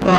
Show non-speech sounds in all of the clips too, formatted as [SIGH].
对。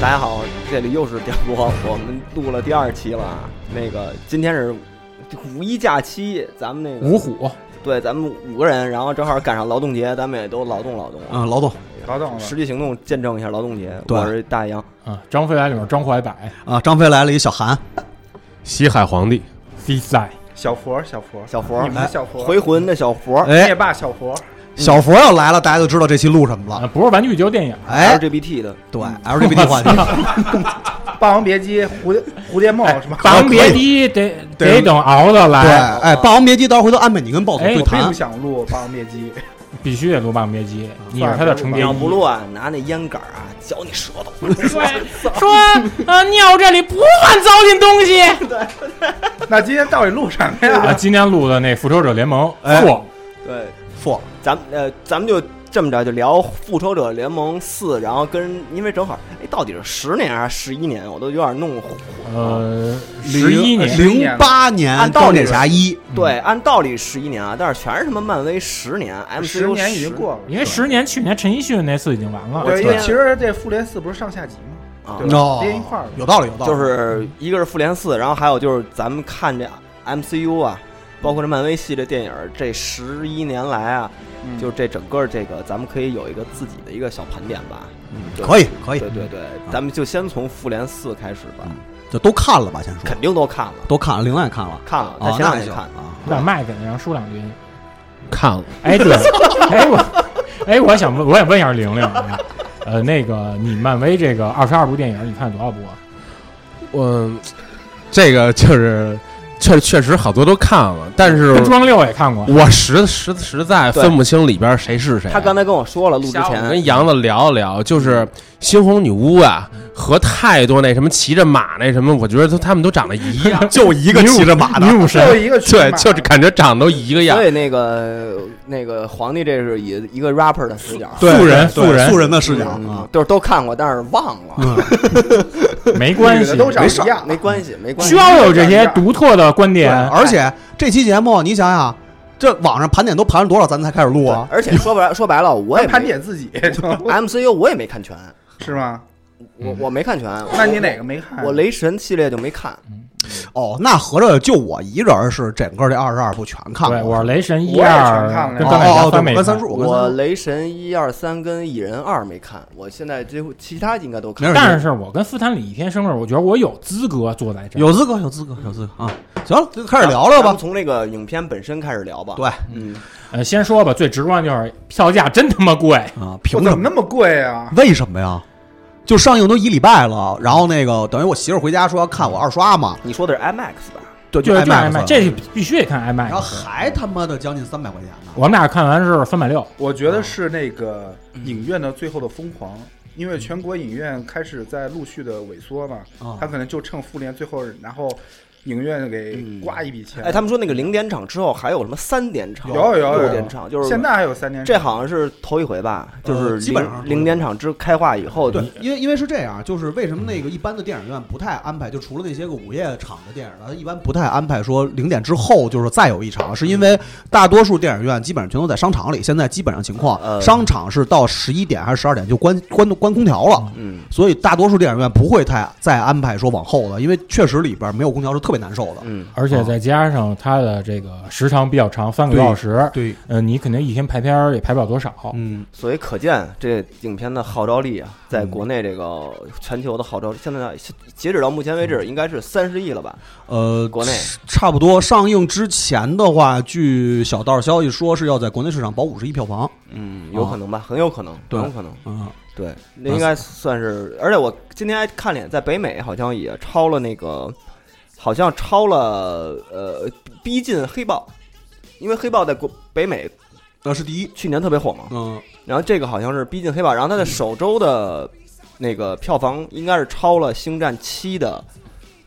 大家好，这里又是电波，我们录了第二期了啊。那个今天是五一假期，咱们那个五虎对，咱们五个人，然后正好赶上劳动节，咱们也都劳动劳动啊。嗯啊，劳动劳动了，实际行动见证一下劳动节。对我是大洋，啊，张飞来里面张怀柏啊，张飞来了一小韩，西汉皇帝， ，C 赛小佛小佛小佛哎你们的小佛回魂的小佛哎灭，霸小佛，小佛要来了，大家就知道这期录什么嗯啊，了。不是玩具就是电影，哎， ，LGBT 的，对，LGBT 话题， [LAUGHS] 霸王别姬蝴蝶蝴蝶梦是吗？霸王别姬得得等熬的对，来，哎，霸王别姬，到时候回头安排你跟暴总哎对我并谈不。想录霸王别姬，必须得录霸王别姬，你是他的成你哎蝶要不衣。乱，拿那烟杆啊嚼你舌头。说呃尿这里不算糟践东西那今天到底录什 [LAUGHS] 么啊！呀？今天录的那《复仇者联盟哎》错，对，嚯，咱们呃，咱们就这么着，就聊《复仇者联盟四》，然后跟因为正好，哎，到底是十年还是十一年，我都有点弄混。呃，十一年零零八年按《道钢理铁侠一》，对，按道理十一年啊，但是全是他妈漫威十年，MCU 十年已经过了，因为十啊年去年陈奕迅那次已经完了，对，今因为天其实这复联四不是上下集吗？啊对，吧哦连一块儿的有道理，有道理，就是一个是复联四，然后还有就是咱们看这 MCU 啊，包括这漫威系列电影儿，这十一年来啊，嗯就这整个这个，咱们可以有一个自己的一个小盘点吧。嗯对可以，可以嗯对，对对，咱们就先从复联四开始吧，就都看了吧，先说肯，定都看了，都看了，玲也看了，看了，他啊，前那两还天行看啊了。，把麦给他，让说两句。看了哎，对， [LAUGHS] 哎我，哎我想问，我也问一下玲玲啊，呃，那个你漫威这个二十二部电影，你看了多少部啊？我，这个就是确确实好多都看了，但是跟装六也看过，我实实实在对分不清里边谁是谁。他刚才跟我说了，录之下午前跟杨子聊了聊，就是猩红女巫啊，和太多那什么骑着马那什么，我觉得都他们都长得一 [LAUGHS] 样，就一个骑着马的，女武神就一个群对，嘛就是感觉长得都一个样所。以那个那个皇帝这是以一个 rapper 的视角，啊对素人对素人素人的视角嗯啊，嗯就是都看过，但是忘了，没关女系的，都长没一事儿样，没关嗯系，没关系需。要有这些独特的观对，点。而且这期节目你想想，这网上盘点都盘了多少，咱才开始录啊？而且说白说白了，我也盘没点自己 [LAUGHS] 就 MCU 我也没看全，是吗？我嗯我没看全。那你哪个没看？啊我雷神系列就没看，哦，那合着就我一人是整个这二十二部全看对，了，我是雷神一我也全二看了，跟哦钢铁哦侠哦，对，三我没看跟三叔，我跟我三叔，雷神一二三跟蚁人二没看，我现在几乎其他应该都没看事。但是我跟斯坦李一天生日，我觉得我有资格坐在这儿。有资格，有资格，有资格啊！行了，就开始聊聊咱们吧。从这个影片本身开始聊吧。对嗯，呃，先说吧，最直观就是票价真他妈贵，啊，我凭怎什么那么贵啊？为什么呀？就上映都一礼拜了，然后那个等于我媳妇儿回家说要看我二刷嘛，你说的是 IMAX 吧？对，就是就是 IMAX 这是必须得看然后 IMAX。还他妈的将近三百块钱呢。我们俩看完是三百六，我觉嗯得是那个影院的最后的疯狂，因为全国影院开始在陆续的萎缩嘛啊，他可能就趁复联最后，然后影院给刮一笔钱。哎，他们说那个零点场之后还有什么三点场、有有有六有点场，就是现在还有三年，这好像是头一回吧？就呃是基本上零零点场之开画以后，哦对，因为因为是这样，啊就是为什么嗯那个一般的电影院不太安排，就除了那些个午夜场的电影，它一般不太安排说零点之后就是再有一场，是因嗯为大多数电影院基本上全都在商场里，现在基本上情况，呃商场是到十一点还是十二点就关关关空调了。嗯，所以大多数电影院不会太再安排说往后的，因为确实里边没有空调是特别难受的。嗯，而且再加上它的这个时长比较长，三个多啊小对时，对，呃，你肯定一天排片儿也排不了多少。嗯，所以可见这影片的号召力啊，在国内这个全球的号召力，现在截止到目前为止，应该是三十亿了吧？呃，国内差不多上映之前的话，据小道消息说是要在国内市场保五十亿票房。嗯，有可能吧，很有可能，对很有可能，嗯，对，那应该算是。而且我今天还看脸，在北美好像也超了那个，好像超了呃，逼近黑豹，因为黑豹在国北美那是第一，去年特别火嘛。嗯，然后这个好像是逼近黑豹，然后它的首周的那个票房应该是超了《星战七》的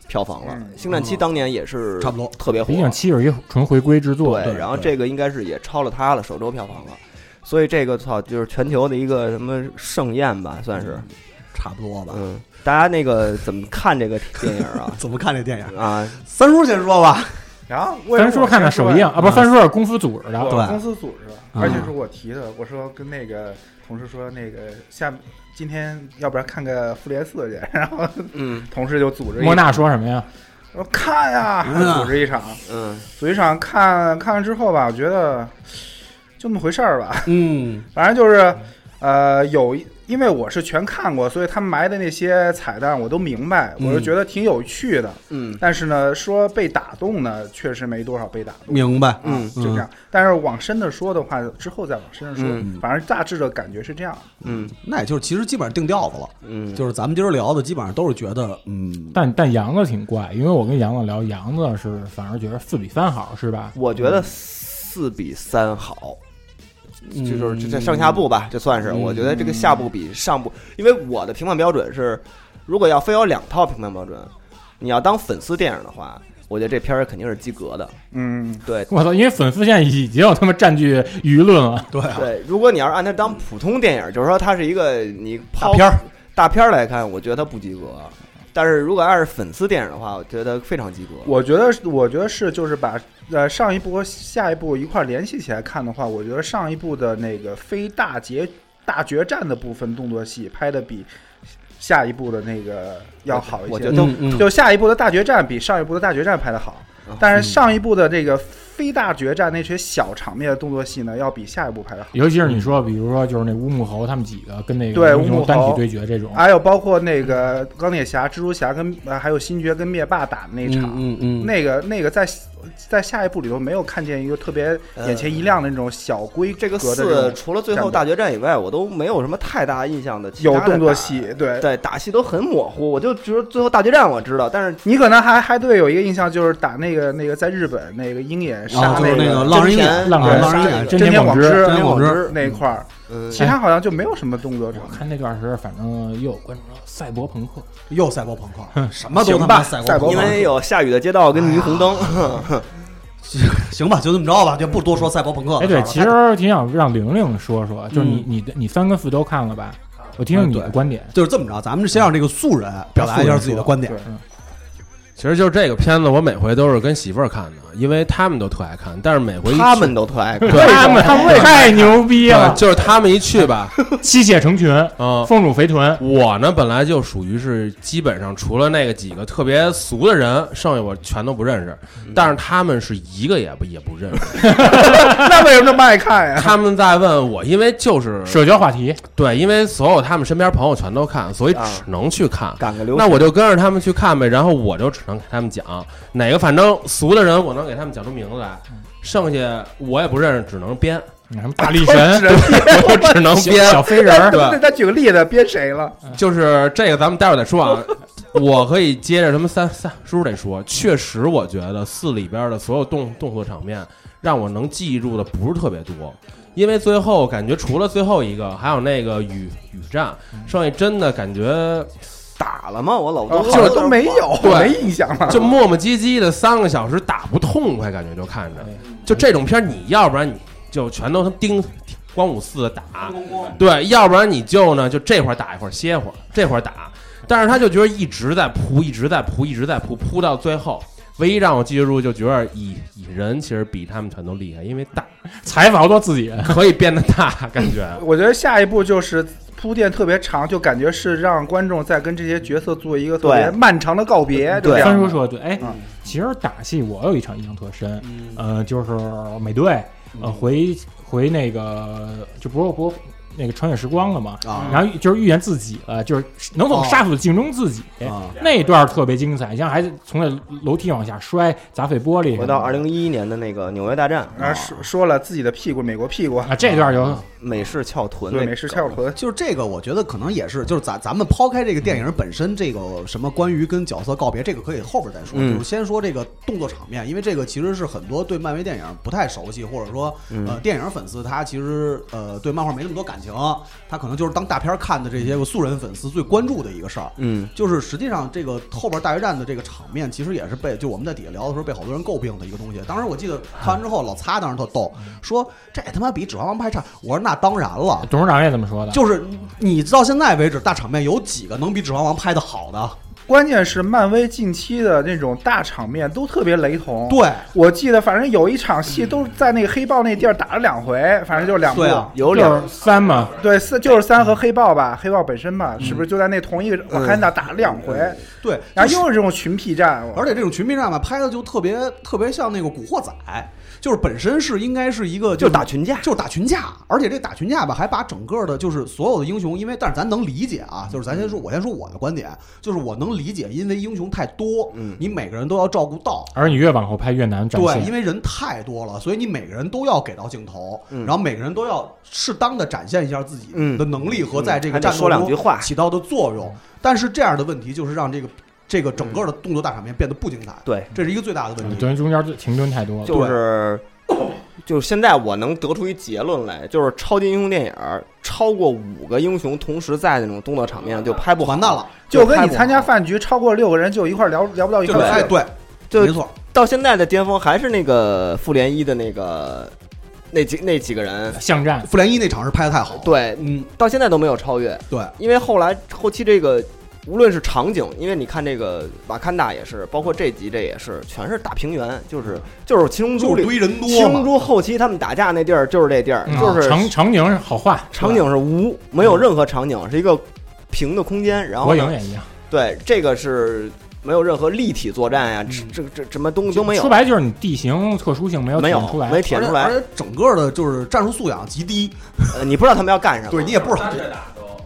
票房了，嗯《星战七》当年也是差不多特别火毕，竟七是一纯回归之作，对，然后对这个应该是也超了它的首周票房了，所以这个操就是全球的一个什么盛宴吧，算是，差不多吧。嗯，大家那个怎么看这个电影啊 [LAUGHS] ？怎么看这电影？啊，三叔先说吧。然后三叔看的首映啊啊，不是三叔是功夫组织的，我对公司组织的，嗯而且是我提的。我说跟那个同事说，那个下今天要不然看个《复联四》去，然后嗯同事就组织一莫娜说什么呀？我说看呀、嗯啊组织一场，嗯组织一场看看完之后吧，我觉得就那么回事儿吧，嗯反正就是呃有一。因为我是全看过，所以他埋的那些彩蛋我都明白，我就嗯觉得挺有趣的。嗯但是呢，说被打动呢，确实没多少被打动。明白。嗯就这样。但是往深的说的话，之后再往深的说，嗯反正大致的感觉是这样。嗯那也就是其实基本上定调子了，嗯，就是咱们今儿聊的基本上都是觉得，嗯，但但杨子挺怪，因为我跟杨子聊，杨子是反而觉得四比三好，是吧？我觉嗯得四比三好，嗯就就是这上下部吧，这算是嗯我觉得这个下部比上部，因为我的评判标准是，如果要非有两套评判标准，你要当粉丝电影的话，我觉得这片儿肯定是及格的。嗯， [LAUGHS] 对 [LAUGHS] 我操，因为粉丝现在已经有他妈占据舆论了，对哎啊，对，如果你要是按它当普通电影，就是说它是一个你抛大片儿大片儿来看，我觉得它不及格。但是如果按是粉丝电影的话，我觉得非常及格。我觉得，我觉得是，就是把呃上一部和下一部一块儿联系起来看的话，我觉得上一部的那个非大决大决战的部分动作戏拍的比下一部的那个要好一我觉。些得嗯嗯就下一部的大决战比上一部的大决战拍的好嗯，但是上一部的这个嗯非大决战那些小场面的动作戏呢，要比下一部拍的好。尤其是你说，比如说就是那乌木猴他们几个跟那个对英乌雄木单体猴对决这种，啊还有包括那个钢铁侠、蜘蛛侠跟呃还有星爵跟灭霸打的那一场，嗯嗯嗯，那个那个在在下一部里头没有看见一个特别眼前一亮的那种小规呃这格个的四种除了最后大决战以外，我都没有什么太大印象的其他有的动作打戏，对。对打戏都很模糊，我就觉得最后大决战我知道，但是你可能还还对有一个印象，就是打那个那个在日本那个鹰眼杀啊，就是个、那个个浪人真眼，田浪啊人浪人杀眼那个真田广之，真田广之那一块儿，嗯，其他好像就没有什么 [LAUGHS] 动作场我。看那段时候，反正又有观众说赛博朋克，又赛博朋克，什么都行他吧妈赛赛博博朋哎因克，为有下雨的街道跟霓虹灯，行吧，就这么着吧，就不多说赛博朋克了。哎，对，好吧其实挺想让玲玲说说，就是你嗯你的你三跟四都看了吧？我听听你的嗯对观点。就是这么着，咱们先让这个素人表达一下自己的观点对。其实就是这个片子，我每回都是跟媳妇儿看的，因为他们都特爱看，但是每回一去他们都特爱看。对他们太牛逼对了，就是他们一去吧，吸血成群，嗯，丰乳肥臀，我呢，本来就属于是基本上除了那个几个特别俗的人，剩下我全都不认识。但是他们是一个也不也不认识。 [LAUGHS] 那为什么这么爱看呀？他们在问我，因为就是社交话题，对，因为所有他们身边朋友全都看，所以啊只能去看。赶个流那我就跟着他们去看呗，然后我就只能给他们讲哪个，反正俗的人我能给他们讲出名字来，剩下我也不认识，只能编，你看什么大 [LAUGHS] 力哎神，我只能小编。小飞人 [LAUGHS] 儿，那咱举个例子，编谁了？就是这个，咱们待会儿再说啊。 [LAUGHS] 我可以接着他们三三叔这说，确实我觉得四里边的所有动动作场面，让我能记住的不是特别多，因为最后感觉除了最后一个，还有那个雨雨战，剩下真的感觉打了吗？我老啊都好像都没有，对没印象 [LAUGHS] 了。就磨磨唧唧的三个小时打不痛快，感觉就看着哎，就这种片儿，你要不然你就全都他妈盯光武四的打，对，要不然你就呢就这会儿打一会儿歇会儿，这会儿打，但是他就觉得一直在扑，一直在扑，一直在扑，扑到最后。唯一让我记得住，就觉得蚁蚁人其实比他们全都厉害，因为大采访好多自己，可以变得大，感觉我觉得下一步就是铺垫特别长，就感觉是让观众在跟这些角色做一个特别对漫长的告别，就这对三样叔吧。说的对，哎嗯，其实打戏我有一场印象特深，呃，就是美队，呃，回回那个就不是不是那个穿越时光了嘛，啊然后就是预言自己了，就是能否杀死镜中自己。啊，那一段特别精彩，像还从那楼梯往下摔，砸碎玻璃什么的。回到啊二零一一年的那个纽约大战，然后说说了自己的屁股，美国屁股，啊，这段就美式翘臀那对个，美式翘臀，就是这个，我觉得可能也是，就是咱咱们抛开这个电影本身这个什么关于跟角色告别，这个可以后边再说。嗯就是先说这个动作场面，因为这个其实是很多对漫威电影不太熟悉，或者说嗯呃电影粉丝他其实呃对漫画没那么多感情，他可能就是当大片看的这些个素人粉丝最关注的一个事儿。嗯，就是实际上这个后边大决战的这个场面，其实也是被就我们在底下聊的时候被好多人诟病的一个东西。当时我记得看完之后，老擦当时特逗，说这他妈比《指环王》还差。我说那当然了。董事长也这么说的，就是你到现在为止，大场面有几个能比《指环王》拍的好的？关键是漫威近期的那种大场面都特别雷同。对，我记得反正有一场戏都是在那个黑豹那地儿打了两回，反正就是两部。对啊有就两是三嘛，对，四就是三和黑豹吧，黑豹本身吧，是不是就在那同一个瓦坎达打了两回？嗯对，然后又是这种群体战，我而且这种群面战吧，拍的就特别特别像那个《古惑仔》，就是本身是应该是一个就是打群架就是打群架，而且这打群架吧，还把整个的就是所有的英雄，因为但是咱能理解嗯啊，就是咱先说，我先说我的观点，就是我能理解，因为英雄太多，嗯你每个人都要照顾到，而你越往后拍越难展对，因现。为人太多了，所以你每个人都要给到镜头，嗯然后每个人都要适当的展现一下自己嗯的能力和在这个还得战说斗两句中话，起到的作用。但是这样的问题就是让这个这个整个的动作大场面变得不精彩，对，这是一个最大的问题。对，中间停顿太多了。就是。就是现在，我能得出一结论来，就是超级英雄电影儿超过五个英雄同时在那种动作场面就拍不好完蛋，了，就跟你参加就饭局超过六个人就一块儿聊聊不到一就块是儿哎，去。啊对，就没错，到现在的巅峰还是那个复联一的那个那几那几个人，巷战，复联一那场是拍的太好了，对，嗯，到现在都没有超越。对，因为后来后期这个无论是场景，因为你看这个瓦坎达也是，包括这集这也是，全是大平原，就是就是七龙珠就是里，堆人七多龙嘛，珠后期他们打架那地儿就是这地儿，嗯就是场场景好画，场景是无没有任何场景，是一个平的空间，然后火呢影也一样。对这个是没有任何立体作战呀，嗯这这这什么东西都没有说，白就是你地形特殊性没有没体有现出来，没体现而且出来而，且整个的就是战术素养极低，呃你不知道他们要干什么，对你也不知道单。着打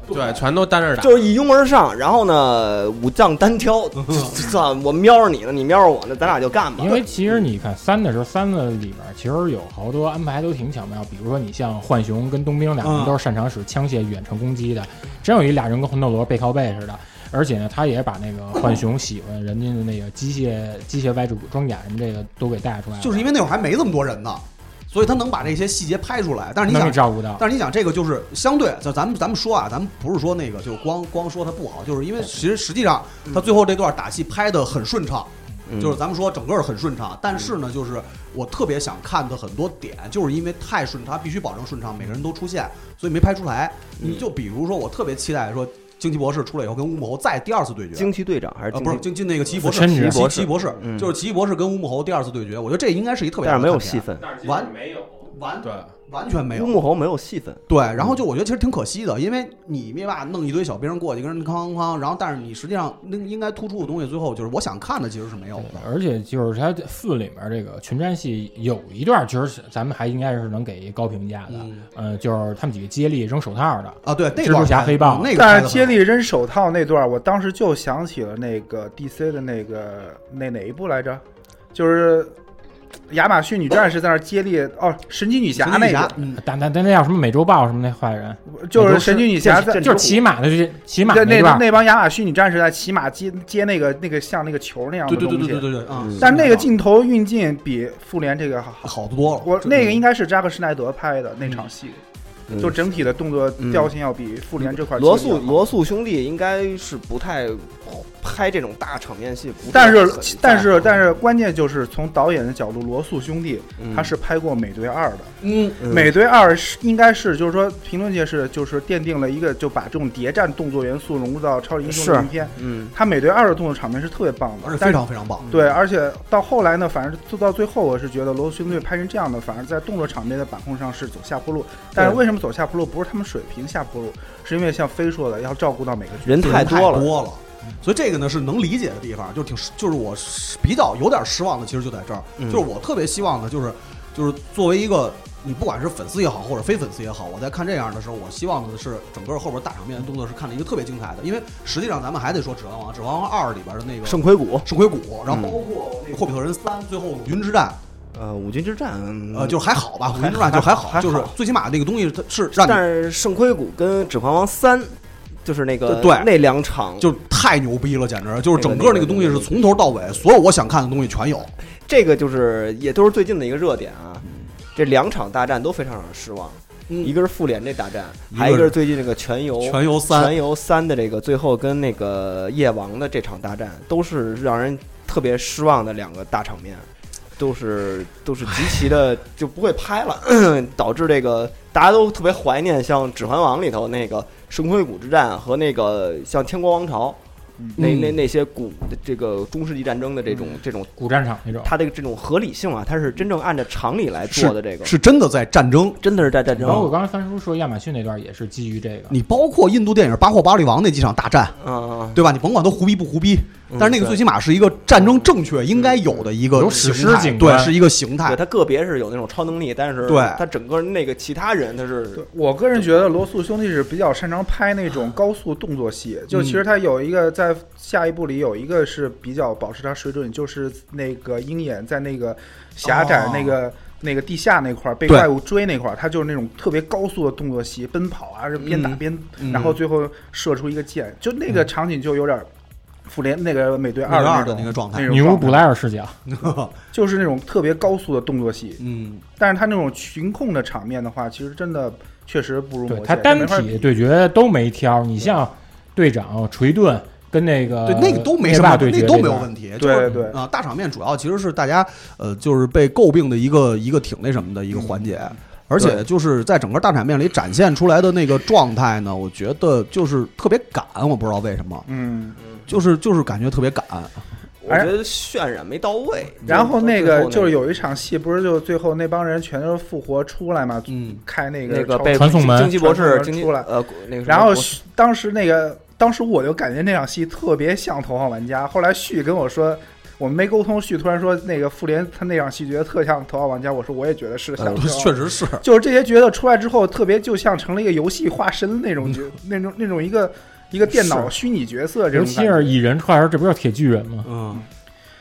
都对，全都单着打。就是一拥而上，然后呢，武将单挑，算我瞄着你呢，你瞄着我呢，咱俩就干吧。因为其实你看三的时候，三的里边其实有好多安排都挺巧妙，比如说你像浣熊跟冬兵两个人嗯都是擅长使枪械远程攻击的，真有一俩人跟魂斗罗背靠背似的。而且呢，他也把那个浣熊喜欢人家的那个机械机械外置装甲什么这个都给带出来了，就是因为那会儿还没这么多人呢，所以他能把这些细节拍出来。但是你能给想，照顾到。但是你想这个就是相对，就咱们咱们说啊，咱们不是说那个就光光说它不好，就是因为其实实际上他最后这段打戏拍的很顺畅，嗯就是咱们说整个很顺畅。但是呢，就是我特别想看的很多点，就是因为太顺畅，它必须保证顺畅，每个人都出现，所以没拍出来。你就比如说，我特别期待说惊奇博士出来以后跟乌木侯再第二次对决，惊奇队长还是呃，惊不是奇，惊进那个奇异博士，神奇女奇博士奇异博士，嗯就是奇异博士跟乌木侯第二次对决，我觉得这应该是一特别但好是的没有看戏点份，完没有，完对，完全没有乌。木猴没有戏份，对，然嗯后就我觉得其实挺可惜的，因为你灭霸弄一堆小兵过去跟人哐哐哐，然后但是你实际上那应该突出的东西，最后就是我想看的其实是没有对的。而且就是他四里面这个群战戏有一段，其实咱们还应该是能给高评价的，嗯呃，就是他们几个接力扔手套的，啊，对，那蜘蛛侠段拍嗯黑豹那个拍但得是很接好力扔手套那段儿，我当时就想起了那个 DC 的那个那哪一部来着？就是亚马逊女战士在那儿接力哦，神奇女侠神奇那女侠个，嗯，但但但那叫什么美洲豹什么那坏人，就是神奇女侠在就是骑马的这骑马对那那段儿，那帮亚马逊女战士在骑马接接那个那个像那个球那样的对东对西。对对对对对啊嗯！但那个镜头运镜比复联这个好。好得多了，我真的那个应该是扎克施耐德拍的那场戏，嗯就整体的动作嗯调性要比复联这块罗经历素要好罗素兄弟应该是不太拍这种大场面戏，不但是很但是但在是关键就是从导演的角度，罗素兄弟嗯他是拍过《美队二》的，嗯，嗯美队二》是应该是就是说评论界是就是奠定了一个就把这种谍战动作元素融入到超级英雄是影片。嗯他《美队二》的动作场面是特别棒而的，且但非是常非常棒。对，而且到后来呢，反正做到最后，我是觉得罗素兄弟拍成这样的，反而在动作场面的把控上是走下坡路。但是为什么走下坡路？不是他们水平下坡路，是因为像飞说的，要照顾到每个角色。人太多多了，多了。所以这个呢是能理解的地方，就挺就是我是比较有点失望的，其实就在这儿，嗯就是我特别希望的，就是就是作为一个你不管是粉丝也好，或者非粉丝也好，我在看这样的时候，我希望的是整个后边大场面的动作是看了一个特别精彩的，因为实际上咱们还得说《指环王》，《指环王二》里边的那个圣盔谷，嗯圣盔谷，然后包括那个《霍比特人三》最后永军之战，呃，五军之战，嗯呃，就是还好吧，《五云之战》就还好，还就是好最起码那个东西它是让但你是圣盔谷跟指环王三，就是那个对那两场，就是太牛逼了，简直就是整那个个那个东西那是个从头到尾，所有我想看的东西全有。这个就是也都是最近的一个热点啊。这两场大战都非常让人失望，嗯一个是复联这大战，一个是还有一个是最近这个全游全游全三，游三的这个最后跟那个夜王的这场大战，都是让人特别失望的两个大场面，都是都是极其的就不会拍了， [CLEARS THROAT] 导致这个大家都特别怀念像《指环王》里头那个圣盔谷之战和那个像天国王朝。嗯那嗯那那些古这个中世纪战争的这种这种，古战场那种。它的这种合理性啊，它是真正按照常理来做的。这个是真的在战争。真的是在战争包括刚才三叔说亚马逊那段也是基于这个，你包括印度电影《巴霍巴利王》那几场大战，啊，对吧？你甭管它胡逼不胡逼，嗯但是那个最起码是一个战争正确应该有的一个有形史诗态，景对，观是一个形对态。他个别是有那种超能力，但是对他整个那个其他人他是对我个人觉得罗素兄弟是比较擅长拍那种高速动作戏，就嗯其实他有一个在下一部里有一个是比较保持他水准，就是那个鹰眼在那个狭窄哦那个、那个地下那块儿被对怪物追那块儿，他就是那种特别高速的动作戏，奔跑啊，是边打嗯边，嗯然后最后射出一个箭，就那个场景就有点儿复联那个美队二二二的种那个状态那，种女巫状态布莱尔视角，就是那种特别高速的动作戏， [LAUGHS] 嗯，但是他那种群控的场面的话，其实真的确实不如魔对戒，他没单法体对决都没挑，你像队长锤盾跟那个对，那个都没呃灭什霸么，对决这那都段，没有问题。就是对对啊，大场面主要其实是大家呃，就是被诟病的一个一个挺那什么的一个环节，而且就是在整个大场面里展现出来的那个状态呢，我觉得就是特别赶，我不知道为什么，嗯，就是就是感觉特别赶。我觉得渲染没到位。然后那到最个就是有有一场戏，不是就最后那帮人全都复活出来嘛，嗯，开那个那个超被传送门惊奇博士传送门惊奇出来呃那个什么然后博士旭当时那个当时我就感觉那场戏特别像《头号玩家》，后来旭跟我说。我们没沟通，旭突然说那个复联他那场戏觉得特像《头号玩家》，我说我也觉得是像呃头号玩家，呃确实是。就是这些角色出来之后，特别就像成了一个游戏化身的那种角， [LAUGHS] 那种那种一个一个电脑虚拟角色这尤种其感觉。是蚁人出来的时候，这不就是铁巨人吗？嗯，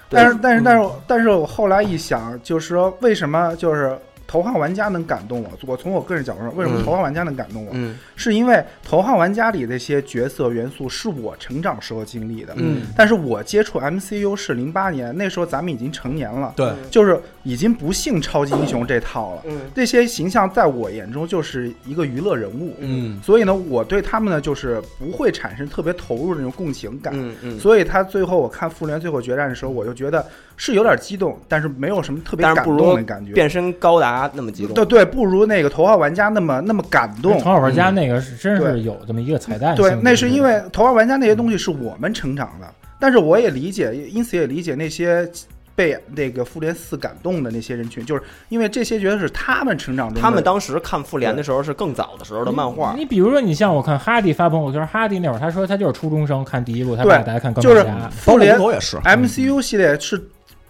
但是嗯但是但是我但是我后来一想，就是说为什么就是头号玩家能感动我？我从我个人角度上，为什么嗯头号玩家能感动我？嗯是因为头号玩家里这些角色元素是我成长时候经历的。嗯但是我接触 MCU 是零八年，那时候咱们已经成年了，对，就是已经不信超级英雄这套了。嗯这些形象在我眼中就是一个娱乐人物，嗯所以呢，我对他们呢就是不会产生特别投入的那种共情感。嗯嗯，所以他最后我看复联最后决战的时候，我就觉得是有点激动，但是没有什么特别但是感不动如的感觉。变身高达那么激动。对对，不如那个头号玩家那么那么感动头。号玩家那个是真是有这么一个彩蛋性质对的，，那是因为头号玩家那些东西是我们成长的，但是我也理解，因此也理解那些被那个复联四感动的那些人群，就是因为这些角色是他们成长中的，他们当时看复联的时候是更早的时候的漫画你。嗯你比如说，你像我看哈迪发朋友圈，哈迪那会儿他说他就是初中生，看第一部，他对爸大家看钢就铁是侠，复包括联龙头也是。 MCU 系列是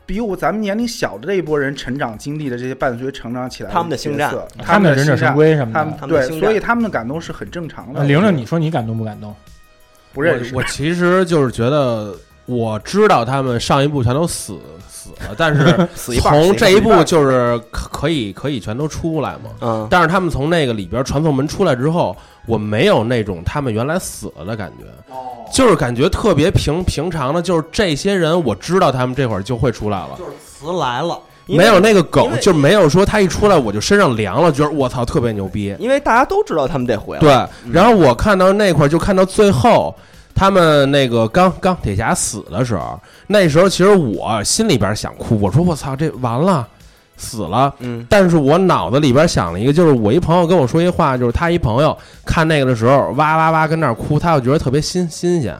比我咱们年龄小的这一波人成长经历的这些伴随成长起来他们的星战角色他他们们的忍者神星龟什么他的们。他们的嗯对星，所以战他们的感动是很正常呃的。玲玲，你说你感动不感动？不认识我。我其实就是觉得，我知道他们上一部全都死死了，但是 [LAUGHS] 死一半从这一死一步半就是可可以可以全都出来嘛。嗯，但是他们从那个里边传送门出来之后，我没有那种他们原来死了的感觉，哦就是感觉特别平平常的，就是这些人我知道他们这会儿就会出来了，就是词来了，因为没有那个因梗为，就没有说他一出来我就身上凉了，觉得我操特别牛逼。因为大家都知道他们这回嗯了。对，然后我看到那块儿就看到最后。他们那个钢钢铁侠死的时候，那时候其实我心里边想哭，我说我操，这完了，死了。嗯但是我脑子里边想了一个，就是我一朋友跟我说一话，就是他一朋友看那个的时候，哇哇哇跟那儿哭，他又觉得特别新新鲜。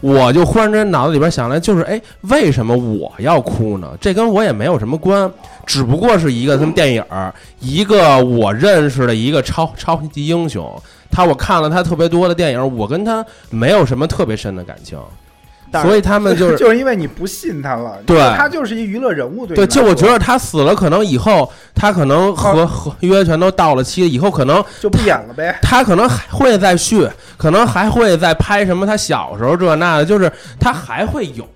我就忽然之间脑子里边想来，就是哎，为什么我要哭呢？这跟我也没有什么关，只不过是一个他们电影儿，一个我认识的一个超超级英雄，他我看了他特别多的电影，我跟他没有什么特别深的感情，但是所以他们就 [LAUGHS] 是就是因为你不信他了，对他就是一娱乐人物，对对，对，就我觉得他死了，可能以后他可能合合约全都到了期，以后可能就不演了呗。他可能还会再续，可能还会再拍什么他小时候这那的，就是他还会有。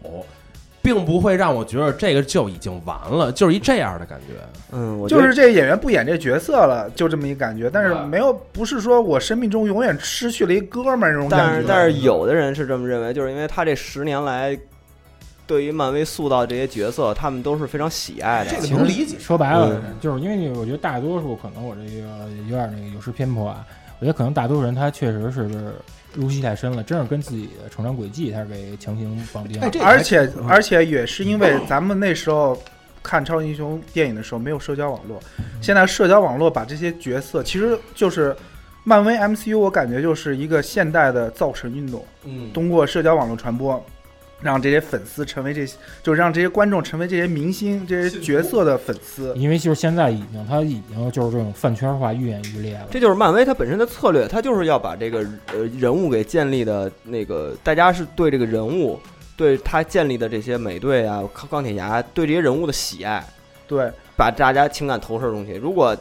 并不会让我觉得这个就已经完了，就是一这样的感觉。嗯，我觉就得是这演员不演这角色了，就这么一感觉。但是没有，不是说我生命中永远失去了一哥们儿那种但感是觉。但是有的人是这么认为，就是因为他这十年来对于漫威塑造这些角色，他们都是非常喜爱的。这个其实能理解。说白了，就是因为我觉得大多数可能我这个有点那个有失偏颇啊，我觉得可能大多数人他确实是入戏太深了，真是跟自己的成长轨迹他是给强行绑定了。哎， [LAUGHS] 这而且嗯而且也是因为咱们那时候看超级英雄电影的时候没有社交网络，现在社交网络把这些角色其实就是漫威 MCU，我感觉就是一个现代的造神运动，嗯，通过社交网络传播。让这些粉丝成为这些，就是让这些观众成为这些明星、这些角色的粉丝。因为就是现在已经，他已经就是这种饭圈化愈演愈烈了。这就是漫威它本身的策略，它就是要把这个呃人物给建立的那个，大家是对这个人物，对他建立的这些美队啊、钢钢铁侠，对这些人物的喜爱，对，把大家情感投射进去。如果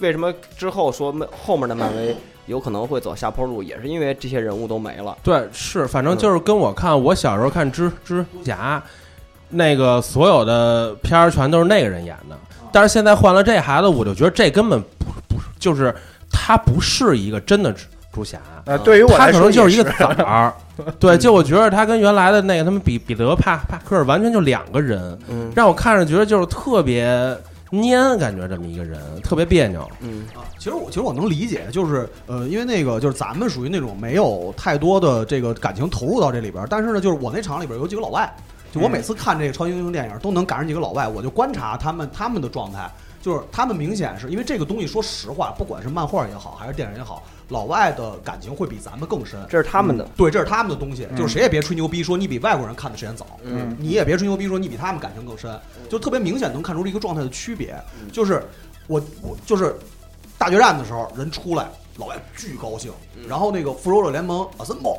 为什么之后说后面的漫威有可能会走下坡路，也是因为这些人物都没了。对，是，反正嗯就是跟我看我小时候看蜘蜘蛛侠，那个所有的片儿全都是那个人演的，哦但是现在换了这孩子，我就觉得这根本不不是就是他不是一个真的蜘蛛侠。呃，对于我他来可说能也就是一个崽 [LAUGHS] 儿，对，就我觉得他跟原来的那个他们比彼得帕帕克尔完全就两个人，嗯让我看着觉得就是特别蔫，感觉这么一个人特别别扭。嗯，啊，其实我其实我能理解，就是呃，因为那个就是咱们属于那种没有太多的这个感情投入到这里边儿，但是呢，就是我那场里边儿有几个老外，就我每次看这个超级英雄电影儿都能赶上几个老外，我就观察他们他们的状态，就是他们明显是因为这个东西，说实话，不管是漫画也好，还是电影也好，老外的感情会比咱们更深。这是他们的。对，这是他们的东西，嗯就是谁也别吹牛逼说你比外国人看的时间早，嗯你也别吹牛逼说你比他们感情更深，就特别明显能看出这一个状态的区别。就是我我就是大决战的时候，人出来，老外巨高兴，然后那个复仇者联盟啊 assemble，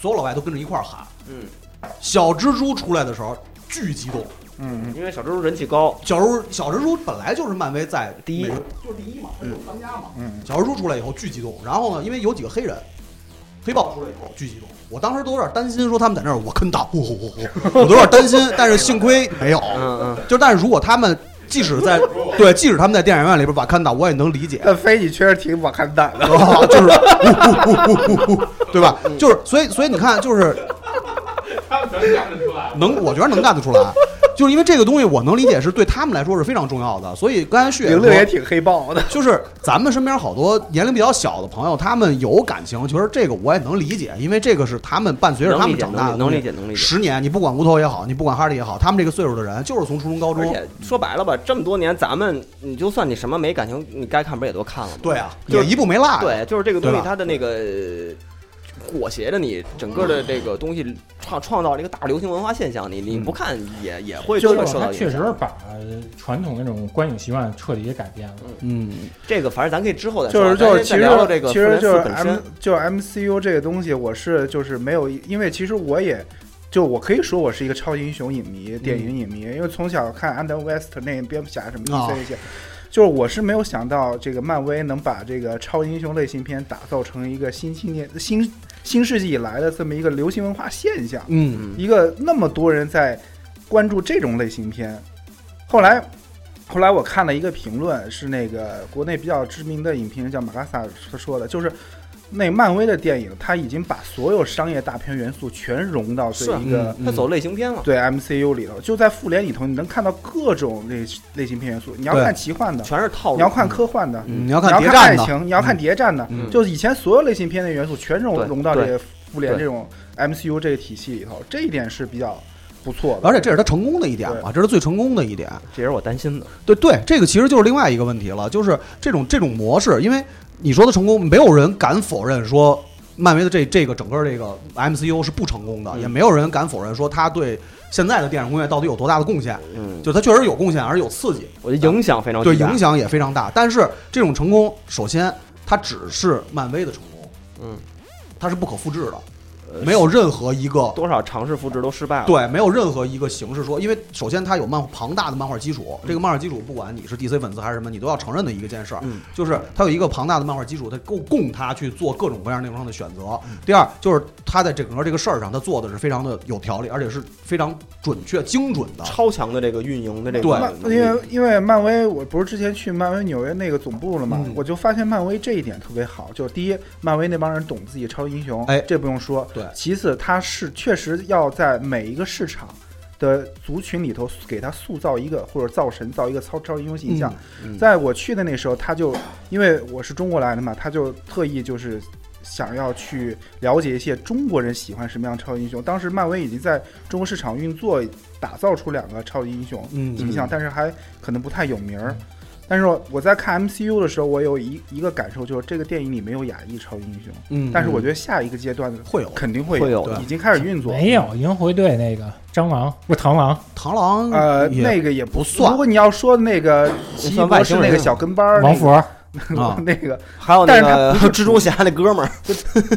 所有老外都跟着一块儿喊。嗯，小蜘蛛出来的时候巨激动，嗯，因为小蜘蛛人气高，小蜘蛛小蜘蛛本来就是漫威在第一美就是第一嘛，就是当家嘛。嗯小蜘蛛出来以后巨激动，然后呢，因为有几个黑人，黑豹出来以后巨激动，我当时都有点担心，说他们在那儿我坑打，呼呼呼呼，我都有点担心，但是幸亏没有。嗯嗯，就但是如果他们即使在对，即使他们在电影院里边瓦坎达，我也能理解。但飞你确实挺瓦坎达的。 [LAUGHS] 啊就是呜呜呜呜呜，对吧？嗯就是所以所以你看，就是 [LAUGHS] 能，我觉得能干得出来，就是因为这个东西我能理解是对他们来说是非常重要的。所以刚才旭也零六说，也挺黑豹的。就是咱们身边好多年龄比较小的朋友，他们有感情，其实这个我也能理解，因为这个是他们伴随着他能理们解，长大的能理东西解，能理解。十年，你不管无头也好，你不管哈利也好，他们这个岁数的人就是从初中、高而中，且说白了吧，这么多年咱们，你就算你什么没感情，你该看不是也都看了吗？对啊，就也是一步没落呀。对，就是这个东对啊西，吧它的那个呃裹挟着你整个的这个东西创创造了一个大流行文化现象，你你嗯不看也也会就都是会受他到确影实是响。把传统那种观影习惯彻底给改变了。嗯，这个反正咱可以之后再就是说，咱先就是，其再实聊聊这个其实就是复联四 M 本身，就是 MCU 这个东西，我是就是没有，因为其实我也就我可以说我是一个超级英雄影迷、电嗯影影迷，因为从小看安德 West 那蝙蝠侠什么啊 DC 一些，就是我是没有想到这个漫威能把这个超级英雄类型片打造成一个新青年新新世纪以来的这么一个流行文化现象。嗯，嗯一个那么多人在关注这种类型片。后来，后来我看了一个评论，是那个国内比较知名的影评人叫马卡萨他说的，就是那漫威的电影，他已经把所有商业大片元素全融到这是啊一个。嗯它走类型片了。对 MCU 里头，就在复联里头，你能看到各种类类型片元素。你要对看奇幻的，全是套路，你要看科幻的，嗯你要你看谍爱战的，情，你要看谍战的，嗯就是以前所有类型片的元素全融对融到这对个复联对这种 MCU 这个体系里头，这一点是比较不错的。而且这是他成功的一点嘛，这是最成功的一点。这也是我担心的。对对，这个其实就是另外一个问题了，就是这种这种模式，因为你说的成功，没有人敢否认说漫威的这这个整个这个 MCU 是不成功的，嗯也没有人敢否认说它对现在的电影工业到底有多大的贡献。嗯，就是它确实有贡献，而且有刺激，我觉得影响非常对巨大影。响也非常大。但是这种成功，首先它只是漫威的成功，嗯，它是不可复制的，呃没有任何一个多少尝试复制都失败了。对，没有任何一个形式说，因为首先它有漫庞大的漫画基础，这个漫画基础不管你是 DC 粉丝还是什么，你都要承认的一个件事儿，嗯就是它有一个庞大的漫画基础，它够供他去做各种各样内容上的选择。第二就是他在整个这个事儿上，他做的是非常的有条理，而且是非常准确、精准的。超强的这个运营的这个对漫能力因为因为漫威，我不是之前去漫威纽约那个总部了嘛，嗯我就发现漫威这一点特别好，就是第一，漫威那帮人懂自己超级英雄，哎这不用说。对其次，他是确实要在每一个市场的族群里头给他塑造一个或者造神造一个超超级英雄形象。嗯在我去的那时候，他就因为我是中国来的嘛，他就特意就是想要去了解一些中国人喜欢什么样的超级英雄。当时漫威已经在中国市场运作，打造出两个超级英雄嗯形象，但是还可能不太有名儿。但是我在看 MCU 的时候，我有一一个感受，就是这个电影里没有亚裔超级英雄，嗯，但是我觉得下一个阶段会有肯定会会有对的已经开始运作。没有银回队那个蟑螂不螳螂，螳螂呃，也那个也不算如果你要说那个奇异算博外士星人那个小跟班儿，王佛 [LAUGHS] 那个啊那个还有那但是个蜘蛛侠那哥们儿，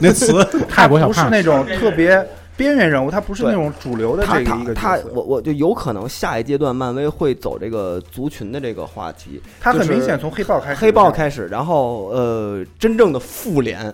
那词泰国他小不是胖那种特别边缘人物，他不是那种主流的他这个一他个他角，色我我就有可能下一阶段漫威会走这个族群的这个话题，他很就是明显从黑豹开始，黑豹开始，然后呃，真正的复联。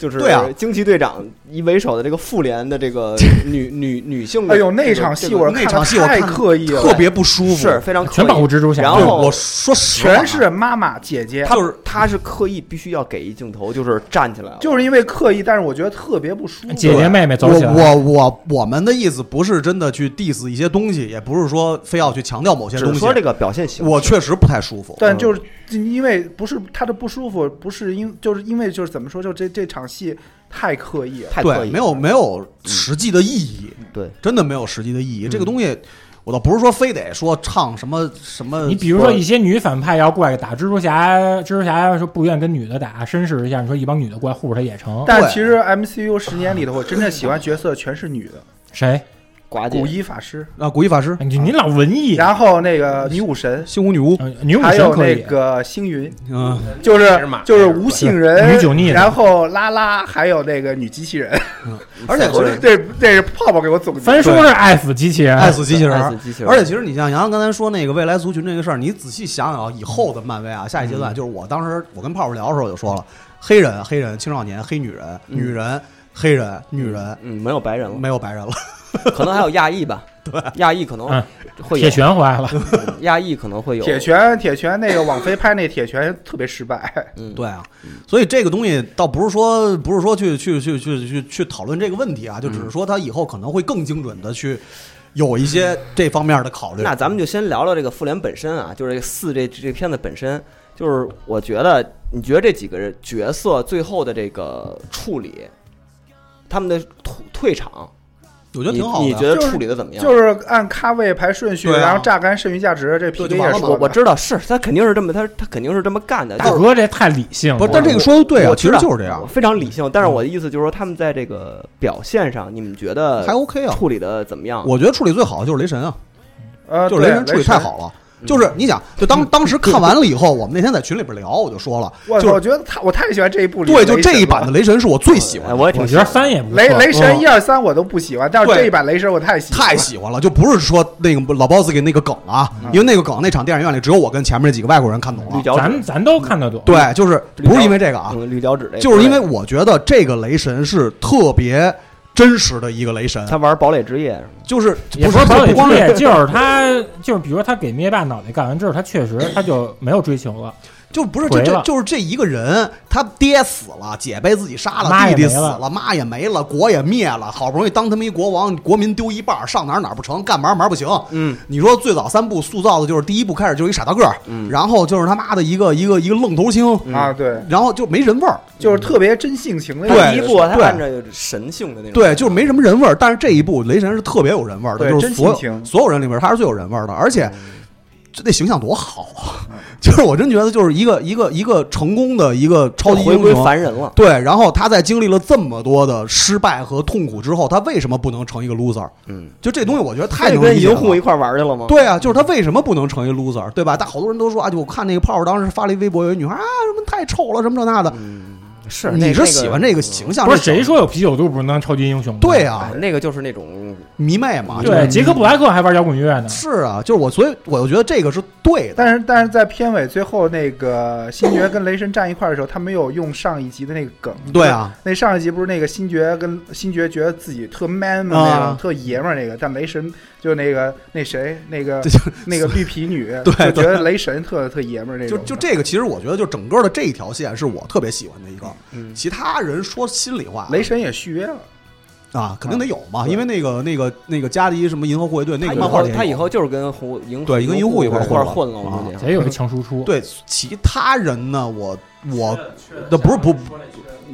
就是对啊惊奇队长以为首的这个复联的这 [LAUGHS] 个女女女性的哎这个，呦那场这戏个我那场戏我太看刻意了，特别不舒服，是非常刻全意保护蜘蛛侠，然对。后我说实话啊全是妈妈姐姐，他就是他是刻意必须要给一镜头，就是站起来了，就是因为刻意，但是我觉得特别不舒服。姐姐妹妹走我起来，我我我们的意思不是真的去 diss 一些东西，也不是说非要去强调某些只东是西说。这个表现形式。我确实不太舒服。但就是因为不是他的不舒服，不是因就是因为就是怎么说，就这这场戏太刻意了。太刻对，意嗯没有没有实际的意义，对真的没有实际的嗯意义。这个东西，我倒不是说非得说唱什么什么，你比如说一些女反派要过来打蜘蛛侠，蜘蛛侠要是不愿跟女的打，绅士一下，你说一帮女的过来护着他也成。但其实 MCU 十年里头，我真正喜欢角色全是女的，谁？寡姐古一法师，啊，古一法师、你你老文艺，然后那个女武神，星舞女巫，呃女武还神有可那以，个星云，嗯，就是是马就是无性人、女九逆的然后拉拉，还有那个女机器人，嗯 [LAUGHS] 而且其实这这是泡泡给我总结。三叔是爱死机器人，爱死机器人爱儿哎死。机器人，而且其实你像杨洋刚才说那个未来族群这个事儿，你仔细想想啊，以后的漫威啊，下一阶嗯段就是我当时我跟泡泡聊的时候我就说了，黑人、黑人、青少年、黑女人、嗯女人、黑人、女人，嗯，没有白人了，没有白人了。 [LAUGHS] 可能还有亚裔吧，对，亚裔可能嗯会有铁，拳回来 [LAUGHS] 了，嗯亚裔可能会有铁，拳，铁拳那个网飞拍那铁拳特别失败，嗯，对啊，所以这个东西倒不是说不是说去去去去去去讨论这个问题啊，就只是说他以后可能会更精准的去有一些这方面的考虑。那咱们就先聊聊这个复联本身啊，就是这个四这这片子本身，就是我觉得，你觉得这几个人角色最后的这个处理，他们的退退场，我我觉得挺好的。你觉得就是处理的怎么样？ [LAUGHS] 就是按咖位排顺序，对啊然后榨干剩余价值，这 PK 就也完了说嘛我了我知道是他肯定是这么，他他肯定是这么干的，大就是哥这太理性了。不是，但这个说的对啊，我其知实道就是这样，非常理性。但是我的意思就是说，他们在这个表现上，你们觉得还 OK 啊。处理的怎么样？我觉得处理最好的就是雷神啊，呃，就是雷对神处理太，好了。就是你想，就当当时看完了以后，我们那天在群里边聊，我就说了，我就是我觉得他我太喜欢这一部里对，的雷就神了，这一版的雷神是我最喜欢哎的，我也挺我喜觉得欢三也不错，雷雷神嗯一二三我都不喜欢，但是对这一版雷神我太喜欢太了，喜欢了，就不是说那个老包子给那个梗了啊，因为那个梗那场电影院里只有我跟前面那几个外国人看懂绿了。脚趾，嗯咱咱都看得懂。，对，就是不是因为这个啊，嗯绿脚趾这哎个，就是因为我觉得这个雷神是特别真实的一个雷神，他玩堡垒之夜，就是也不是是就堡不垒光之夜，是就是他就是比如说他给灭霸脑袋干完之后，他确实他就没有追求了，就不是这回这了就是这一个人，他爹死了，姐被自己杀妈了，也弟弟没死了了，妈也没了，国也灭了，好不容易当他们一国王，国民丢一半儿，上哪儿哪儿不成，干嘛嘛不行。嗯，你说最早三部塑造的就是第一部开始就是一傻大个儿，嗯然后就是他妈的一个一个一个愣头青，嗯啊，对，然后就没人味儿。就是特别真性情的对第一部啊他对按照有神性的那种，对，就是没什么人味儿，但是这一部雷神是特别有人味儿的，对就是真所性有情所有人里边他是最有人味儿的，而嗯且这那形象多好啊！ [LAUGHS] 就是我真觉得就是一个一个一个成功的一个超级回英归雄。凡人了。对，然后他在经历了这么多的失败和痛苦之后，他为什么不能成一个 loser？嗯，就这东西，我觉得太他就能跟理解银护一了。块玩去了吗？对啊，就是他为什么不能成一 loser，对吧？但好多人都说啊，就我看那个泡泡当时发了一微博，有一女孩啊，什么太丑了，什么这那的。嗯，是你那是喜欢这个嗯形象？不是这谁说有啤酒肚不能当超级英雄？对，啊嗯哎，那个就是那种迷妹嘛。就是对，杰克布莱克还玩摇滚乐呢，是啊，就是我，所以我就觉得这个是对的。但是但是在片尾最后那个星爵跟雷神站一块儿的时候，他没有用上一集的那个梗。对，啊，那上一集不是那个星爵跟星爵觉得自己特 man 嘛那种啊特爷们儿那个，但雷神就那个那谁那个这就那个绿皮女，对对就觉得雷神特特爷们儿那就种。就这个，其实我觉得就整个的这一条线是我特别喜欢的一个。嗯，其他人说心里话，雷神也续约了，啊，肯定得有嘛，啊因为那个那个那个加迪什么银河护卫队那他个以漫画后里也有他以后就是跟红银对跟银护护一块儿块儿混混了，了啊我估计啊得有一强输出。对其他人呢，我我那不是不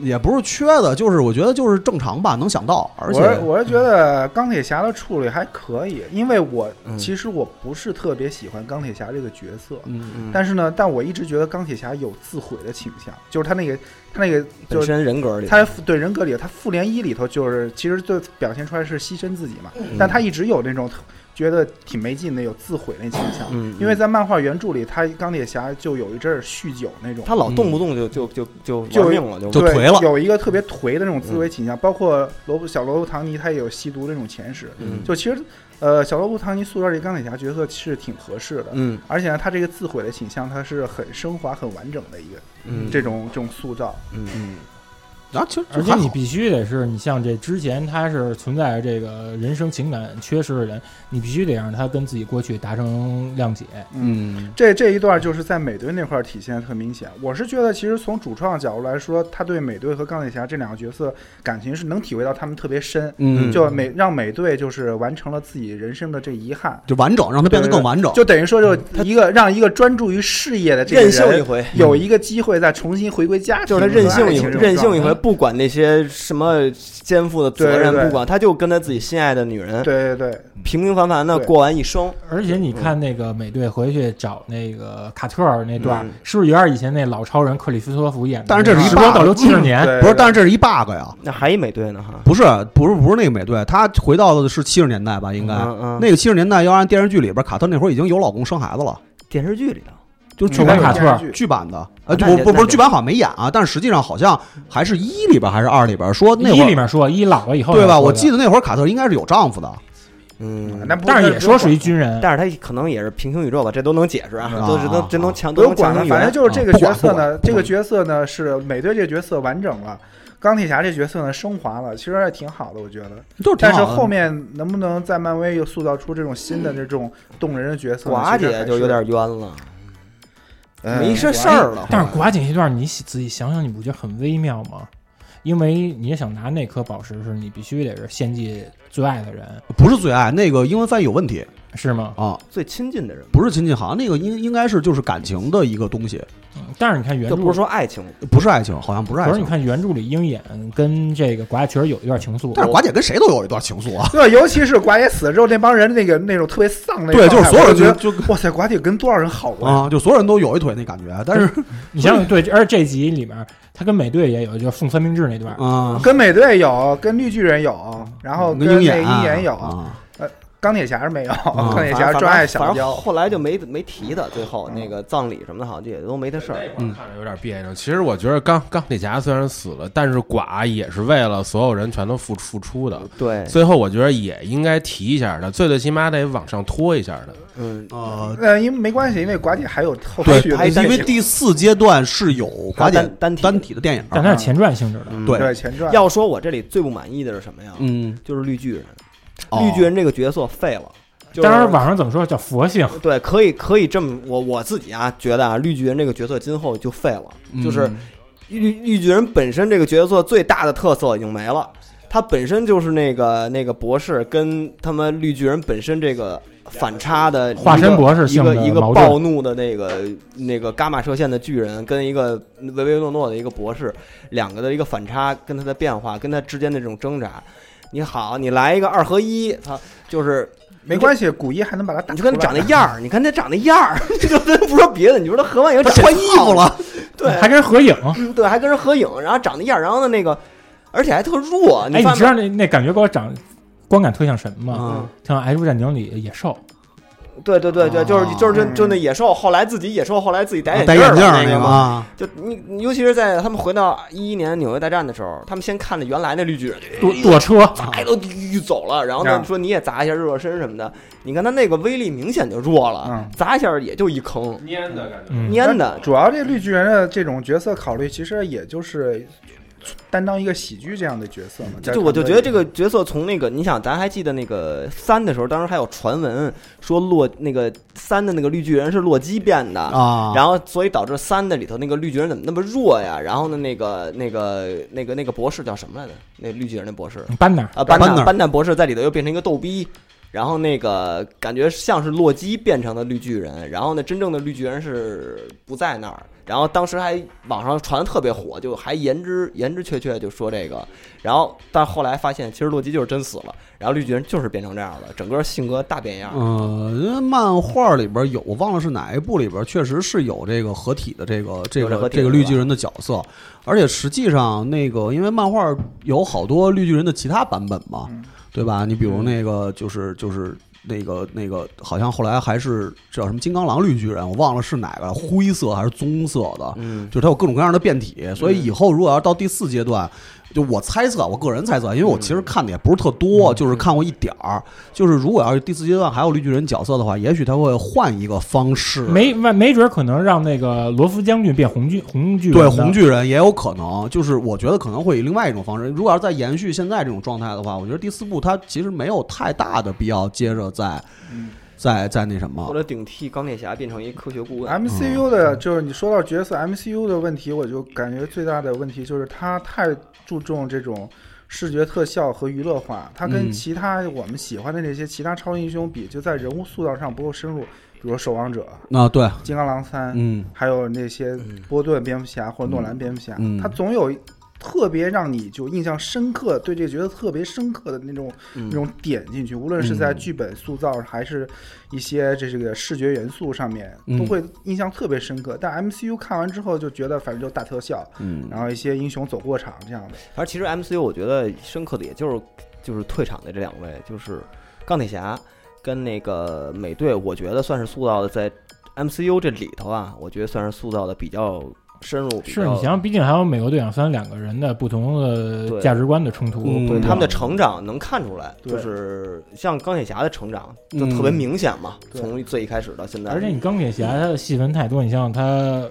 也不是缺的，就是我觉得就是正常吧，能想到，而且我是我是觉得钢铁侠的处理还可以，因为我、嗯其实我不是特别喜欢钢铁侠这个角色，嗯嗯但是呢，但我一直觉得钢铁侠有自毁的倾向，就是他那个他那个就本是身人格里，他对人格里，他复联一里头就是其实就表现出来是牺牲自己嘛，嗯但他一直有那种特觉得挺没劲的有自毁那倾向，嗯，嗯因为在漫画原著里，他钢铁侠就有一阵儿酗酒那种，他老动不动就就就就就玩命了，嗯就就对颓了有一个特别颓的那种自毁倾向，包括罗伯小罗伯·唐尼他也有吸毒这种前史，嗯就其实呃小罗伯·唐尼塑造这个钢铁侠角色是挺合适的，嗯而且呢他这个自毁的倾向他是很升华很完整的一个嗯这种这种塑造，嗯嗯，然后其实而且还你好，必须得是你像这之前他是存在着这个人生情感缺失的人，你必须得让他跟自己过去达成谅解。嗯，这这一段就是在美队那块儿体现得特明显。我是觉得，其实从主创角度来说，他对美队和钢铁侠这两个角色感情是能体会到他们特别深。嗯就美让美队就是完成了自己人生的这遗憾，就完整，让它变得更完整。就等于说，就一个让一个专注于事业的这个哦嗯任性一人，回，有一个机会再重新回归家庭，就是他任性一回，和爱情这种任性一状回，态。嗯不管那些什么肩负的责对对任，对不管，他就跟他自己心爱的女人对对对，平平凡凡的对过完一生。而且你看那个美队回去找那个卡特尔那段儿嗯，是不是有点以前那老超人克里斯托弗演的那但个？是这是一时光 bug 倒流七十年，对不是，但是这是一 bug 呀，那还一美队呢哈，不是不是不是那个美队，他回到的是七十年代吧，应该嗯嗯那个七十年代要按电视剧里边卡特那会儿已经有老公生孩子了，电视剧里头，就丑嗯闻卡特电视剧剧版的，呃，那不也不不那是也剧版好像没演啊，但是实际上好像还是一里边还是二里边说那一会里儿面说一老了以后对说吧？的我记得那会儿卡特应该是有丈夫的，嗯啊那，不但是也说是一句，军人，但是他可能也是平行宇宙吧，这都能解释啊，啊都是能这能强不都用能管强能了，反正圆。就是这个不角管色不管呢不，管这个角色呢是美队这个角色完整了，钢铁侠这角色呢升华了，其实还挺好的，我觉得。就是挺但是好的啊后面能不能在漫威又塑造出这种新的这种动人的角色呢？寡其实还姐就是有点冤了，嗯没这事儿了。但是寡姐那段，你仔细想想，你不觉得很微妙吗？因为你想拿那颗宝石，是你必须得是献祭最爱的人，不是最爱那个英文翻译有问题是吗？啊，最亲近的人，不是亲戚，好像那个应应该是就是感情的一个东西，嗯但是你看原就著，不是说爱情，不是爱情，好像不是爱可是情你。看原著里鹰眼跟这个寡姐确实有一段情愫，但是寡姐跟谁都有一段情愫啊，对，尤其是寡姐死了之后，那帮人那个那种特别丧那对，个状态，就是所有我人觉得就就哇塞，寡姐跟多少人好过呀？啊，就所有人都有一腿那感觉，[LAUGHS] 但是你想想对，而且这集里面他跟美队也有，就是送三明治那段，啊，跟美队有，跟绿巨人有，然后跟鹰那眼啊鹰眼有，啊钢铁侠是没有，啊钢铁反侠正专爱反小正娇。后来就没没提他，最后那个葬礼什么的，好像也都没他事儿。嗯那会儿看着有点别扭。其实我觉得钢钢铁侠虽然死了，但是寡也是为了所有人全都付付出的。对，最后我觉得也应该提一下的，最最起码得往上拖一下的。啊嗯，呃，呃，因为没关系，因为寡姐还有后对续的还东因西，为第四阶段是有寡姐还有单单体单体的电影，啊但它是前传性质的。嗯对对前传要说我这里最不满意的是什么呀？嗯，就是绿巨人，哦绿巨人这个角色废了。就是当然，网上怎么说叫佛性，对，可以可以这么，我我自己啊觉得啊，绿巨人这个角色今后就废了，就是嗯绿绿巨人本身这个角色最大的特色已经没了，他本身就是那个那个博士跟他们绿巨人本身这个反差的一个化身博士一性个的一个矛盾暴怒的那个那个伽马射线的巨人跟一个唯唯诺诺的一个博士，两个的一个反差跟他的变化，跟他之间的这种挣扎。你好，你来一个二合一，他就是没关系，古一还能把他打你出就来。跟他长那样 [LAUGHS] 儿，你看他长那样儿， [LAUGHS] 就真不说别的，你说他合完以后他长换衣服，了， [LAUGHS] 对，还跟人合影。嗯对，还跟人合影，然后长那样儿，然后呢那个，而且还特弱，哎，发你知现道那那感觉给我长观感特像什么吗？嗯像《F 战警》里野兽，对对对对，就是就是就嗯就那野兽，后来自己野兽，后来自己戴戴眼眼镜镜儿那个个嘛。啊，就你，你尤其是在他们回到一一年纽约大战的时候，他们先看了原来那绿巨人，躲躲车，啊哎都遇走了，然后呢啊说你也砸一下热身什么的，你看他那个威力明显就弱了嗯，砸一下也就一坑，蔫的感觉。嗯，蔫的。主要这绿巨人的这种角色考虑，其实也就是担当一个喜剧这样的角色嘛。在就我就觉得这团队个里角色从那个，你想，咱还记得那个三的时候，当时还有传闻说洛那个三的那个绿巨人是洛基变的，啊，然后所以导致三的里头那个绿巨人怎么那么弱呀？然后呢，那个那个那个那个博士叫什么来着？那绿巨人的博士班纳啊，班班纳纳班纳博士在里头又变成一个逗逼，然后那个感觉像是洛基变成的绿巨人，然后呢，真正的绿巨人是不在那儿。然后当时还网上传的特别火，就还言之言之确确就说这个，然后但后来发现其实洛基就是真死了，然后绿巨人就是变成这样了，整个性格大变样。呃，漫画里边有，我忘了是哪一部里边，确实是有这个合体的这个这有这个合体这个是绿吧巨人的角色，而且实际上那个，因为漫画有好多绿巨人的其他版本嘛，嗯对吧？你比如那个就是就是。那个那个，好像后来还是叫什么金刚狼绿巨人，我忘了是哪个了，灰色还是棕色的，嗯，就是它有各种各样的变体，所以以后如果要到第四阶段，就我猜测，我个人猜测，因为我其实看的也不是特多，就是看过一点儿。就是如果要是第四阶段还有绿巨人角色的话，也许他会换一个方式，没没没准儿可能让那个罗夫将军变红巨红巨人对呢红巨人也有可能。就是我觉得可能会以另外一种方式。如果要是再延续现在这种状态的话，我觉得第四部它其实没有太大的必要接着再嗯再再那什嗯或么。者顶替钢铁侠变成一科学顾问。 MCU 的，就是你说到角色 MCU 的问题，我就感觉最大的问题就是它太注重这种视觉特效和娱乐化，它跟嗯其他我们喜欢的那些其他超级英雄比，就在人物塑造上不够深入，比如守望者、啊，对，金刚狼三，嗯，还有那些波顿蝙蝠侠或者诺兰蝙蝠侠，嗯他总有特别让你就印象深刻，对这角色特别深刻的那种、嗯那种点进去，无论是在剧本塑造还是一些这这个视觉元素上面，嗯都会印象特别深刻。但 MCU 看完之后就觉得反正就大特效，嗯然后一些英雄走过场这样的，反正其实 MCU 我觉得深刻的也就是就是退场的这两位，就是钢铁侠跟那个美队，我觉得算是塑造的在 MCU 这里头啊，我觉得算是塑造的比较深入，比较是你想想，毕竟还有美国队长三两个人的不同的对价值观的冲突，嗯对他们的成长能看出来，对就是像钢铁侠的成长就嗯特别明显嘛，对从最一开始到现在，而且你钢铁侠他的戏份太多，你像他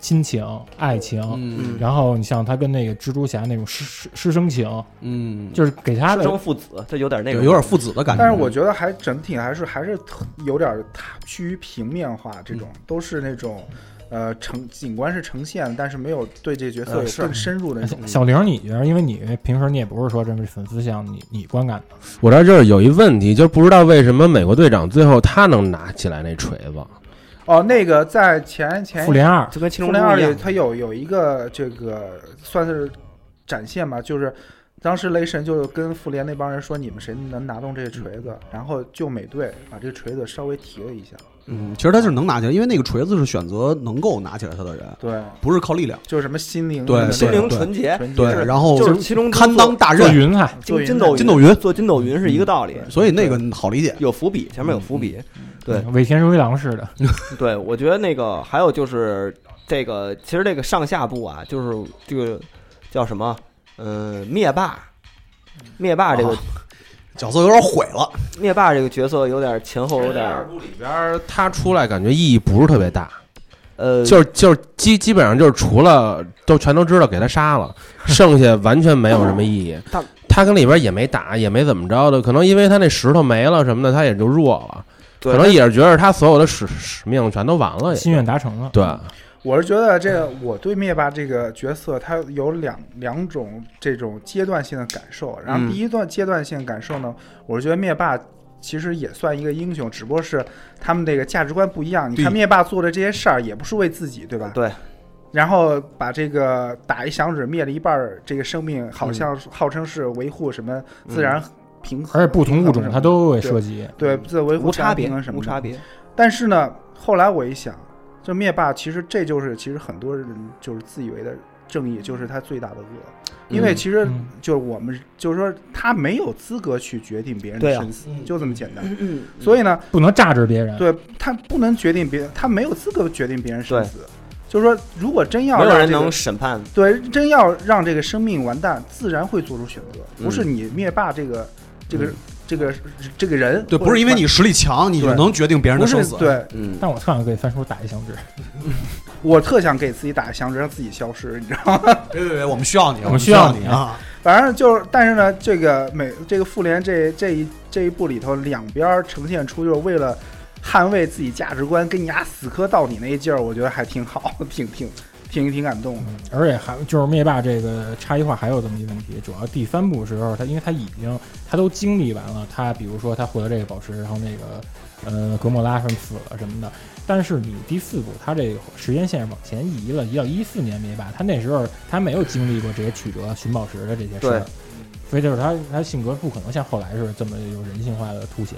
亲情、爱情，嗯然后你像他跟那个蜘蛛侠那种师师师生情，嗯，就是给孰他的生父子，这有点那对个有点父子的感觉。但是我觉得还整体还是还是特有点儿太趋于平面化，这种、都是那种。呃，呈景观是呈现，但是没有对这角色呃有是更深入的那种 [LAUGHS] 哎小玲，你觉得？因为你平时你也不是说这么粉丝向你你观感的，我这儿就是有一问题，就是不知道为什么美国队长最后他能拿起来那锤子，哦，那个在前前复联二就跟七复龙联珠二一里，样，它有有一个这个算是展现吧，就是当时雷神就跟复联那帮人说，你们谁能拿动这个锤子，然后就美队把这个锤子稍微提了一下，嗯，其实他是能拿起来，因为那个锤子是选择能够拿起来它的人，对，不是靠力量。就是什么心灵对的心灵对纯洁，纯洁对，然后就是七龙珠堪当大做任，云彩，做做金云斗筋斗云嗯做筋斗云是一个道理，所以那个好理解。有伏笔，前面有伏笔。对尾田荣一郎似的，对，我觉得那个还有就是这个，其实这个上下部啊，就是这个叫什么？嗯，灭霸，灭霸这个、啊角色有点毁了，灭霸这个角色有点前后有点二儿部里边他出来感觉意义不是特别大，呃，就是就是基基本上就是除了都全都知道给他杀了，剩下完全没有什么意义他。他跟里边也没打，也没怎么着的，可能因为他那石头没了什么的，他也就弱了，对可能也是觉得他所有的使使命全都完了也。心愿达成了。对，我是觉得这个，我对灭霸这个角色，他有两两种这种阶段性的感受。然后第一段阶段性感受呢，我是觉得灭霸其实也算一个英雄，只不过是他们这个价值观不一样。你看对灭霸做的这些事儿，也不是为自己，对吧？对。然后把这个打一响指灭了一半儿这个生命，好像嗯是号称是维护什么自然平衡，而且不同物平衡什种么它都会涉及，对自维护无自然差平别衡啊什，么无的差别。但是呢，后来我一想，这灭霸其实这就是其实很多人就是自以为的正义，就是他最大的恶。因为其实嗯就是我们就是说他没有资格去决定别人的对啊生死嗯，就这么简单。嗯，所以呢，不能榨制别人。对他不能决定别，他没有资格决定别人生对死。就是说，如果真要没有让人这个能审判，对，真要让这个生命完蛋，自然会做出选择，嗯不是你灭霸这个这个这个这个人，嗯对，或者不是因为你实力强，你就对能决定别人不的是生死。，对嗯，但我特想给三叔打一响指，我特想给自己打一响指，让自己消失，你知道吗？别别别，我们需要你，我我们们需需要要你你啊！反正就是，但是呢，这个美这个复联这这一这一部里头，两边儿呈现出就是为了捍卫自己价值观，跟你丫死磕到底那一劲儿，我觉得还挺好，挺挺挺挺感动的。嗯而且还就是灭霸这个差异化还有这么一问题，主要第三部时候他因为他已经他都经历完了，他比如说他获得这个宝石，然后那个呃格莫拉什么死了什么的，但是你第四部他这个时间线往前移了，移到一四年灭霸，他那时候他没有经历过这些曲折寻宝石的这些事儿对。所以就是他，他性格不可能像后来似的这么有人性化的凸显。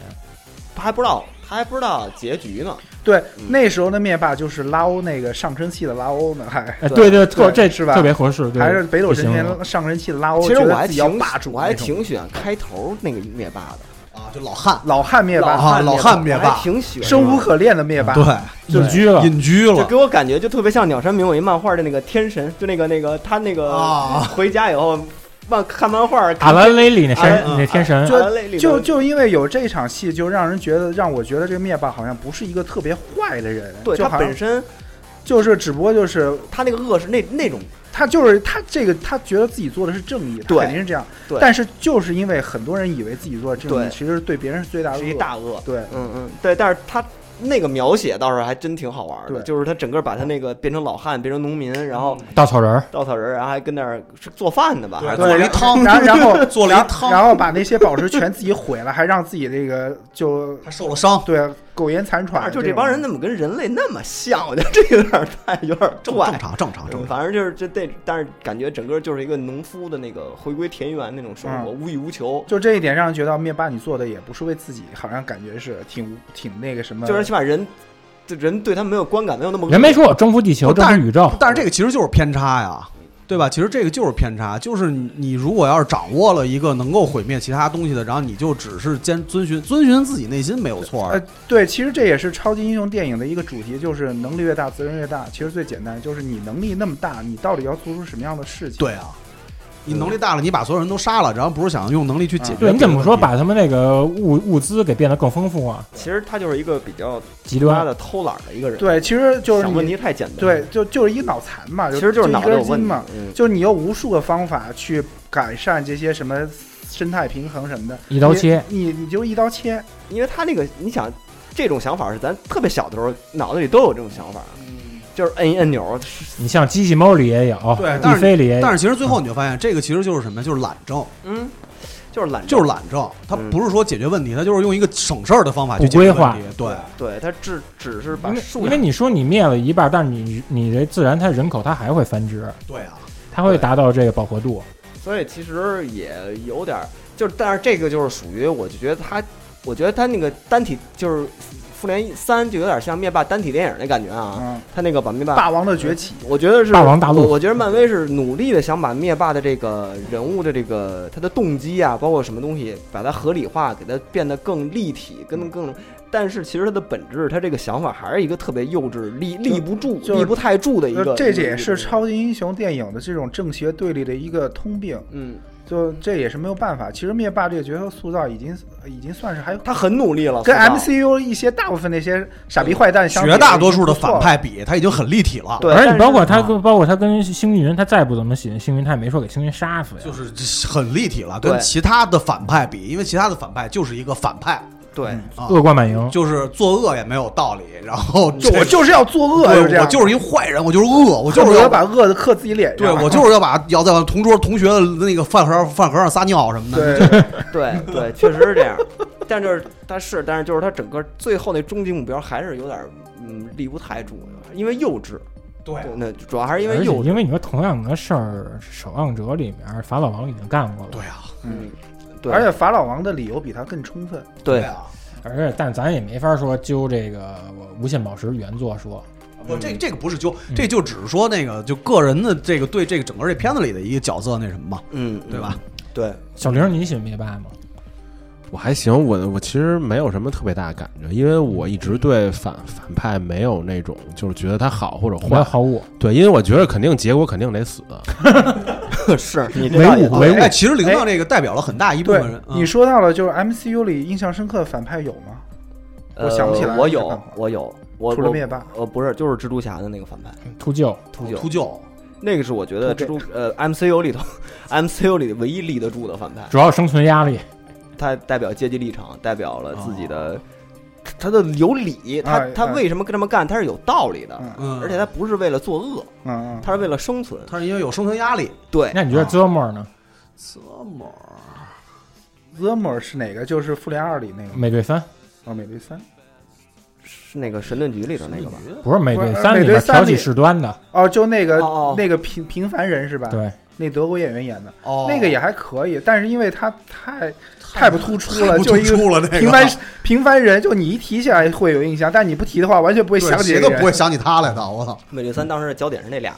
他还不知道，他还不知道结局呢。对，嗯那时候的灭霸就是拉欧那个上升器的拉欧呢，还哎，对对，特对这是吧特别合适，对还是北斗神不行拳了上升器的拉欧，其实觉得我还自己要挺霸主我还那种挺喜欢开头那个灭霸的，啊，就老汉老汉灭霸，啊，老汉灭我还霸，挺喜欢生无可恋的灭霸，对，隐居了，隐居就了给我感觉就特别像鸟山明有一漫画的那个天神，就那个那个他那个啊！回家以后漫看漫画，阿看兰蕾里那山啊那天神，就阿兰蕾里就的就因为有这场戏，就让人觉得让我觉得这灭霸好像不是一个特别坏的人，对就他好像本身就是只不过就是他那个恶是那那种他就是他这个他觉得自己做的是正义，他对肯定是这样，对但是就是因为很多人以为自己做的正义，对其实是对别人是最大的是一恶大恶，对。嗯嗯，对，但是他那个描写倒是还真挺好玩的，对就是他整个把他那个变成老汉，变成农民，然后稻草人儿，稻草人，然后还跟那儿是做饭的吧？对还是做了一汤然后然 [LAUGHS] 后做了一汤然后把那些宝石全自己毁了，还让自己这个就他受了伤，对苟延残喘。啊就这这帮人种怎么跟人类那么像？我觉得这有点太有点 [LAUGHS] 正正怪。常正常正常。反正就是这这，但是感觉整个就是一个农夫的那个回归田园那种生活，无欲无求，就这一点让人觉得灭霸你做的也不是为自己，好像感觉是挺挺那个什么，就是起码人，这人对他没有观感，没有那么恶嗯人没说我征服地球，不征但服宇宙，但是这个其实就是偏差呀，对吧？其实这个就是偏差，就是你你如果要是掌握了一个能够毁灭其他东西的，然后你就只是兼遵循遵循自己内心没有错呃儿，，对，其实这也是超级英雄电影的一个主题，就是能力越大，责任越大。其实最简单就是你能力那么大，你到底要做出什么样的事情？，对啊。你能力大了，你把所有人都杀了，然后不是想用能力去解决嗯别对人的问题？你怎么说把他们那个物物资给变得更丰富啊？其实他就是一个比较极他妈端，的偷懒的一个人，对，其实就是想问你，题太简单，对，，就就是一脑残嘛，其实就就是一脑子根有筋问题嘛，。嗯，就你有无数个方法去改善这些什么生态平衡什么的，一刀切，你你你就一刀切，因为他那个，你想这种想法是咱特别小的时候脑子里都有这种想法，嗯就是摁一按钮，你像机器猫里也有，对但地是飞里也有但，是其实最后你就发现，这个其实就是什么呀？就是懒政，嗯，就是懒，就是懒政。它嗯不是说解决问题，它就是用一个省事儿的方法去不解决规划问题。对，对他只只是把因为数因为量，你说你灭了一半，但是你你这自然它人口它还会繁殖，对啊，它会对达到这个饱和度。所以其实也有点儿，就是但是这个就是属于，我就觉得他，我觉得他那个单体就是复联三就有点像灭霸单体电影那感觉啊，嗯，他那个把灭霸。霸王的崛起，我觉得是霸王大陆我我觉得漫威是努力的想把灭霸的这个人物的这个他的动机啊，包括什么东西，把它合理化，给它变得更立体，跟更。但是其实他的本质，他这个想法还是一个特别幼稚、立立不住、就是立不太住的一个。呃这一个也是，一个超级英雄电影的这种正邪对立的一个通病。嗯，就这也是没有办法。其实灭霸这个角色塑造已经已经算是还他很努力了，跟塑造 MCU 一些大部分那些傻嗯逼坏蛋相比绝大多数的反已经派比，它已经很立体了。对，而但且是包括它啊跟包括它跟星云，它再不怎么写星云，它也没说给星云杀死呀。就是很立体了，对跟其他的反派比，因为其他的反派就是一个反派，对嗯，啊恶贯满盈，就是作恶也没有道理，然后不错了就我就是要作恶，对就我这样，就是一坏人，我就是恶，我就是恨不要得把恶的刻自己脸对上。我就是要把要在同桌同学的那个饭盒上饭盒上撒尿什么的，对，对对，确实是这 [LAUGHS] 样。但就是他是，但是就是他整个最后那终极目标还是有点嗯立不太住，因为幼稚。对啊对，那主要还是因而为且幼稚。因为你说同样的事儿，《守望者》里面法老王已经干过了，对啊，嗯，对，而且法老王的理由比他更充分。对啊，而且但咱也没法说揪这个我无限宝石原作说，不，嗯这这个不是揪，这就只是说那个就个人的这个对这个整个这片子里的一个角色那什么嘛，嗯，对吧？对， [LAUGHS] 小玲，你喜欢灭霸吗？我还行，我我其实没有什么特别大的感觉，因为我一直对反反派没有那种就是觉得他好或者我坏，好我，对，因为我觉得肯定结果肯定得死， [LAUGHS] 是你这唯倒也我唯我哎，其实灵道这个代表了很大一部对分人，，嗯你说到了，就是 MCU 里印象深刻的反派有吗？我想不起来呃我这办有法，我有，我除了我灭霸，呃，不是，就是蜘蛛侠的那个反派秃鹫，秃鹫，嗯秃鹫，那个是我觉得蜘蛛呃 MCU 里头 MCU 里唯一立得住的反派，主要生存压力，他代表阶级立场，代表了自己的，他的有理，他哦哎他哎为什么这么干，他是有道理的，嗯嗯，而且他不是为了作恶，嗯嗯，他是为了生存。他是因为有生存压力，对，那你觉得折磨呢？这么 z 莫 m 是哪个？就是复联二里嗯那个吗美队三哦，美队三是那个神盾局里头那个吧？不是美队不是三里美队边三挑起里事端的，哦，就那个哦哦那个平平凡人是吧？，对，那德国演员演的，哦，那个也还可以，但是因为他太太不突出了，不就突一个出了那个平凡平凡人，就你一提起来会有印象，但你不提的话，完全不会对想起谁这都个不会人。想起他来的，我操！美队三当时的焦点是那俩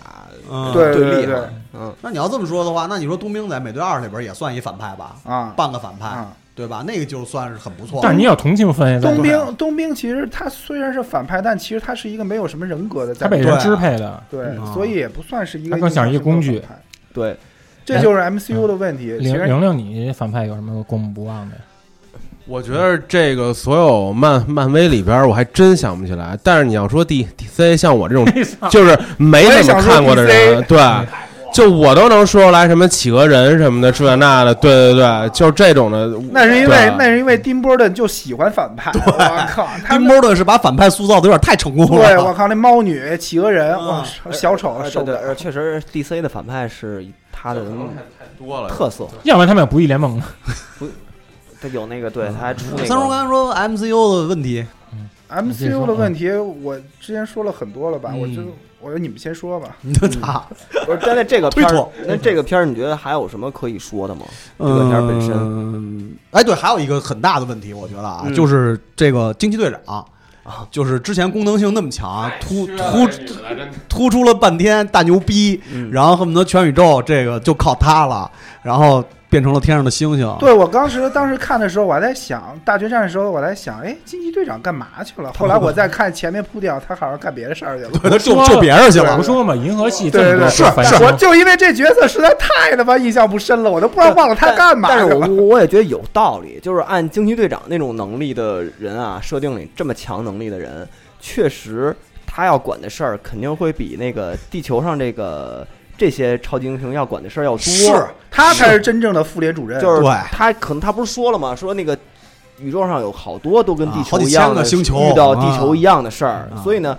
嗯对对立对嘛，嗯，那你要这么说的话，那你说冬兵在美队二里边也算一反派吧，啊半个反派，啊！对吧？那个就算是很不错。但是你有同情分也在冬里边，兵冬兵其实他虽然是反派，但其实他是一个没有什么人格的在他里被面，人对啊支配的，对，嗯所以也不算是一个他更像一个工具哎嗯反派。对，这就是 MCU 的问题。其玲实玲玲，你反派有什么过目不忘的？我觉得这个所有漫漫威里边，我还真想不起来。但是你要说 D D C，像 [LAUGHS] 我这种就是没怎么看过的人，对，就我都能说出来什么企鹅人什么的，这那的，对对对，就是这种的。那是因为啊对那是因为丁波顿就喜欢反派，我 [LAUGHS] 靠，他丁们波顿是把反派塑造的有点太成功对我了，靠那猫女、企鹅人，嗯哇，小丑呃受对对，不呃了。确实 DC 的反派是他的多了，特色，要不然他们有不义联盟呢？他有那个嗯对，他还出那三叔个刚才说 MCU 的问题，嗯你继续 MCU 说的问题我之前说了很多了吧？我就嗯我说你们先说吧。嗯你就打不是，但那这个片推儿脱，那这个片儿你觉得还有什么可以说的吗？这个片儿本身嗯身。哎，对，还有一个很大的问题，我觉得啊，嗯啊就是这个惊奇队长。就是之前功能性那么强，哎突突突出了半天大牛逼，嗯然后恨不得全宇宙这个就靠他了，然后变成了天上的星星。对我当时当时看的时候，我还在想大决战的时候，我在想，哎，惊奇队长干嘛去了？后来我再看前面铺垫，他好像干别的事儿去了。对，他救说了救别人去我了不。说嘛，银河系这对么对多对，反正我就因为这角色实在太他妈印象不深了，我都不知道忘了他但干嘛但是了。我 [LAUGHS] 我也觉得有道理，就是按惊奇队长那种能力的人啊，设定里这么强能力的人，确实他要管的事儿肯定会比那个地球上这个这些超级英雄要管的事儿要多。是，他才是真正的妇联主任。就是对他可能他不是说了吗？说那个宇宙上有好多都跟啊地好球几一样千的个星球遇到地球一样的事儿，啊所以呢，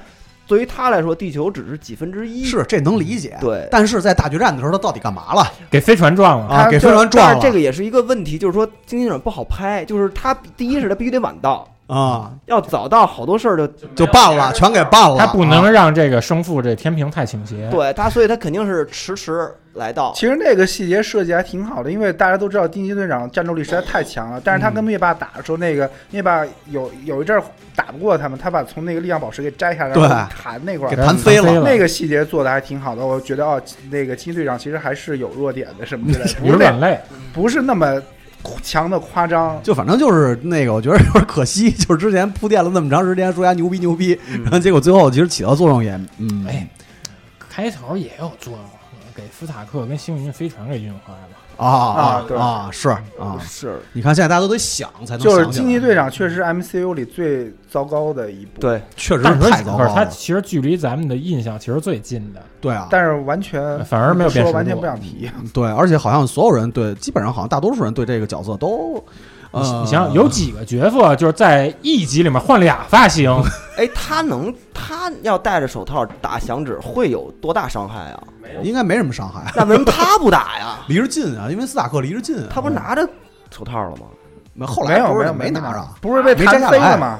对于他来说，地球只是几分之一。是这能理解。对但是在大决战的时候，他到底干嘛了给飞船撞了。啊？他给就飞船但撞是了这个也是一个问题，就是说惊奇队长不好拍，就是他第一是他必须得晚到，啊，要早到好多事儿就就办了，全给办了。他不啊能让这个胜负这天平太倾哎斜。对他，所以他肯定是迟迟来到。其实那个细节设计还挺好的，因为大家都知道惊奇队长战斗力实在太强了，但是他嗯跟灭霸打的时候，那个灭霸有有一阵儿打不过他们，他把从那个力量宝石给摘下来，对然后弹那块给儿。嗯弹飞了弹那个细节做的还挺好的，我觉得哦，那个惊奇队长其实还是有弱点的什么之类 [LAUGHS] 的，不流是点那泪，不是那么强的夸张。就反正就是那个，我觉得有点可惜， [LAUGHS] 就是之前铺垫了那么长时间，说人家牛逼牛逼，然后结果最后其实起到作用也，嗯，哎，开头也有作用，给斯塔克跟星云飞船给运回来了。啊啊啊对啊是啊，是，你看现在大家都得想才能就是想起来惊奇队长确实是 MCU 里最糟糕的一部，，对，确实但是是太糟糕可是他了，其实距离咱们的印象其实最近的，对啊，但是完全反而没有辨识说度完全不想提。对，而且好像所有人对，基本上好像大多数人对这个角色都，你呃，你想想有几个角色就是在一集里面换俩发 [LAUGHS] 型，哎，他能，他要戴着手套打响指会有多大伤害啊？应该没什么伤害，那为什么他不打呀？ [LAUGHS] 离着近啊，因为斯塔克离着近啊，嗯他不是拿着手套了吗？没后没来有不没是有没没拿有着，不是被没摘弹下飞来了吗？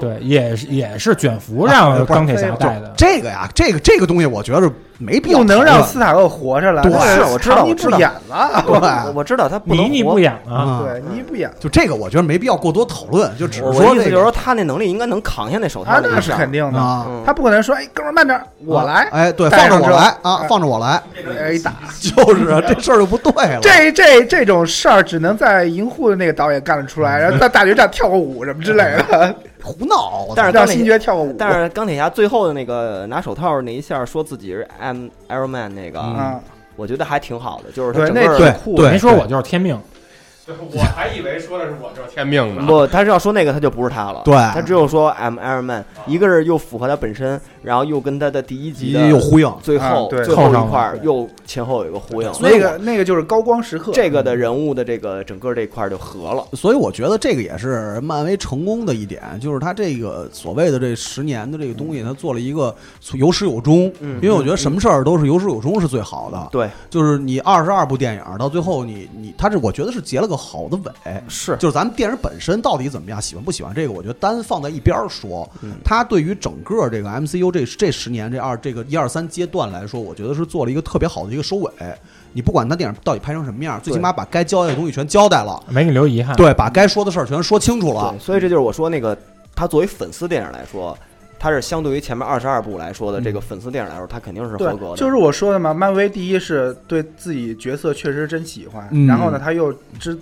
对，也是也是卷福让啊不是钢铁侠带的，这个呀，这个这个东西，我觉得没必要不能让讨啊斯塔克活着来，对那个是我知道长尼我知道不演了，论 [LAUGHS] 我我知道他不泥能你活不演对啊，啊对，你不演了就这个，我觉得没必要过多讨论，就只是我说的意思这就是个说，他那能力应该能扛下那手啊套，的那影是响。肯定的，啊，嗯他不可能说，哎，哥们儿慢点儿，我来，哎，对，放带着上我这来啊，哎放着我 [LAUGHS] 来，哎一打。就是啊，这事儿就不对了。这这这种事儿只能在银护的那个导演干得出嗯来，然后在大决战跳个舞什么之类的，胡闹，我操但是让钢星铁，爵跳个舞。但是钢铁侠最后的那个拿手套那一下，说自己是 I'm Iron Man 那个，嗯啊，我觉得还挺好的，就是他嗯对整那个对酷对，没说我就是天命，我还以为说的是我这天命呢。不，他是要说那个他就不是他了，对他只有说 I'm Iron Man，一个是又符合他本身，然后又跟他的第一集急的有呼应，最啊后对最后扣上一了块儿又前后有一个呼应，所以那个那个就是高光时刻。这个的人物的这个整个这块儿就合了。所以我觉得这个也是漫威成功的一点，就是它这个所谓的这十年的这个东西，它做了一个有始有终。嗯因为我觉得什么事儿都是有始有终是最好的。对，就是你二十二部电影到最后你，你它是我觉得是结了个好的尾。是就是咱们电影本身到底怎么样，喜欢不喜欢这个，我觉得单放在一边儿说嗯，它对于整个这个 MCU 这这十年这二这个一二三阶段来说，我觉得是做了一个特别好的一个收尾。你不管它电影到底拍成什么样，最起码把该交代的东西全交代了。没给你留遗嗯憾。对，把该说的事儿全说清楚了对，。所以这就是我说那个，他作为粉丝电影来说，他是相对于前面二十二部来说的这个粉丝电影来说，他肯定是合格嗯对，的。就是我说的嘛，漫威第一是对自己角色确实真喜欢，嗯然后呢，他又知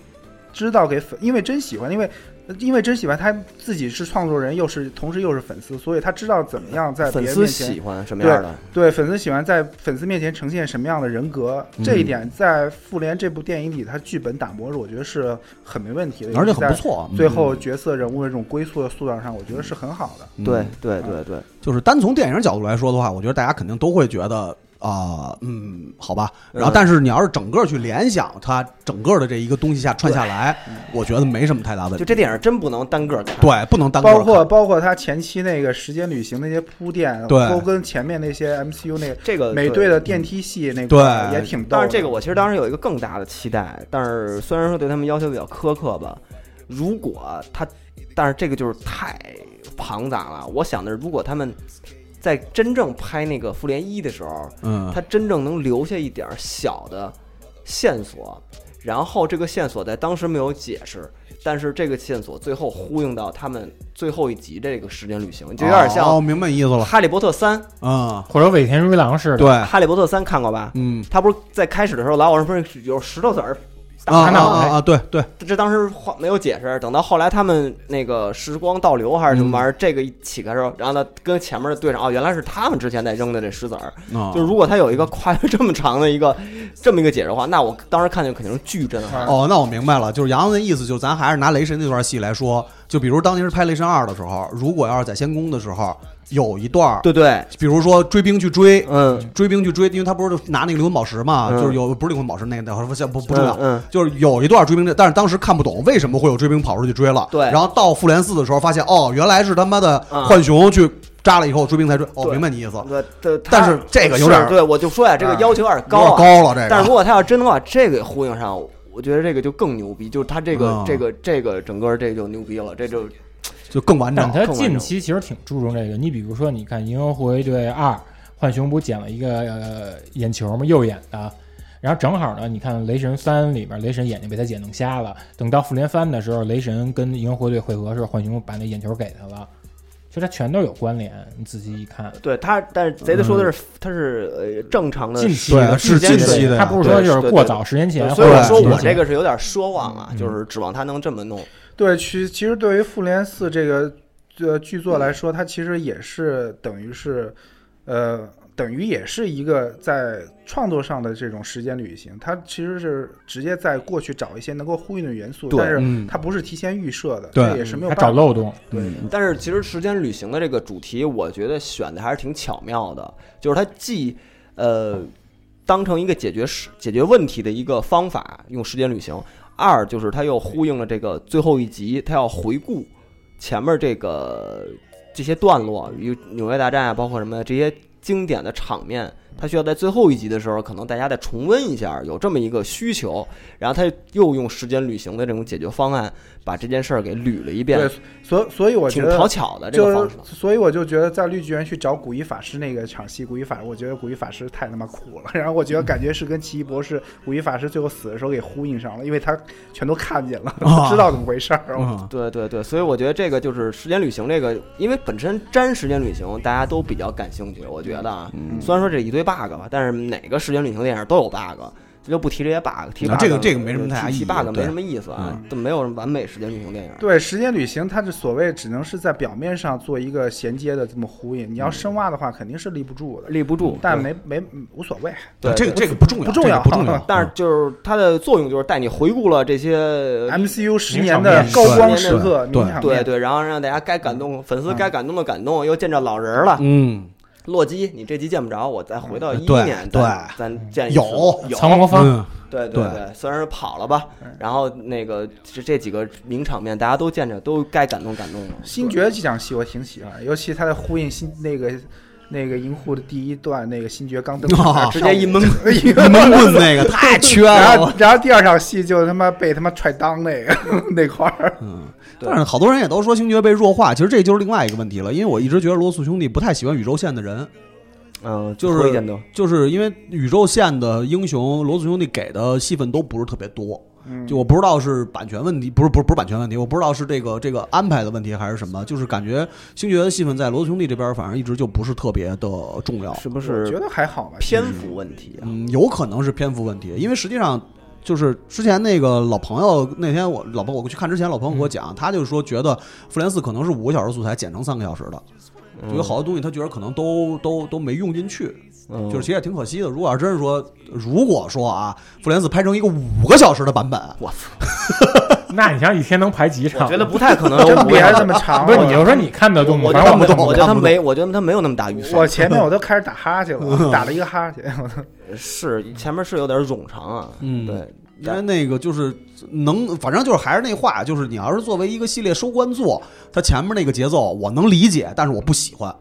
知道给粉，因为真喜欢，因为因为真喜欢，他自己是创作人，又是同时又是粉丝，所以他知道怎么样在别粉人丝面前喜欢什么样的？对粉丝喜欢在粉丝面前呈现什么样的人格，嗯这一点在《复联》这部电影里，它剧本打磨着，我觉得是很没问题的，而且很尤不其在错。嗯最后角色人物的这种归宿的塑造上，我觉得是很好的。嗯对对对对，就是单从电影角度来说的话，我觉得大家肯定都会觉得啊、嗯，好吧。然后，嗯但是你要是整个去联想它整个的这一个东西下串下来，我觉得没什么太大嗯问就题。这电影真不能单个看。对，不能单个包括看包括他前期那个时间旅行那些铺垫，对都跟前面那些 MCU 那这个个美队的电梯戏那个对也挺逗但的。嗯是这个我其实当时有一个更大的期待，但是虽然说对他们要求比较苛刻吧，如果他，但是这个就是太庞杂了。我想的是，如果他们在真正拍那个复联一的时候，嗯，他真正能留下一点儿小的线索，然后这个线索在当时没有解释，但是这个线索最后呼应到他们最后一集这个时间旅行，就有点像哦， 《明白意思了。哎哈利波特三》。嗯，或者尾田荣一郎似的，对《哈利波特三》看过吧？嗯他不是在开始的时候，老有人不是有石头子儿啊打他啊脑啊袋，啊！对对，这当时话没有解释。等到后来他们那个时光倒流还是什么玩嗯意儿，这个一起开的时候，然后呢跟前面的对上，哦，原来是他们之前在扔的这石子儿。啊就如果他有一个跨越这么长的一个这么一个解释的话，那我当时看见肯定是巨震撼。哦，那我明白了，就是杨洋的意思，就是咱还是拿雷神那段戏来说，就比如当年是拍《雷神二》的时候，如果要是在仙宫的时候有一段儿，对对，比如说追兵去追，嗯，追兵去追，因为他不是拿那个灵魂宝石嘛，嗯就是有不是灵魂宝石那个，等会儿不不不重要。嗯，嗯就是有一段追兵，但是当时看不懂为什么会有追兵跑出去追了。对然后到复联四的时候发现，哦，原来是他妈的嗯浣熊去扎了以后，追兵才追。哦，对明白你意思，有对对，他但是这个有点儿哎是对，我就说呀，这个啊要求有点高啊。点高了这但是个。如果他要真能把这个呼应上，我觉得这个就更牛逼，就是他这个、嗯这个这个整个这就牛逼了，这就就更完但整。他更完近整期其实挺注重这个。你比如说，你看《银河护卫队二》，浣熊不捡了一个、呃、眼球吗？右眼的。然后正好呢，你看《雷神三》里边，雷神眼睛被他姐弄瞎了。等到《复联三》的时候，雷神跟银河护卫队会合的时候，浣熊把那眼球给他了。其实它全都有关联，你仔细一看，对他，但是贼子说的是、他是呃正常的近期对啊的是近期的他呀不是说就是对过对早十年前对，或所以我说者对几年我前这个是有点奢望啊，嗯就是指望他能这么弄。对，其其实对于复联四这个呃剧作来说，它其实也是等于是，呃，等于也是一个在创作上的这种时间旅行。它其实是直接在过去找一些能够呼应的元素，对但是嗯它不是提前预设的，对这也是没有他办找法。漏洞，嗯但是其实时间旅行的这个主题，我觉得选的还是挺巧妙的，就是它既呃当成一个解决事解决问题的一个方法，用时间旅行；二就是它又呼应了这个最后一集，它要回顾前面这个这些段落，与纽约大战啊，包括什么这些经典的场面，他需要在最后一集的时候，可能大家再重温一下，有这么一个需求，然后他又用时间旅行的这种解决方案，把这件事儿给捋了一遍对，，所所以我觉挺得讨巧的这就个是方式。，所以我就觉得在绿巨人去找古一法师那个场戏，古一法师，我觉得古一法师太他妈酷了。 [LAUGHS] 然后我觉得感觉是跟奇异博士、古一法师最后死的时候给呼应上了，因为他全都看见了， [LAUGHS] 啊知道怎么回事儿。嗯对对对，所以我觉得这个就是时间旅行这个，因为本身沾时间旅行大家都比较感兴趣，我觉得啊，虽然说这一堆 bug 吧，但是哪个时间旅行电影都有 bug，这就不提这些 bug，提啊 bug 这个这个没什么太大提意义提 bug 对嗯没什么意思啊，都没有什么完美时间旅行电影。对，时间旅行，它是所谓只能是在表面上做一个衔接的这么呼应。你嗯要深挖的话，肯定是立不住的，立不住，但没没嗯无所谓。对这个这个不重要，不重要这个不重要好。 [LAUGHS] 但是就是它的作用就是带你回顾了这些 MCU 十年的高光时刻，对名场对面，对，然后让大家该感动粉丝嗯该感动的感动，又见着老人儿了。嗯，洛基，你这集见不着，我再回到一对一年，对咱咱见一有次有藏魔方， [LAUGHS] 嗯对对对对，虽然是跑了吧，然后那个这这几个名场面大家都见着，都该感动感动了。星爵这场戏我挺喜欢，尤其他在呼应新那个那个银护的第一段，那个星爵刚登场、啊直接一闷一闷啊棍那 [LAUGHS] 个太缺然后了。然后第二场戏就他妈被他妈踹裆那个 [LAUGHS] 那块儿，对但是好多人也都说星爵被弱化，其实这就是另外一个问题了。因为我一直觉得罗素兄弟不太喜欢宇宙线的人，嗯，就是推荐都就是因为宇宙线的英雄罗素兄弟给的戏份都不是特别多。嗯就我不知道是版权问题，不是不是不是版权问题，我不知道是这个这个安排的问题还是什么，就是感觉星爵的戏份在罗素兄弟这边反正一直就不是特别的重要。是不我觉是得还好吧。篇幅问题啊？嗯，有可能是篇幅问题，因为实际上就是之前那个老朋友那天我老朋友我去看之前，老朋友给我讲，他就说觉得复联四可能是五个小时素材剪成三个小时的，嗯就有好多东西他觉得可能都都都没用进去，嗯就是其实也挺可惜的。如果要真是说，如果说啊，复联四拍成一个五个小时的版本，我操，那你想一天能排几场？我觉得不太可能有真五别个小这时。么长，不是，你我就说你看得动吗？我觉反得正他我没我不觉得看他不没，我觉得他没有那么大预算。我前面我都开始打哈欠了，打了一个哈欠。我操是前面是有点冗长啊，嗯对，因为那个就是能，反正就是还是那话，就是你要是作为一个系列收官作，它前面那个节奏我能理解，但是我不喜欢，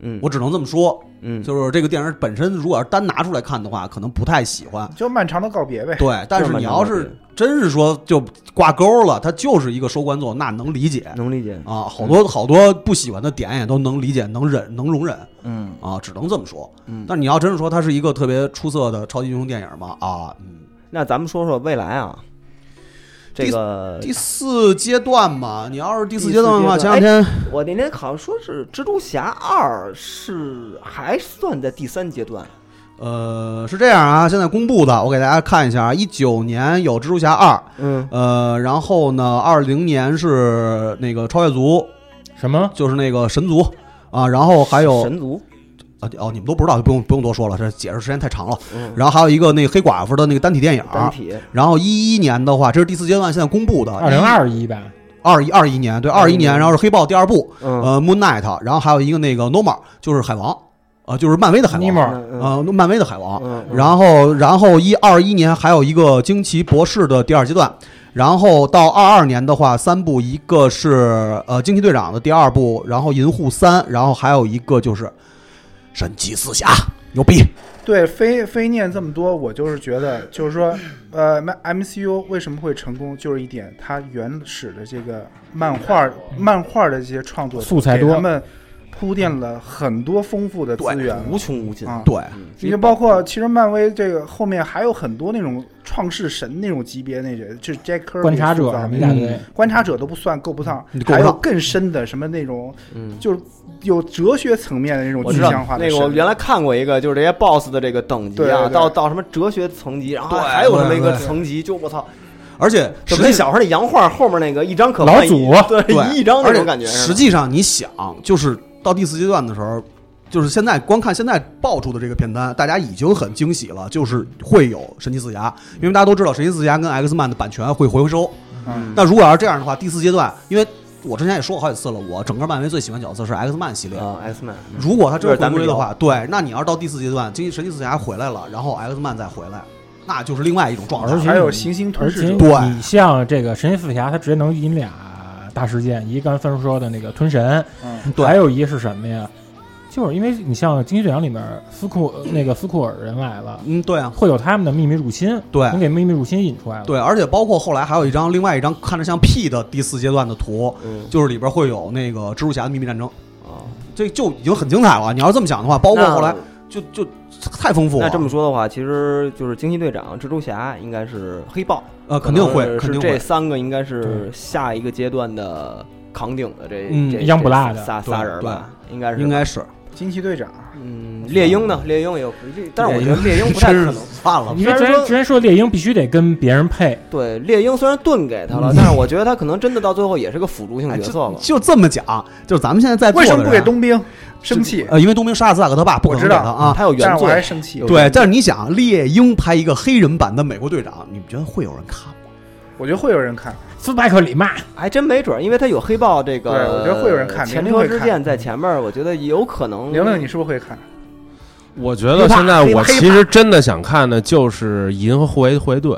嗯，我只能这么说。嗯，就是这个电影本身，如果要是单拿出来看的话，可能不太喜欢。就漫长的告别呗。对，但是你要哎这么是真是说就挂钩了，它就是一个收官作，那能理解能理解，啊。好多好多不喜欢的点也都能理解、能忍、能容忍嗯啊，只能这么说。嗯。但你要真是说它是一个特别出色的超级英雄电影嘛，啊，嗯，那咱们说说未来啊，这个第四阶段嘛，你要是第四呃第阶四段的话，阶段前两天。我那天好像说是《蜘蛛侠二》是还算在第三阶段，呃，是这样啊，现在公布的，我给大家看一下啊，一九年有蜘蛛侠二，嗯，呃，然后呢，二零年是那个超越族，什么？就是那个神族啊，然后还有神族，啊哦，你们都不知道就不用不用多说了，这解释时间太长了。嗯，然后还有一个那个黑寡妇的那个单体电影，单体，然后一一年的话，这是第四阶段现在公布的，啊二零二一吧，二一二一年对二一年，然后是黑豹第二部，嗯，呃，Moon Knight，然后还有一个那个 Normal，就是海王，啊，就是漫威的海尼王，莫嗯嗯呃，漫威的海王。嗯，然后，然后一二一年还有一个惊奇博士的第二阶段，然后到二二年的话，三部，一个是呃惊奇队长的第二部，然后银护三，然后还有一个就是神奇四侠，牛逼，对，非非念这么多，我就是觉得，就是说，呃，M-，MCU 为什么会成功，就是一点，它原始的这个漫画、漫画的这些创作素材多给他们铺垫了很多丰富的资源无穷无尽，啊。对，嗯你就包括，其实漫威这个后面还有很多那种创世神那种级别那人，就是 Jack Kirby 观察者塑造什么的一大堆嗯嗯，观察者都不算够不上你，够不还有上更深的什么那种，嗯就是有哲学层面的那种我具知道象化的那个，神我原来看过一个，就是这些 boss 的这个等级对对啊，对到到什么哲学层级，然后对还有什么一个对对层级，就我操，而且就实跟际小时候那洋画后面那个一张可换老祖一对对 [LAUGHS] 一张那而且种感觉似实的，际上你想，就是到第四阶段的时候，就是现在光看现在爆出的这个片单，大家已经很惊喜了，就是会有神奇四侠，因为大家都知道神奇四侠跟 X man 的版权会回收。嗯那如果要是这样的话，第四阶段，因为我之前也说过好几次了，我整个漫威最喜欢角色是 X man 系列。啊，X Man，如果他真这是咱回们归的话，对，那你要是到第四阶段，经神奇四侠回来了，然后 X man 再回来，那就是另外一种状态而了。且还有你行星吞而噬且者，对你像这个神奇四侠，它直接能引俩大事件，一个刚才分叔说的那个吞神，嗯，对还有一个是什么呀？就是因为你像《惊奇队长》里面斯库那个斯库尔人来了，嗯，对啊，会有他们的秘密入侵，对能给秘密入侵引出来了。，对，而且包括后来还有一张另外一张看着像 P 的第四阶段的图，嗯就是里边会有那个蜘蛛侠的秘密战争，啊，这就已经很精彩了。你要是这么想的话，包括后来就就太丰富那了。这么说的话，其实就是惊奇队长、蜘蛛侠应该是黑豹，呃，肯定会可，能肯是定这会。三个应该是下一个阶段的扛鼎的这嗯这央不拉的这仨对仨人吧，应该是应该是，惊奇队长，嗯，猎鹰呢？猎鹰也有，这但是我觉得猎鹰不太真可是能。算了吧。因为之虽然前说之前说猎鹰必须得跟别人配，对，猎鹰虽然盾给他了，但是我觉得他可能真的到最后也是个辅助性角色了。哎就这么讲，就是咱们现在在座为的什人么不给冬兵生气？呃，因为冬兵杀了斯塔克他爸，不可能给他啊。嗯他有但原是我还罪，生气有，对，但是你想，猎鹰拍一个黑人版的美国队长，你们觉得会有人看吗？我觉得会有人看。斯派克里骂还真没准儿，因为他有黑豹这个。对我觉得会有人看前明天车会之鉴在前面儿，我觉得有可能。玲玲，你是不是会看？我觉得现在我其实真的想看的就是银和护卫护卫队，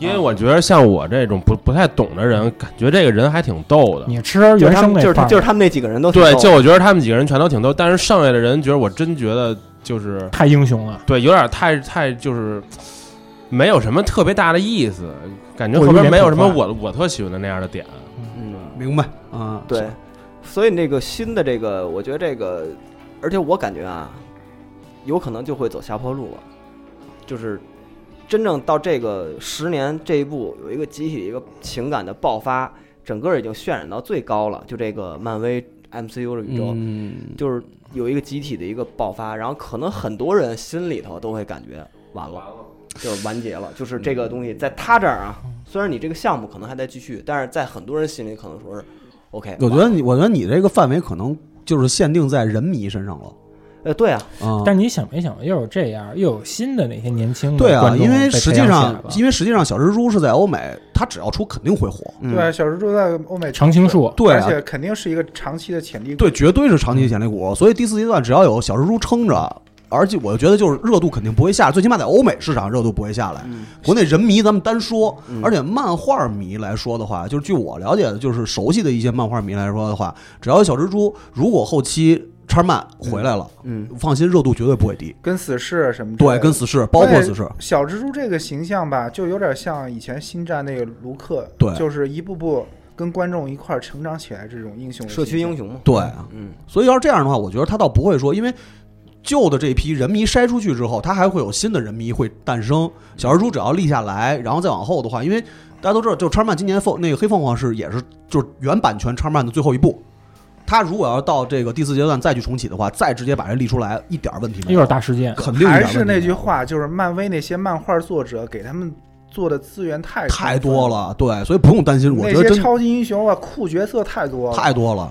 因为我觉得像我这种不不太懂的人，感觉这个人还挺逗的。你吃就是原他生们，那就是块他儿就是他们那几个人都挺对，逗就我觉得他们几个人全都挺逗，但是剩下的人觉得我真觉得就是太英雄了，对，有点太太就是没有什么特别大的意思，感觉过于后边脸没有什么谱化我我特喜欢的那样的点。嗯，明白啊？对，所以那个新的这个，我觉得这个，而且我感觉啊，有可能就会走下坡路了，就是真正到这个十年这一步，有一个集体一个情感的爆发，整个已经渲染到最高了，就这个漫威 MCU 的宇宙。嗯，就是有一个集体的一个爆发，然后可能很多人心里头都会感觉完了，就是完结了，就是这个东西在他这儿啊，虽然你这个项目可能还在继续，但是在很多人心里可能说是 OK 完了。我觉得你，我觉得你这个范围可能就是限定在人迷身上了呃，对啊，啊。但你想没想，又有这样，又有新的那些年轻的对啊，嗯观众因为被实培际养起来上了，因为实际上小蜘蛛是在欧美，它只要出肯定会火。嗯对，啊小蜘蛛在欧美常青树对而啊，且肯定是一个长期的潜力股。对，绝对是长期潜力股。所以第四阶段只要有小蜘蛛撑着，而且我觉得就是热度肯定不会下来，最起码在欧美市场热度不会下来。嗯国内人迷咱们单说，嗯而且漫画迷来说的话，就是据我了解的，就是熟悉的一些漫画迷来说的话，只要有小蜘蛛，如果后期叉漫回来了，嗯，放心，热度绝对不会低。跟死侍什么之类对，的跟死侍，包括死侍，小蜘蛛这个形象吧，就有点像以前星战那个卢克，对就是一步步跟观众一块儿成长起来这种英雄的嗯社区形象英，雄嘛，对。啊嗯，所以要是这样的话，我觉得他倒不会说，因为旧的这一批人迷筛出去之后，他还会有新的人迷会诞生。小蜘蛛只要立下来，然后再往后的话，因为大家都知道，就叉漫今年凤那个黑凤凰是也是就是原版权叉漫的最后一步。他如果要到这个第四阶段再去重启的话，再直接把这立出来，一点儿问题没又有是，大事件，肯定一点儿还问题是没有那句，话，就是漫威那些漫画作者给他们做的资源太太太多，了，对，所以不用担心，我那觉得些真超级英雄啊，酷角色太多了，太多了。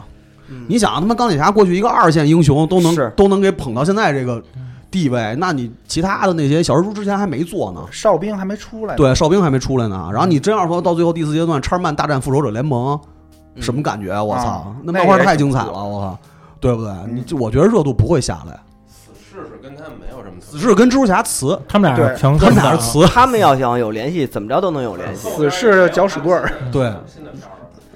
嗯你想他妈钢铁侠过去一个二线英雄都是嗯能都能给捧到现在这个地位，那你其他的那些小蜘蛛之前还没做呢，哨兵还没出来呢，对，哨兵还没出来呢。然后你真要说到最后第四阶段，叉曼大战复仇者联盟，嗯什么感觉啊？我操啊，那那漫画也太精彩了，我靠，对不对？嗯你就我觉得热度不会下来。是是跟他们没有什么死侍跟蜘蛛侠词，他们俩对成他们俩是词，他们要想有联系，怎么着都能有联系。死侍的搅屎棍儿对，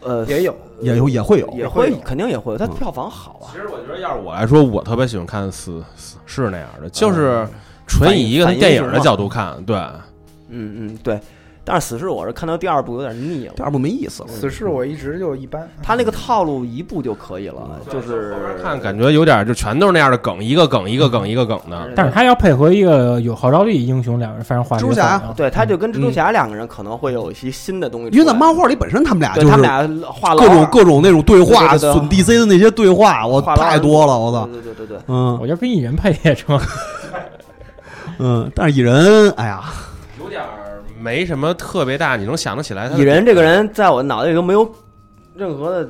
呃，嗯也有，也有也会有。嗯也会会有肯定也会有，它嗯票房好啊其。实我觉得，要是我来说，我特别喜欢看死死是那样的，就是纯以一个嗯反应电影的角度看，对，嗯嗯，对。但是死侍我是看到第二部有点腻了第，二部没意思了， [LAUGHS] 死侍我一直就一般，他那个套路一部就可以了，嗯就是看感觉有点就全都是那样的梗，一个梗一个嗯梗一个梗的。但是他要配合一个有号召力英雄，两人非常化学蜘蛛侠反应对，他就跟蜘嗯蛛侠两个人可能会有一些新的东西出来，因为在漫画里本身他们俩对嗯就他们是俩画各种各种那种对话，对对对对损 DC 的那些对话，我画廊太多了，我操种，。对对对对对，嗯我就跟蚁人配也成， [LAUGHS] 嗯，但是蚁人，哎呀，有点儿没什么特别大，你能想得起来他的蚁人这个人在我脑袋里都没有任何的，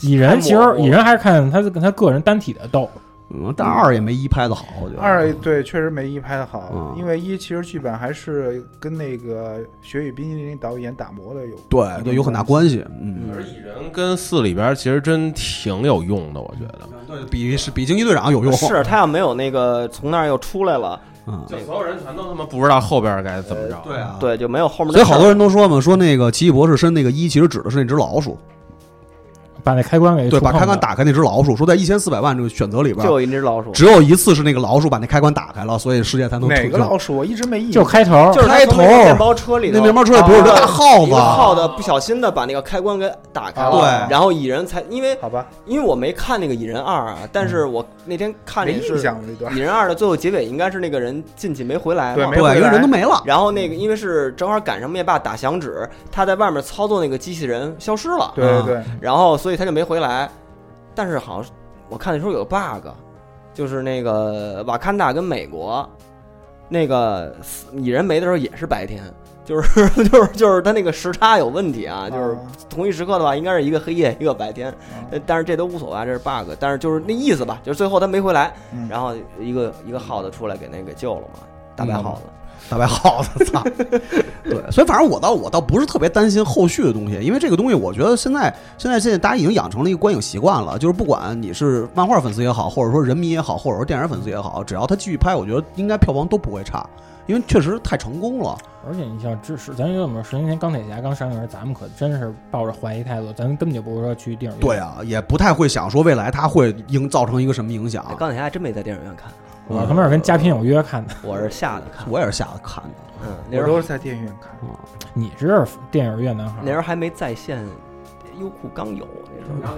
蚁人其太模实糊了蚁人还是看他跟他个人单体的斗，嗯，但二也没一拍的好，我觉得二对确实没一拍的好，嗯因为一其实剧本还是跟那个《雪与冰激凌》导演打磨的有对对有很大关系，嗯，而蚁人跟四里边其实真挺有用的，我觉得。对比是比惊奇队长有用，是他要没有那个从那儿又出来了，嗯，就所有人全都他妈不知道后边该怎么着。 [LAUGHS] 对，啊，。对，就没有后面的所事儿。以好多人都说嘛，说那个奇异博士身那个一其实指的是那只老鼠，把那开关给对，触把碰开关了打开那只老鼠，说在一千四百万这个选择里边就，有一只老鼠，只有一次是那个老鼠把那开关打开了，所以世界才能哪成个就。老鼠？我一直没印就象。开头就是他从那开头个面包车里头，那面包车里不是有只大耗一子个？耗子不小心的把那个开关给打开了，对然后蚁人才因为好吧，因为我没看那个蚁人二啊，但是我那天看没的印是象了这 [LAUGHS] 段。蚁人二的最后结尾应该是那个人进去没回嗯来对嘛没，对，因为人都没了。然后那个因为是正好赶上灭霸打响指，他在外面操作那个机器人消失了，对对对，然后所以他就没回来。但是好像是我看那时候有个 bug，就是那个瓦坎达跟美国那个死蚁人没的时候也是白天，就是就是 [LAUGHS] 就是他那个时差有问题嗯啊，就是同一时刻的话应该是一个黑夜一个白天，呃但是这都无所谓，这是 bug，但是就是那意思吧，就是最后他没回来，嗯然后一个一个耗子出来给那个救了嘛，大嗯白耗子。啊大白耗子，操！ [LAUGHS] 对，所以反正我倒我倒不是特别担心后续的东西，因为这个东西我觉得现在现在现在大家已经养成了一个观影习惯了，就是不管你是漫画粉丝也好，或者说人迷也好，或者说电影粉丝也好，只要他继续拍，我觉得应该票房都不会差，因为确实太成功了。而且你像支持，咱就这么说，十年前钢铁侠刚上映的时，候，咱们可真是抱着怀疑态度，咱根本就不是说去电影院。对啊，也不太会想说未来它会营造成一个什么影响。钢哎铁侠还真没在电影院看，我他妈是跟嘉宾有约看的。我是吓得 [LAUGHS] 看。我也是吓得看的，嗯，那我时候都是在电影院啊看。你是电影院男孩那时儿，候还没在线，优酷刚有那时候。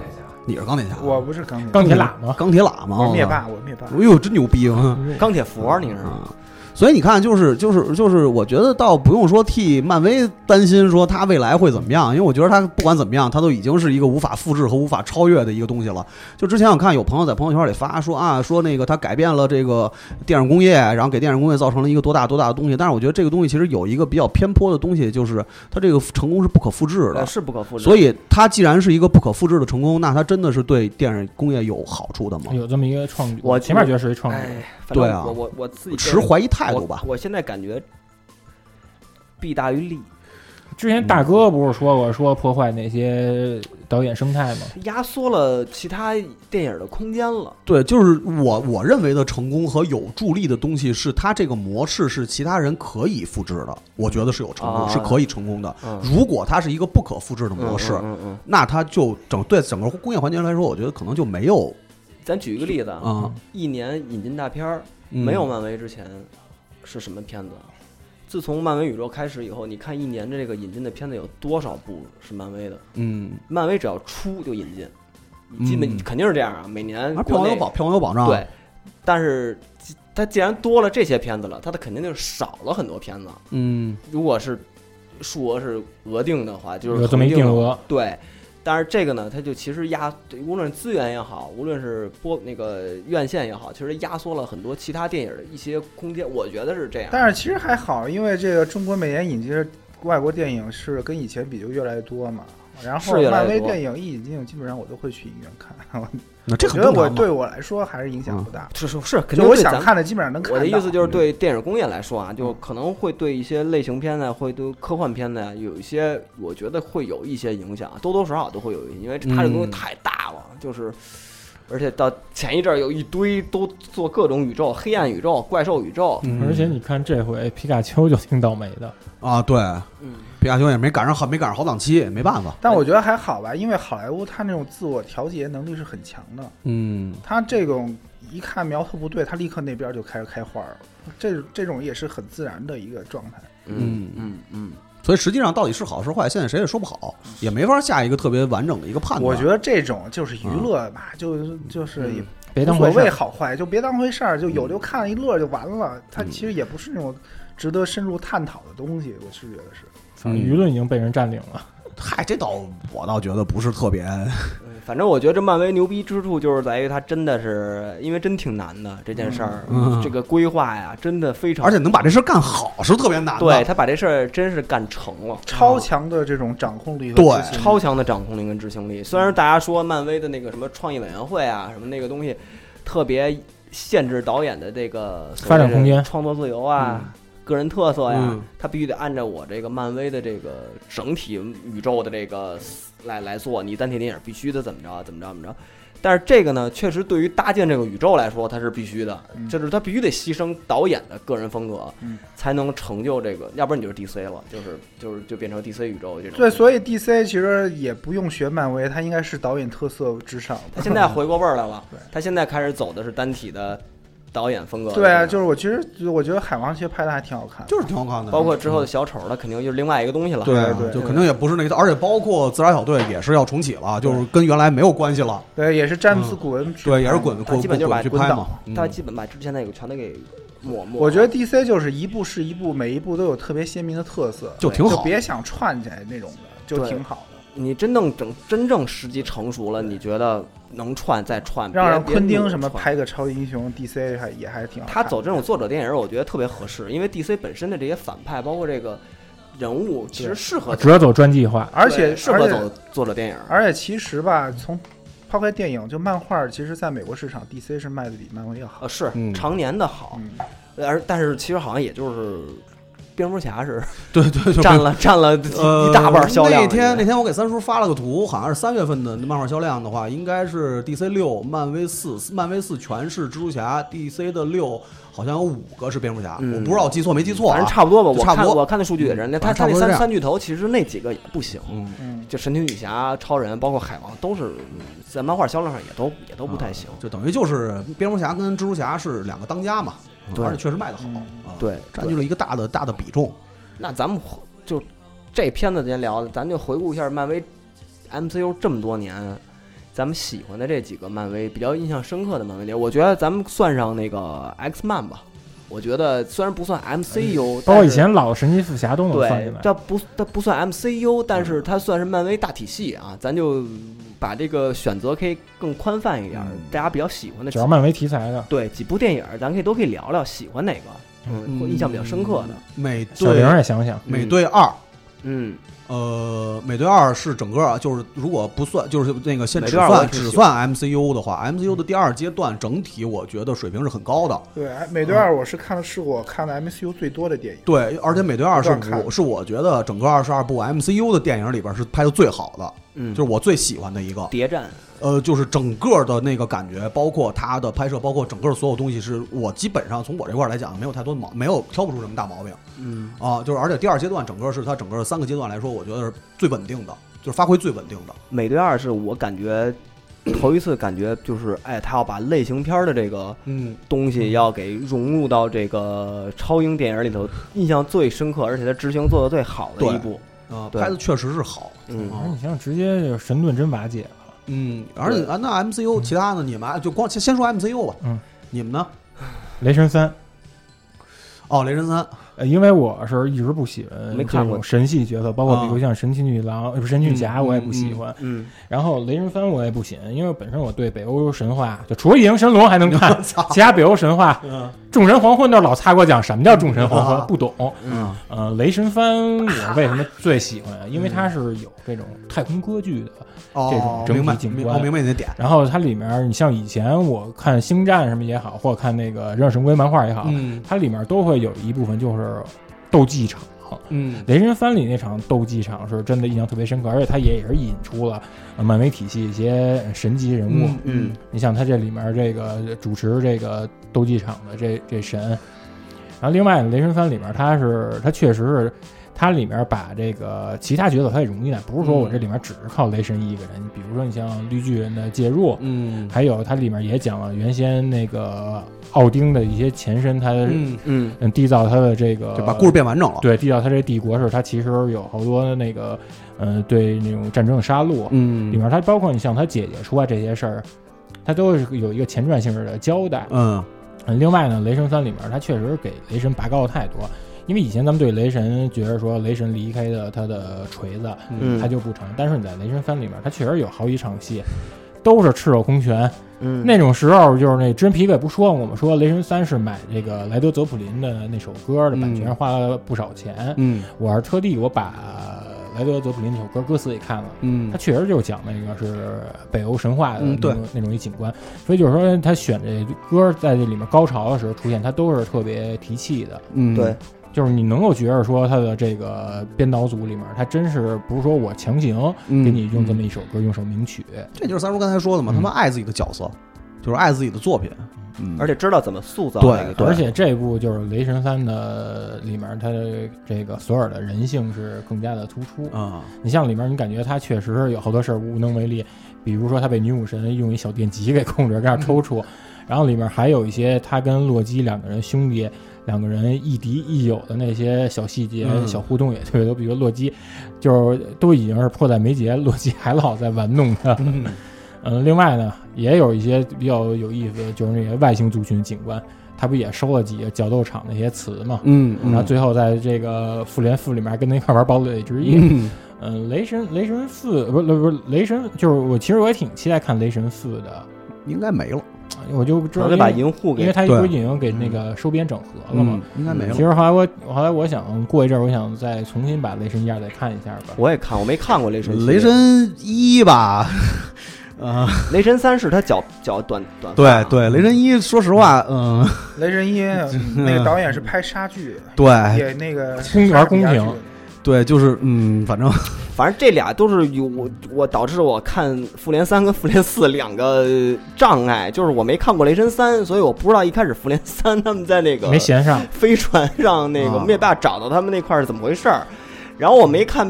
你是钢铁侠，我不是钢铁，钢铁喇嘛，钢铁喇嘛，我是灭霸，嗯我是灭霸。哎呦，真牛逼啊！钢铁佛儿，你是啊。所以你看，就是就是就是，我觉得倒不用说替漫威担心，说它未来会怎么样，因为我觉得它不管怎么样，它都已经是一个无法复制和无法超越的一个东西了。就之前我看有朋友在朋友圈里发说啊，说那个它改变了这个电影工业，然后给电影工业造成了一个多大多大的东西。但是我觉得这个东西其实有一个比较偏颇的东西，就是它这个成功是不可复制的呃，。是不可复制。所以它既然是一个不可复制的成功，那它真的是对电影工业有好处的吗？有这么一个创举。我前面觉得是一创举，哎，反正对啊我我我自己个持人怀疑态度吧我。。我现在感觉弊大于利，之前大哥不是说过说破坏那些导演生态吗？压缩了其他电影的空间了。对，就是我我认为的成功和有助力的东西，是它这个模式是其他人可以复制的，我觉得是有成功，啊是可以成功的。嗯，如果它是一个不可复制的模式，嗯嗯嗯那它就整对整个工业环节来说，我觉得可能就没有嗯咱举一个例子啊，啊、一年引进大片儿，嗯没有漫威之前是什么片子？自从漫威宇宙开始以后，你看一年的这个引进的片子有多少部是漫威的？嗯，漫威只要出就引进，基本嗯肯定是这样啊。每年而票国房内有保票房有保障，啊对，但是既它既然多了这些片子了，它的肯定就少了很多片子。嗯，如果是数额是额定的话，就是有这么一恒定定的额，对。但是这个呢，它就其实压，无论是资源也好，无论是播那个院线也好，其实压缩了很多其他电影的一些空间。我觉得是这样。但是其实还好，因为这个中国每年引进外国电影是跟以前比就越来越多嘛。然后是越来漫越威多电影一引进，基本上我都会去影院看。我那这觉很得正我常嘛对。我来说还是影响不大。是是嗯是，肯定就我对咱想们看的基本上能看到。我的意思嗯就是，对电影工业来说啊，就可能会对一些类型片呢，会对科幻片呢，有一些我觉得会有一些影响，啊多多少少都会有，因为它这东西嗯太大了，就是。而且到前一阵儿有一堆都做各种宇宙、黑暗宇宙、怪兽宇宙，嗯而且你看这回皮卡丘就挺倒霉的，啊，对，嗯，皮卡丘也没赶上好，没赶上好档期，没办法。但我觉得还好吧，因为好莱坞它那种自我调节能力是很强的。嗯，他这种一看苗头不对，他立刻那边就开始开花儿，这这种也是很自然的一个状态。嗯嗯嗯，所以实际上到底是好是坏，现在谁也说不好，也没法下一个特别完整的一个判断。啊我觉得这种就是娱乐吧，就就是也别无当所回事谓儿。好坏，就别当回事儿，就有就看一乐就完了。它其实也不是那种值得深入探讨的东西，我是觉得是。反正舆论已经被人占领了。嗨，这倒我倒觉得不是特别，嗯反正我觉得这漫威牛逼之处就是在于它真的是，因为真挺难的这件事儿，嗯嗯这个规划呀，真的非常，而且能把这事儿干好是特别难的。对他把这事儿真是干成了，嗯超强的这种掌控力和对执行力超强的掌控力跟执行力。虽然大家说漫威的那个什么创意委员会啊，什么那个东西，特别限制导演的这个所谓发的展空间嗯创作自由啊、个人特色呀、嗯他必须得按照我这个漫威的这个整体宇宙的这个来来做。你单体电影必须得怎么着怎么着怎么着。但是这个呢，确实对于搭建这个宇宙来说，它是必须的，嗯就是它必须得牺牲导演的个人风格，嗯才能成就这个，要不然你就是 DC 了，就是就是就变成 DC 宇宙这种。对，所以以 DC 其实也不用学漫威，它应该是导演特色至上他的。 [LAUGHS] 现在回过味儿来了对，他现在开始走的是单体的导演风格了。对啊，这就种是我其实我觉得海王其实拍的还挺好看的，就是挺好看的。包括之后的小丑，那肯定就是另外一个东西了。对啊对对就肯定也不是那个，而且包括自杀小队也是要重启了，就是跟原来没有关系了。对，也是詹姆斯古恩去嗯对，也是滚拍的他滚基本就是把滚去拍滚嘛倒。嗯他基本把之前那个全都给抹抹。我觉得 DC 就是一部是一部，每一部都有特别鲜明的特色，就挺好就别想串起来那种的，就对挺好的。你真正整真正时机成熟了，你觉得能串再串，让让别昆汀什么。别拍个超级英雄，DC 还也还挺好弄他看的。走这种作者电影，我觉得特别合适，因为 DC 本身的这些反派，包括这个人物，其实适合走只要走专辑化，而且对适合走作者电影。而且其实吧，从抛开电影，就漫画，其实在美国市场，DC 是卖的比漫威要好。呃，是嗯常年的好，呃嗯，而但是其实好像也就是蝙蝠侠是对对对，占了占了呃一大半销量了。那天那已经天我给三叔发了个图，好像是三月份的漫画销量的话，应该是 DC 六、漫威四，漫威四全是蜘蛛侠，DC 的六好像有五个是蝙蝠侠，嗯我不知道我记错没记错反啊正。差不多吧，我差不看多我看那数据也是，那他反正他那差不多三这样三巨头其实那几个也不行，嗯，嗯，就神奇女侠、超人，包括海王，都是嗯在漫画销量上也都也都不太行。就等于就是蝙蝠侠跟蜘蛛侠是两个当家嘛，对而且确实卖的好，嗯啊，对，占据了一个大的大的比重。那咱们回就这片子先聊，咱就回顾一下漫威 MCU 这么多年，咱们喜欢的这几个漫威比较印象深刻的漫威电影，我觉得咱们算上那个 X Man 吧。我觉得虽然不算哎 MCU，包括但以是前老神奇四 [LAUGHS] 侠都能算对进，来。它不它不算 MCU，但是它算是漫威大体系啊。咱就把这个选择可以更宽泛一点，嗯大家比较喜欢的只要漫威题材的，对几部电影，咱可以都可以聊聊喜欢哪个，嗯，或印象比较深刻的，美小玲儿队也想想，美队二，嗯，呃，美队二是整个啊，就是如果不算，就是那个现美只队二我也算挺喜只欢算 MCU 的话，MCU 的第二阶段整体我觉得水平是很高的。嗯对，哎美队二我是看的是我看的 MCU 最多的电影。对，而且美队二是不断我看是我觉得整个二十二部 MCU 的电影里边是拍的最好的，嗯，就是我最喜欢的一个。谍战，呃，就是整个的那个感觉，包括它的拍摄，包括整个所有东西是，我基本上从我这块儿来讲，没有太多毛，没有挑不出什么大毛病嗯，啊。就是而且第二阶段整个是它整个三个阶段来说，我觉得是最稳定的，就是发挥最稳定的。美队二是我感觉头一次感觉就是，哎，他要把类型片儿的这个嗯，东西要给融入到这个超英电影里头，印象最深刻，而且他执行做的最好的对一部，啊，对拍的确实是好。嗯反正啊哎你像直接就神盾真瓦解了，嗯，而且啊，那 MCU 其他的你们啊就光先先说 MCU 吧。嗯，你们呢？雷神三。哦，雷神三，呃，因为我是一直不喜欢没看过这种神系角色，包括比如啊像神奇女郎、呃不是神奇女侠，嗯我也嗯，不喜欢。嗯，然后雷神三我也不喜欢，因为本身我对北欧神话，就除了《夜行神龙》还能看操，其他北欧神话，嗯众神黄昏那儿老擦过讲什么叫众神黄啊昏，不懂。嗯呃，雷神三我为什么最喜欢？啊因为它是有这种太空歌剧的，哦，这种明白，整体景明观哦，明白你的点。然后它里面你像以前我看星战什么也好，或者看那个忍者神龟漫画也好，嗯它里面都会有一部分就是斗技场。嗯雷神三里那场斗技场是真的印象特别深刻，而且它也也是引出了呃漫威体系一些神级人物。嗯嗯，你像他这里面这个主持这个斗技场的这这神，然后另外雷神三里面他是他确实是。它里面把这个其他角色他也融进来，不是说我这里面只是靠雷神一个人。比如说你像绿巨人的介入，嗯还有它里面也讲了原先那个奥丁的一些前身，他嗯，嗯，嗯缔造他的这个就把故事变完整了。对，地道他这帝国是他其实有好多那个，呃，对那种战争的杀戮，嗯里面他包括你像他姐姐出来这些事儿，他都是有一个前传性质的交代。嗯嗯，另外呢，雷神三里面他确实给雷神拔高了太多，因为以前咱们对雷神觉得说雷神离开的他的锤子，嗯他就不成，但是你在雷神三里面，他确实有好几场戏。都是赤手空拳，嗯，那种时候就是那之前皮克也不说，我们说雷神三是买这个莱德泽普林的那首歌的版权嗯花了不少钱，嗯我是特地我把莱德泽普林那首歌歌词也看了，嗯它确实就是讲那个是北欧神话的嗯那对种、那种一景观，所以就是说他选这歌在这里面高潮的时候出现，它都是特别提气的。嗯对，就是你能够觉着说他的这个编导组里面，他真是不是说我强行给嗯给你用这么一首歌，用首名曲，这就是三叔刚才说的嘛，嗯他们爱自己的角色，就是爱自己的作品，嗯，而且知道怎么塑造对那个对而且这部就是《雷神三》的里面，它的这个索尔的人性是更加的突出。啊，你像里面，你感觉他确实有好多事儿无能为力，比如说他被女武神用一小电极给控制，给他抽搐。然后里面还有一些他跟洛基两个人兄弟两个人亦敌亦友的那些小细节、嗯小互动也特别多。比如洛基，就是都已经是迫在眉睫，洛基还老在玩弄他。嗯嗯，另外呢，也有一些比较有意思的，就是那个外星族群的警官，他不也收了几个角斗场那些词嘛？嗯然后最后在这个复联四里面还跟他一块玩堡垒之夜。嗯嗯雷神雷神四呃不不不雷神就是我其实我也挺期待看雷神四的，应该没了，我就知可能道得因把为银护因为给他对不是已经给那个收编整合了嘛嗯。，应该没其了。实后来我后来我想过一阵儿，我想再重新把雷神一二再看一下吧。我也看，我没看过雷神系列。雷神一吧， [LAUGHS] 呃，雷神三是他脚脚短短发对啊，对，雷神一，说实话，嗯，雷神 [LAUGHS] 一那个导演是拍莎剧，对也那个公园公莎士比亚平剧对，就是嗯，反正反正这俩都是有我我导致我看复联三跟复联四两个障碍，就是我没看过雷神三，所以我不知道一开始复联三他们在那个没闲上，飞船上那个啊灭霸找到他们那块儿是怎么回事儿，然后我没看。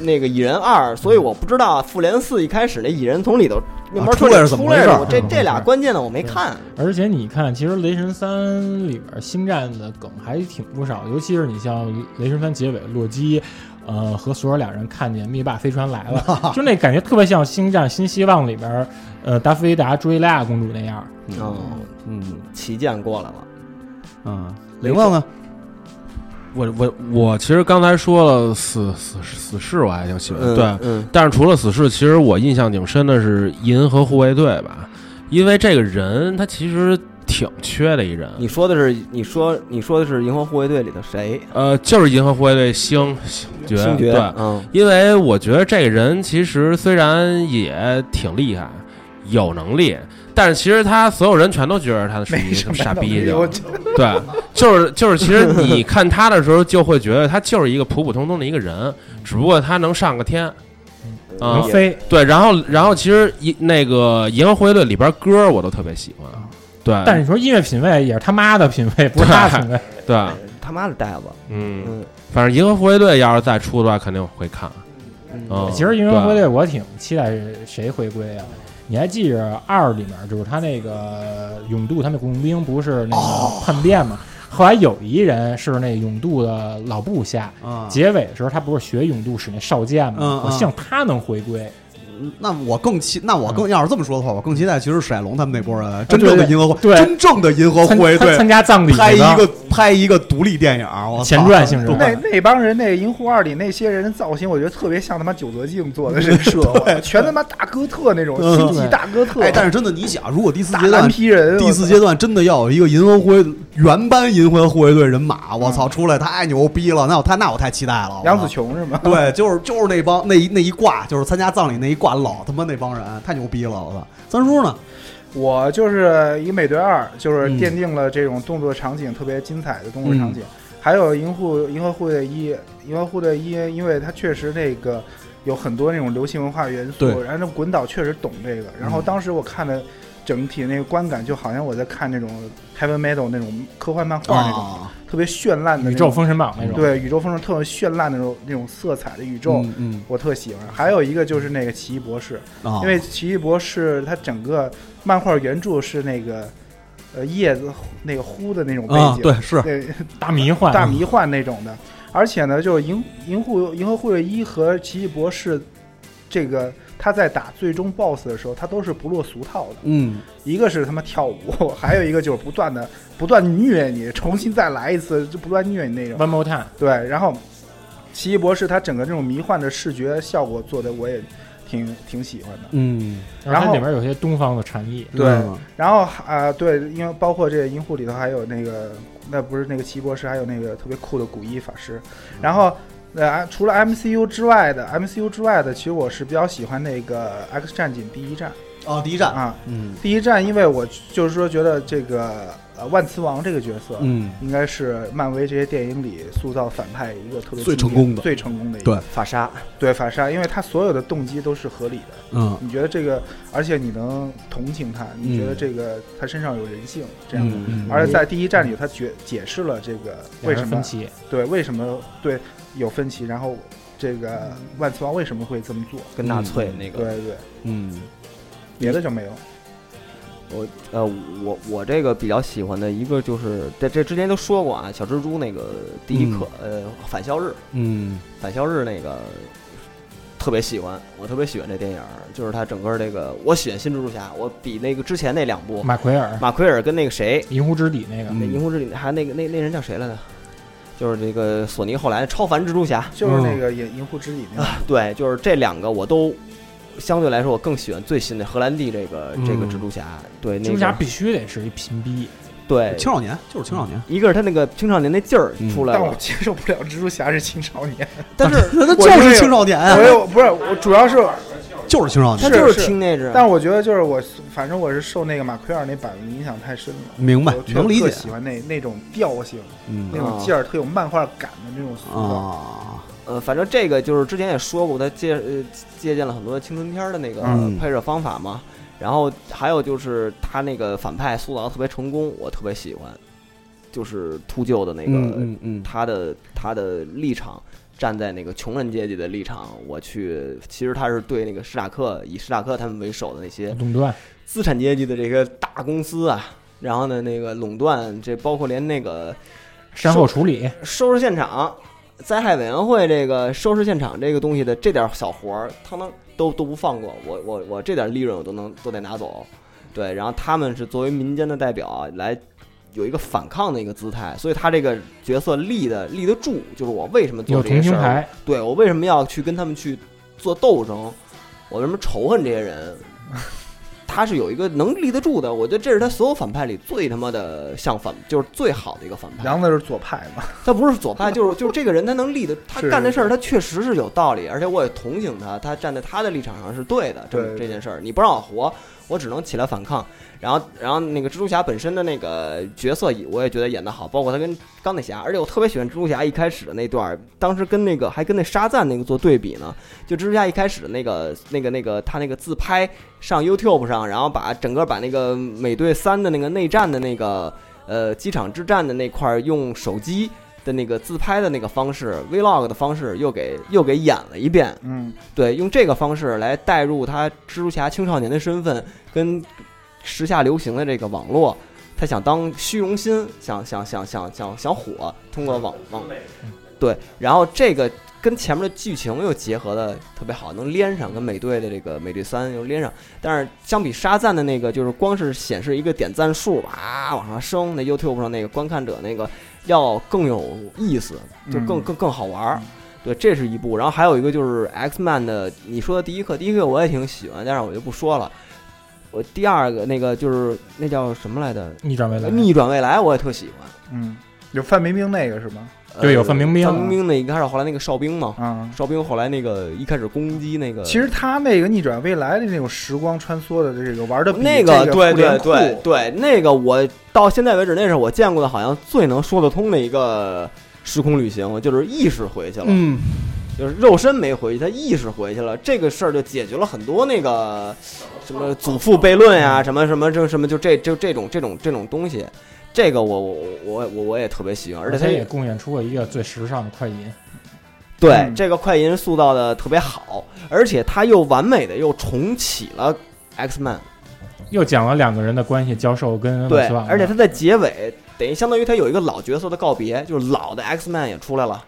那个蚁人二，所以我不知道复联四一开始那蚁人从里头那门啊出出来是是怎么出来回事了儿我这嗯这俩关键的我没看，而且你看，其实《雷神三》里边星战的梗还挺不少，尤其是你像《雷神三》结尾，洛基，呃，和索尔两人看见灭霸飞船来 [LAUGHS] 了，就那感觉特别像《星战新希望》里边，呃，达芙维达追莱娅公主那样。哦，嗯旗舰过来了，嗯，玲玲呢？我我我其实刚才说了死死死侍，我还挺喜欢的，嗯，对。嗯，但是除了死侍，其实我印象挺深的是银河护卫队吧，因为这个人他其实挺缺的一人。你说的是你说你说的是银河护卫队里的谁？呃，就是银河护卫队星星爵，星爵，对，嗯，因为我觉得这个人其实虽然也挺厉害，有能力，但是其实他所有人全都觉得他是没一什个么傻逼我就，对，就是就是，其实你看他的时候就会觉得他就是一个普普通通的一个人，只不过他能上个天。啊能嗯也飞，对，然后然后其实一那个《银河护卫队》里边歌我都特别喜欢，嗯对，但是你说音乐品味也是他妈的品味，不是他品味。对，他妈的呆子，嗯，嗯，反正《银河护卫队》要是再出的话，肯定会看。哦嗯，其实因为对回归我挺期待谁回归啊。你还记着二里面就是他那个永渡他们雇佣兵不是那个叛变嘛？哦后来有一人是那永渡的老部下，啊结尾的时候他不是学永渡使那少剑吗？嗯嗯我希望他能回归。那我更期，那我更要是这么说的话，我更期待其实史泰龙他们那波人，真嗯啊对正的银河护，对真正的银河护卫参参队参加葬礼拍一呢个拍一个独立电影，我啊操前传性质 [LAUGHS] 那那帮人，那《银护二》里那些人的造型，我觉得特别像他妈九泽静做的 [LAUGHS] 人设，全他妈大哥特那种嗯星际大哥特，哎，但是真的，你想，如果第四大阶段蓝皮人，第四阶段真的要有一个银河护卫原班银河护卫队人马，我操，出来太牛逼了！那我太那我太期待了。杨紫我操琼是吗？对，就是就是那帮那一那一挂，就是参加葬礼那一挂老他妈那帮人，太牛逼了！我操，三叔呢？我就是以美队二，就是嗯奠定了这种动作场景特别精彩的动作场景。嗯还有银护银河护卫一，银河护卫一，因为它确实那个有很多那种流行文化元素，对嗯然后滚导确实懂这个。然后当时我看的整体那个观感，就好像我在看那种 heavy metal 那种科幻漫画那种、啊，特别绚烂的那宇种宙封神榜那种。，对宇宙风特别绚烂的那种那种色彩的宇宙，嗯嗯我特喜欢。还有一个就是那个奇异博士，啊，因为奇异博士它整个漫画原著是那个呃叶子那个呼的那种背景，啊，对是对，大迷幻，大迷幻那种的。而且呢，就是银银护银河护卫一和奇异博士，这个他在打最终 BOSS 的时候，他都是不落俗套的。嗯一个是他妈跳舞， [LAUGHS] 还有一个就是不断的不断虐你，重新再来一次，就不断虐你那种。 One More Time。对，然后奇异博士他整个这种迷幻的视觉效果做的我也挺挺喜欢的。嗯，然后然它后里面有些东方的禅意，对嗯然后啊、对，因为包括这个银护里头还有那个，那不是那个奇异博士，还有那个特别酷的古一法师。嗯然后呃，除了 MCU 之外的 MCU 之外的，其实我是比较喜欢那个《X 战警：第一战》哦，第一站，啊。嗯第一站，因为我就是说觉得这个呃万磁王这个角呃色，嗯，应该是漫威这些电影里塑造反派一个特别最经典成功的最成功的一对个法沙，对法鲨，因为他所有的动机都是合理的。嗯你觉得这个，而且你能同情他，你觉得这个他身上有人性这样的。嗯而且在第一站里，他解解释了这个为两什人么分歧，对为什么对有分歧，然后这个万磁王为什么会这么做？跟纳粹那对个，对，嗯别的就没有。呃，我我这个比较喜欢的一个就是在这之前都说过啊，小蜘蛛那个第一课，呃，返校日，嗯返校日那个特别喜欢，我特别喜欢这电影儿，就是它整个这个，我喜欢新蜘蛛侠，我比那个之前那两部，马奎尔马奎尔跟那个谁，银湖之底那个，啊嗯那银湖之里还那个那那人叫谁来着？就是这个索尼后来超凡蜘蛛侠，就是那嗯个银银护之里那个，对，就是这两个我都相对来说我更喜欢最新的荷兰弟这个这个嗯蜘蛛侠，对，那蜘蛛侠个必须得是一贫逼，对，青少年就是青少年，一个是他那个青少年那劲儿嗯出来但了我，接受不了蜘蛛侠是青少年。但是那就是青少年啊我，有不是我主要是，就是青少他年，是就是听那只，但我觉得就是我，反正我是受那个马奎尔那版影响太深了。明白我，特能理特解喜，欢那那种调性，嗯那种劲儿，特有漫画感的那种塑造。啊，呃，反正这个就是之前也说过，他借呃借鉴了很多青春片儿的那个嗯拍摄方法嘛。然后还有就是他那个反派塑造得特别成功，我特别喜欢，就是秃鹫的那个、嗯嗯嗯他的他的立场，站在那个穷人阶级的立场，我去，其实他是对那个史塔克以史塔克他们为首的那些垄断，资产阶级的这个大公司啊，然后呢那个垄断，这包括连那个善后处理，收拾现场、灾害委员会这个收拾现场这个东西的这点小活儿，他们都都不放过我，我我这点利润我都能都得拿走，对，然后他们是作为民间的代表啊来有一个反抗的一个姿态，所以他这个角色立的立得住，就是我为什么做有这些同情事儿，牌，对我为什么要去跟他们去做斗争，我为什么仇恨这些人。他是有一个能立得住的，我觉得这是他所有反派里最他妈的像反，就是最好的一个反派。杨子是左派嘛，他不是左派，就是就是这个人，他能立的，他是干这事儿，他确实是有道理，而且我也同情他，他站在他的立场上是对的。这对这件事儿，你不让我活，我只能起来反抗。然后，然后那个蜘蛛侠本身的那个角色，我也觉得演得好，包括他跟钢铁侠，而且我特别喜欢蜘蛛侠一开始的那段儿，当时跟那个还跟那沙赞那个做对比呢，就蜘蛛侠一开始的那个那个那个他那个自拍上 YouTube 上，然后把整个把那个美队三的那个内战的那个呃机场之战的那块儿用手机的那个自拍的那个方式 vlog 的方式又给又给演了一遍，嗯，对，用这个方式来带入他蜘蛛侠青少年的身份，跟时下流行的这个网络，他想当虚荣心，想想想想想想火，通过网网，对，然后这个跟前面的剧情又结合的特别好，能连上，跟美队的这个美队三又连上。但是相比沙赞的那个，就是光是显示一个点赞数啊往上升，那 YouTube 上那个观看者那个要更有意思， [LAUGHS] 就更嗯更更好玩儿。对，这是一部，然后还有一个就是 X Man 的，你说的第一课，第一课我也挺喜欢，但是我就不说了。我第二个那个就是那叫什么来着？逆转未来，逆转未来我也特喜欢。嗯，有范冰冰那个是吗？对有呃范冰冰范冰冰那一开始后来那个哨兵嘛，啊、哨兵后来那个一开始攻击那个，其实他那个逆转未来的那种时光穿梭的这个玩的那个对复对联酷对对，那个我到现在为止那是我见过的好像最能说得通的一个时空旅行，就是意识回去了。嗯就是肉身没回去，他意识回去了，这个事儿就解决了很多那个什么祖父悖论呀、什么什么这什么就这就这种这种这种东西，这个我我我我我也特别喜欢，而且他他也贡献出了一个最时尚的快银，对、嗯这个快银塑造的特别好，而且他又完美的又重启了 X Man，又讲了两个人的关系，教授跟对斯旺，而且他在结尾等于相当于他有一个老角色的告别，就是老的 X Man 也出来了，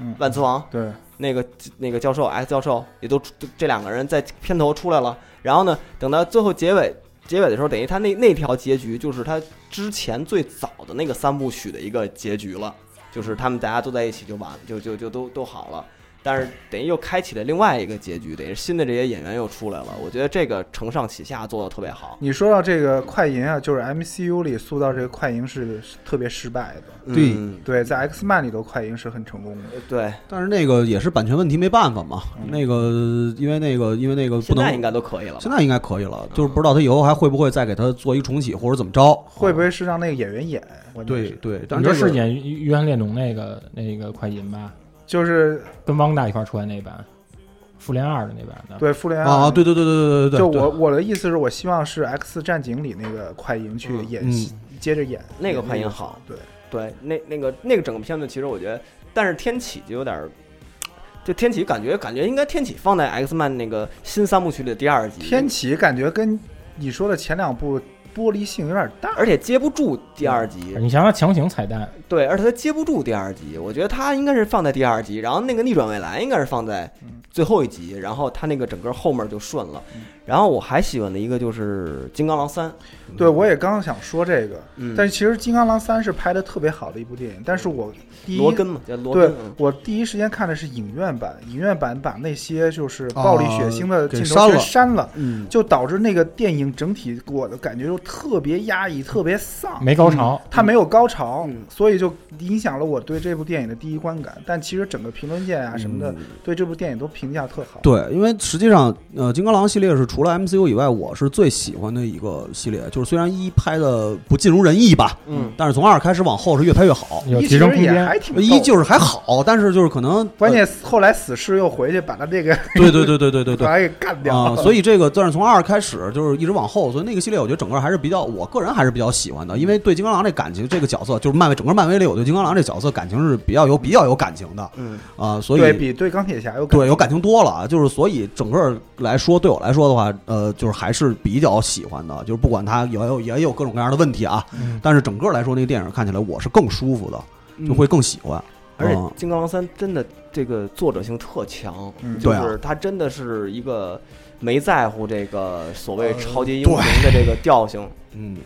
嗯万磁王。对，那个那个教授 X 教授也都出这两个人在片头出来了。然后呢，等到最后结尾结尾的时候，等于他那那条结局就是他之前最早的那个三部曲的一个结局了，就是他们大家都在一起就完就就就都都好了。但是等于又开启了另外一个结局，等于新的这些演员又出来了。我觉得这个承上启下做的特别好。你说到这个快银啊，就是 MCU 里塑造这个快银是特别失败的。对嗯对，在 X Man 里头，快银是很成功的。对，但是那个也是版权问题，没办法嘛。嗯嗯那个因为那个因为那个不现能在应该都可以了吧现？在应该可以了，就是不知道他以后还会不会再给他做一个重启或者怎么着？会不会是让那个演员演？关键对是，对，但你说是这是个演约约翰列侬那个那个快银吧，就是跟汪大一块儿出来那版，复联二的那版的。对复联啊，二对对对对对对对，就对我我的意思是我希望是 X 战警里那个快银去演，嗯接着演那个快银好。对，对，那那个那个整个片子，其实我觉得，但是天启就有点儿，就天启感觉感觉应该天启放在 X Man 那个新三部曲里的第二集，天启感觉跟你说的前两部玻璃性有点大。而且接不住第二集，你想想强行彩蛋，嗯对，而且他接不住第二集，我觉得他应该是放在第二集，然后那个逆转未来应该是放在嗯最后一集，然后他那个整个后面就顺了嗯。然后我还喜欢的一个就是《金刚狼三》，对，我也刚想说这个，嗯，但是其实《金刚狼三》是拍的特别好的一部电影，但是我第一罗根嘛，叫罗对根，嗯我第一时间看的是影院版，影院版把那些就是暴力血腥哦的给镜删头全了删了，嗯，就导致那个电影整体给我的感觉就特别压抑，特别丧。嗯没高潮，它啊没有高潮，嗯所以就影响了我对这部电影的第一观感。但其实整个评论界啊什么的，嗯对这部电影都评价特好。对，因为实际上，呃，金刚狼系列是除了 MCU 以外，我是最喜欢的一个系列。就是虽然一拍的不尽如人意吧，嗯，但是从二开始往后是越拍越好。有一提其升实空也间。还挺逗一就是还好，但是就是可能嗯关、键后来死侍又回去把他这个呃对对对对对对对 [LAUGHS] 把他给干掉啊、了，所以这个但是从二开始就是一直往后，所以那个系列我觉得整个还是比较，我个人还是比较喜欢的，因为对金刚狼这感情这个角色，就是漫威整个漫威里，我对金刚狼这角色感情是比较有比较有感情的啊、嗯，所以对比对钢铁侠又对，有感情多了啊，就是所以整个来说，对我来说的话，呃，就是还是比较喜欢的，就是不管它也有也有各种各样的问题啊，嗯但是整个来说，那个电影看起来我是更舒服嗯的，就会更喜欢。而且嗯《金刚狼三》真的这个作者性特强，嗯就对啊是他真的是一个没在乎这个所谓超级英雄的这个调性。嗯，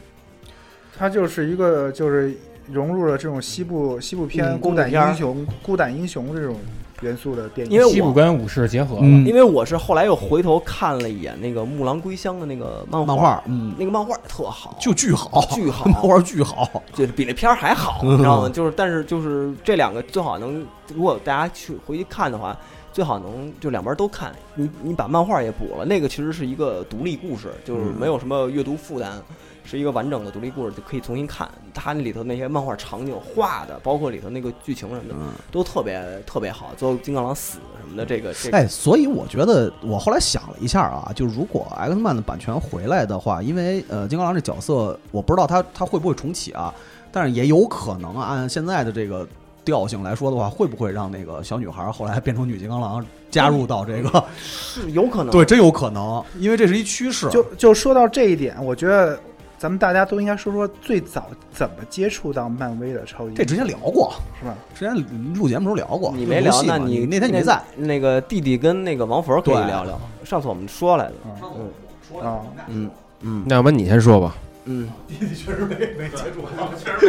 他就是一个就是融入了这种西部西部片、嗯孤胆公路片英雄、孤胆英雄这种元素的电影。因为我西部跟武士结合了，嗯因为我是后来又回头看了一眼那个《木兰归乡》的那个漫漫画，嗯，那个漫画特好，就巨好，巨好 [LAUGHS] 漫画巨好，就是比那片儿还好，嗯你知道吗？就是但是就是这两个最好能，如果大家去回去看的话。最好能就两边都看，你你把漫画也补了，那个其实是一个独立故事，就是嗯没有什么阅读负担，是一个完整的独立故事，就可以重新看。它里头那些漫画场景画的，包括里头那个剧情什么的，嗯。都特别特别好。最后金刚狼死什么的，这个这个，哎，所以我觉得我后来想了一下啊，就如果 X Man 的版权回来的话，因为呃，金刚狼这角色我不知道他他会不会重启啊，但是也有可能啊按现在的这个调性来说的话，会不会让那个小女孩后来变成女金刚狼加入到这个？嗯是有可能 [LAUGHS] 对，真有可能，因为这是一趋势。就就说到这一点，我觉得咱们大家都应该说说最早怎么接触到漫威的超级英雄，这之前聊过，是吧？之前录节目时候聊过，你没就游聊，戏嘛那你那天你没在，那个弟弟跟那个王佛可以对聊聊。上次我们说来的，嗯啊，嗯嗯那要不然你先说吧。嗯， [LAUGHS]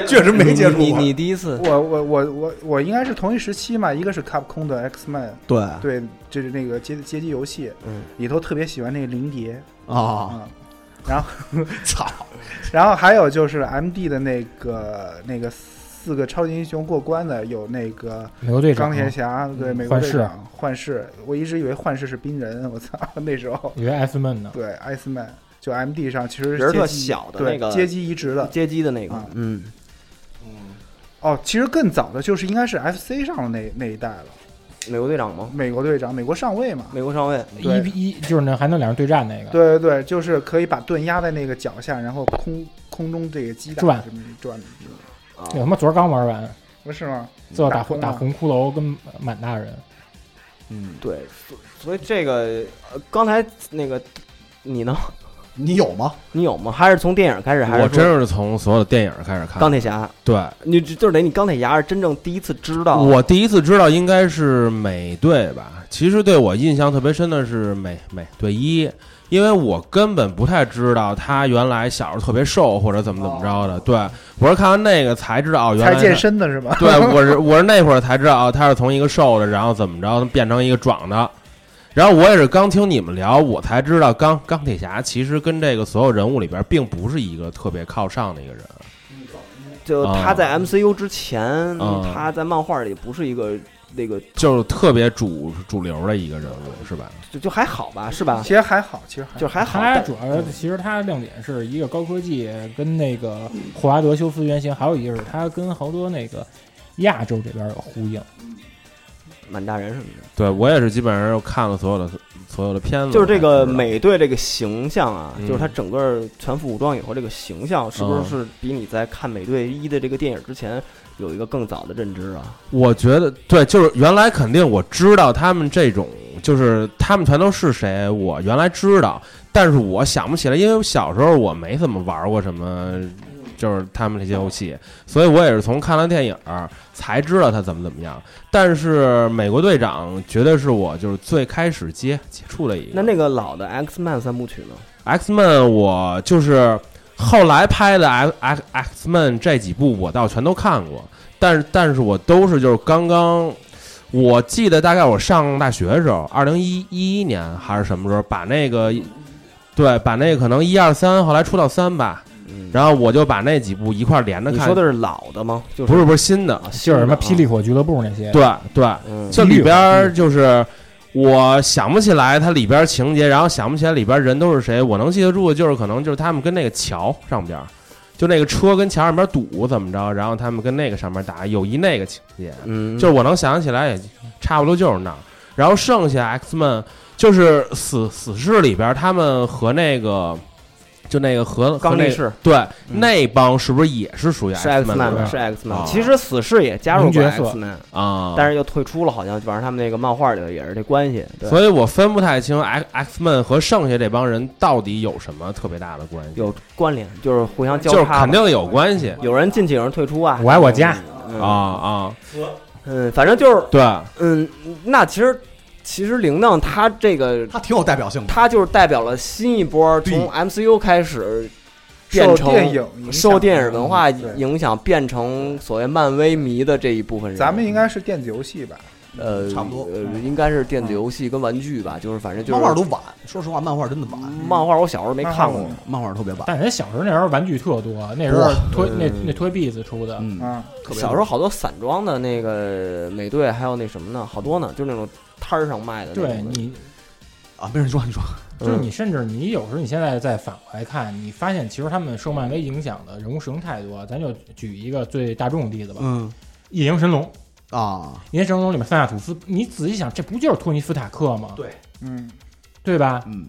确实没接触你过。你第一次我我我我我应该是同一时期嘛，一个是 Capcom 的 X Man，对对，就是那个街街机游戏，嗯，里头特别喜欢那个灵蝶，啊，嗯，然后操，然后还有就是 M D 的那个那个四个超级英雄过关的有那个。美国队长钢铁侠对嗯美国幻队视长幻视，我一直以为幻视是冰人，我操， [LAUGHS] 那时候以为 F man 呢，对 Ice Man 就 M D 上其实人儿特阶级小的那对个阶级移植的呃接机的那个啊，嗯，哦，其实更早的就是应该是 F C 上的那那一代了，美国队长吗？美国队长、美国上尉嘛，美国上尉，对一一就是那还能两人对战那个，对对对，就是可以把盾压在那个脚下，然后空空中这个击打转什么转，啊那他妈昨儿刚玩完，不是吗？最后打打红红打了红骷髅跟满大人，嗯，对，所所以这个呃刚才那个你呢？ [LAUGHS] 你有吗？你有吗？还是从电影开始？还我是说真是从所有的电影开始看钢的。铁侠？对，你就就是得你钢铁侠是真正第一次知道，我第一次知道应该是美队吧。其实对我印象特别深的是美美队一，因为我根本不太知道他原来小时候特别瘦或者怎么怎么着的。对我是看完那个才知道，哦，原来才他健身的是吧？对，我是我是那会儿才知道，哦他是从一个瘦的，然后怎么着变成一个壮的。然后我也是刚听你们聊，我才知道钢钢铁侠其实跟这个所有人物里边并不是一个特别靠上的一个人。就啊他在 MCU 之前啊，他在漫画里不是一个那个就是特别主主流的一个人物，是吧？就就还好吧，是吧？其实还好，其实还啊就好。还好，它但主要其实它亮点是一个高科技，跟那个霍华德修斯原型，还有一个是它跟好多那个亚洲这边有呼应。满大人什么的，对我也是基本上又看了所有的所有的片子，就是这我个才知道，美队这个形象啊，嗯就是他整个全副武装以后这个形象，是不嗯是比你在看美队一的这个电影之前有一个更早的认知啊？我觉得对，就是原来肯定我知道他们这种，就是他们全都是谁，我原来知道，但是我想不起来，因为小时候我没怎么玩过什么。就是他们这些游戏，所以我也是从看了电影儿才知道他怎么怎么样。但是美国队长绝对是我就是最开始接接触的一个。那那个老的 X Man 三部曲呢？ X Men，我就是后来拍的 X X X Men 这几部，我倒全都看过，但是但是我都是就是刚刚，我记得大概我上大学的时候，二零一一年还是什么时候，把那个对，把那个可能一二三，后来出到三吧，嗯，然后我就把那几部一块儿连着你看，说的是老的吗？就是不是不是新的？啊，新就是的什么啊霹雳，火俱乐部那些，对对，嗯，这里边儿就是我想不起来它里边儿情节，然后想不起来里边儿人都是谁。我能记得住的就是可能就是他们跟那个桥上边儿，就那个车跟桥上边儿堵怎么着，然后他们跟那个上面打，有一那个情节，嗯，就是我能想起来也差不多就是那儿。然后剩下 X Men 就是死死侍里边儿他们和那个。就那个和和刚那力个士对、那帮是不是也是属于是 X X Men Man，里是边 X 啊 Man。其实死侍也加入过名角色 X Man，啊？但是又退出了，好像反正他们那个漫画里头也是这关系。对，所以我分不太清 X X Men 和剩下这帮人到底有什么特别大的关系，有关联，就是互相交就是叉吧，肯定有关系有人进去，有人退出啊。我爱我家嗯，啊啊，嗯，反正就是，对，嗯，那其实其实铃铛它这个，他挺有代表性的。它就是代表了新一波对从 MCU 开始变受成电影影响嗯受电影文化对影响，变成所谓漫威迷的这一部分人。咱们应该是电子游戏吧？嗯呃，差不多呃，应该是电子游戏跟玩具吧，就是反正就是漫画都晚，说实话，漫画真的晚，漫画，我小时候没看过。漫画特别晚。但人小时候那时候玩具特多，那时候哇推那嗯那推币子出的，嗯，啊，特别晚小时候好多散装的那个美队，还有那什么呢，好多呢，就是那种摊儿上卖的那对种。你啊，没事，你说你说，嗯就是你，甚至你有时候你现在再反过来看，你发现其实他们受漫威影响的人物使用太多。咱就举一个最大众的例子吧，嗯夜行神龙》《啊，夜行神龙》里面三亚吐司，你仔细想，这不就是托尼·斯塔克吗？对嗯，对吧？嗯，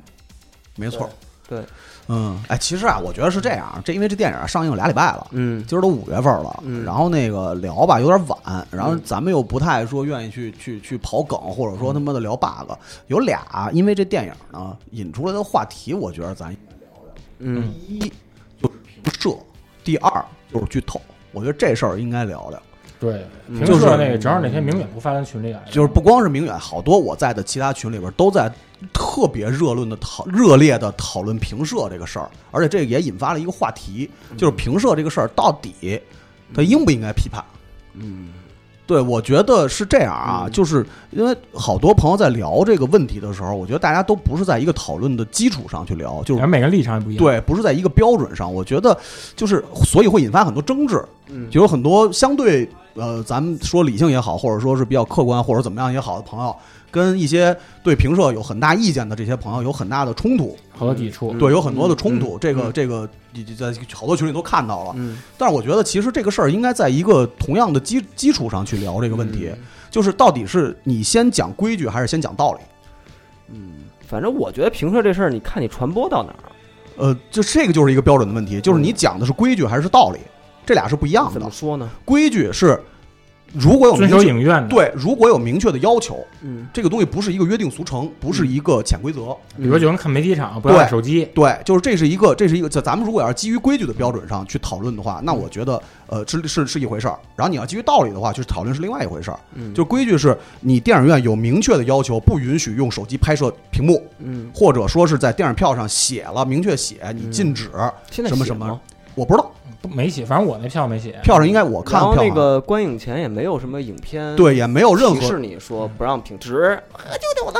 没错，对对嗯，哎，其实啊，我觉得是这样，这因为这电影啊上映了俩礼拜了。嗯今儿都五月份了，嗯然后那个聊吧有点晚，然后咱们又不太说愿意去去去刨梗，或嗯者说他妈的聊 bug，有俩，因为这电影呢引出来的话题，我觉得咱嗯一就是射，第二就是剧透，我觉得这事儿应该聊聊。对，嗯平就是社那个正好那天明远不发咱群里来的，就是不光是明远，好多我在的其他群里边都在特别热论的讨热烈的讨论评社这个事儿，而且这也引发了一个话题，嗯嗯就是评社这个事儿到底它应不应该批判？嗯对，我觉得是这样啊，嗯就是因为好多朋友在聊这个问题的时候，我觉得大家都不是在一个讨论的基础上去聊，就然后是每个人立场也不一样。，对，不是在一个标准上。我觉得就是，所以会引发很多争执。嗯，就有很多相对呃，咱们说理性也好，或者说是比较客观或者怎么样也好的朋友，跟一些对评社有很大意见的这些朋友有很大的冲突，好多抵触嗯。对，有很多的冲突。嗯这个、嗯这个，你你在好多群里都看到了。嗯但是我觉得，其实这个事儿应该在一个同样的基基础上去聊这这个问题，，就是到底是你先讲规矩还是先讲道理？嗯，反正我觉得评社这事儿，你看你传播到哪儿，呃，就这个就是一个标准的哦问题，就是你讲的是规矩还是道理，这俩是不一样怎的么。说呢？规矩是如果有遵明守确影院的，，对，如果有明确的要求，嗯，这个东西不是一个约定俗成，不是一个潜规则。比嗯如就能看媒体场，不要对带手机，对，就是这是一个，这是一个，就咱们如果要是基于规矩的标准上去讨论的话，那我觉得，呃，是是是一回事儿。然后你要基于道理的话，去讨论是另外一回事儿。嗯就规矩是你电影院有明确的要求，不允许用手机拍摄屏幕，嗯，或者说是在电影票上写了明确写你禁止。现在什么写什么吗？我不知道不没写，反正我那票没写，票上应该我看然后票那上个观影前也没有什么影片对也没有任提示何嗯你说不让品质，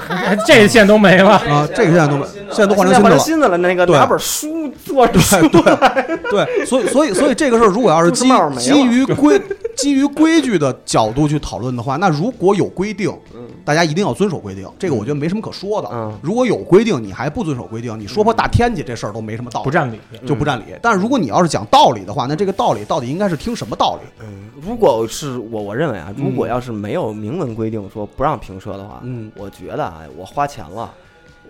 哎这线都没嗯了，啊，这个现在都没，现在都换现在换成成新的了。新的了，那个对拿本书做着书，对，所以所以所以这个事儿，如果要是基就是帽儿没了基于规 [LAUGHS] 基于规矩的角度去讨论的话，那如果有规定，嗯大家一定要遵守规定，这个我觉得没什么可说的。嗯如果有规定你还不遵守规定，你说破大天去这事儿都没什么道不理，占理。就嗯不占理。但是如果你要是讲道理的话，那这个道理到底应该是听什么道理？嗯， [LAUGHS] 如果是我我认为啊，如果要是没有明文规定说不让评车的话，嗯我觉得啊，我花钱了，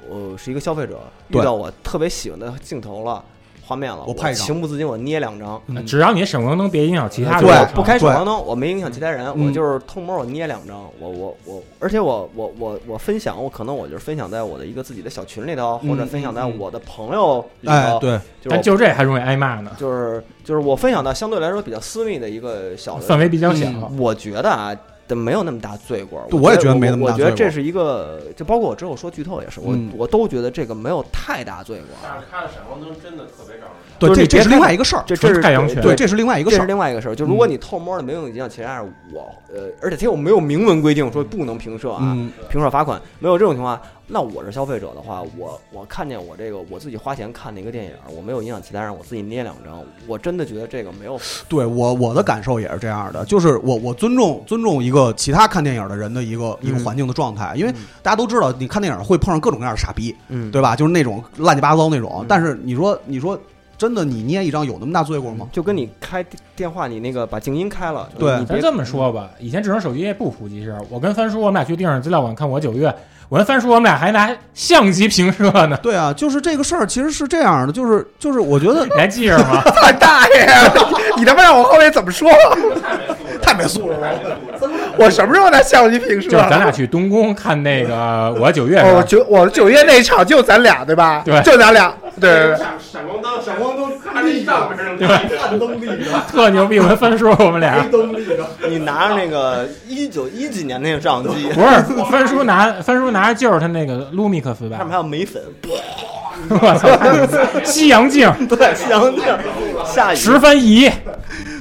我是一个消费者，遇对到我特别喜欢的镜头了。画面了，我我拍一张情不自禁，我捏两张。嗯只要你闪光灯别影响其他对的，不开始闪光灯，我没影响其他人，嗯我就是偷摸我捏两张，我我我，而且我我我我分享，我可能我就是分享在我的一个自己的小群里头，嗯或者分享在我的朋友里哎，头，对，就是但我就这还容易挨骂呢，就是就是我分享到相对来说比较私密的一个小的范围比较小。嗯我觉得啊，这没有那么大罪过。对我我也觉得没那么我大我觉得罪过这是一个，就包括我之后说剧透也是，我、嗯我都觉得这个没有太大罪过。但是他的闪光灯真的特别招人。对，就是这你别这是看另外一个事儿。这这是太阳拳对，这是另外一个这事是儿。另外一个事儿，就如果你偷摸的没有影响其他人，我呃，而且且我没有明文规定说不能平射啊，嗯，平射罚款，没有这种情况，那我是消费者的话，我我看见我这个我自己花钱看的一个电影，我没有影响其他人，我自己捏两张，我真的觉得这个没有，对我我的感受也是这样的，就是我我尊重尊重一个其他看电影的人的一个嗯一个环境的状态，因为大家都知道，你看电影会碰上各种各样的傻逼，嗯对吧？就是那种乱七八糟那种嗯。但是你说你说真的，你捏一张有那么大罪过吗？就跟你开电电话，你那个把静音开了，对你咱别这么说吧，以前智能手机不普及时候，我跟番叔我们俩去电影资料馆看我九月，我跟番叔我们俩还拿相机评射呢，对啊，就是这个事儿，其实是这样的，就是就是，我觉得你还记着吗？太大爷，你他妈让我后面怎么说？太没素质了。我什么时候拿相机评就射？是咱俩去东宫看那个我九月时哦，候我，九我九月那一场就咱俩对吧？对就咱俩，对对对。闪闪光灯，闪光灯看那上面儿呢特牛逼，我跟番叔我们俩。你拿着那个一九一几年那个照相机，不是，番叔拿番叔拿的就是他那个卢米克斯吧 [LAUGHS] 上面还？有眉粉，我操，太牛逼 [LAUGHS] 西洋镜对，西洋镜儿，下雨十分仪，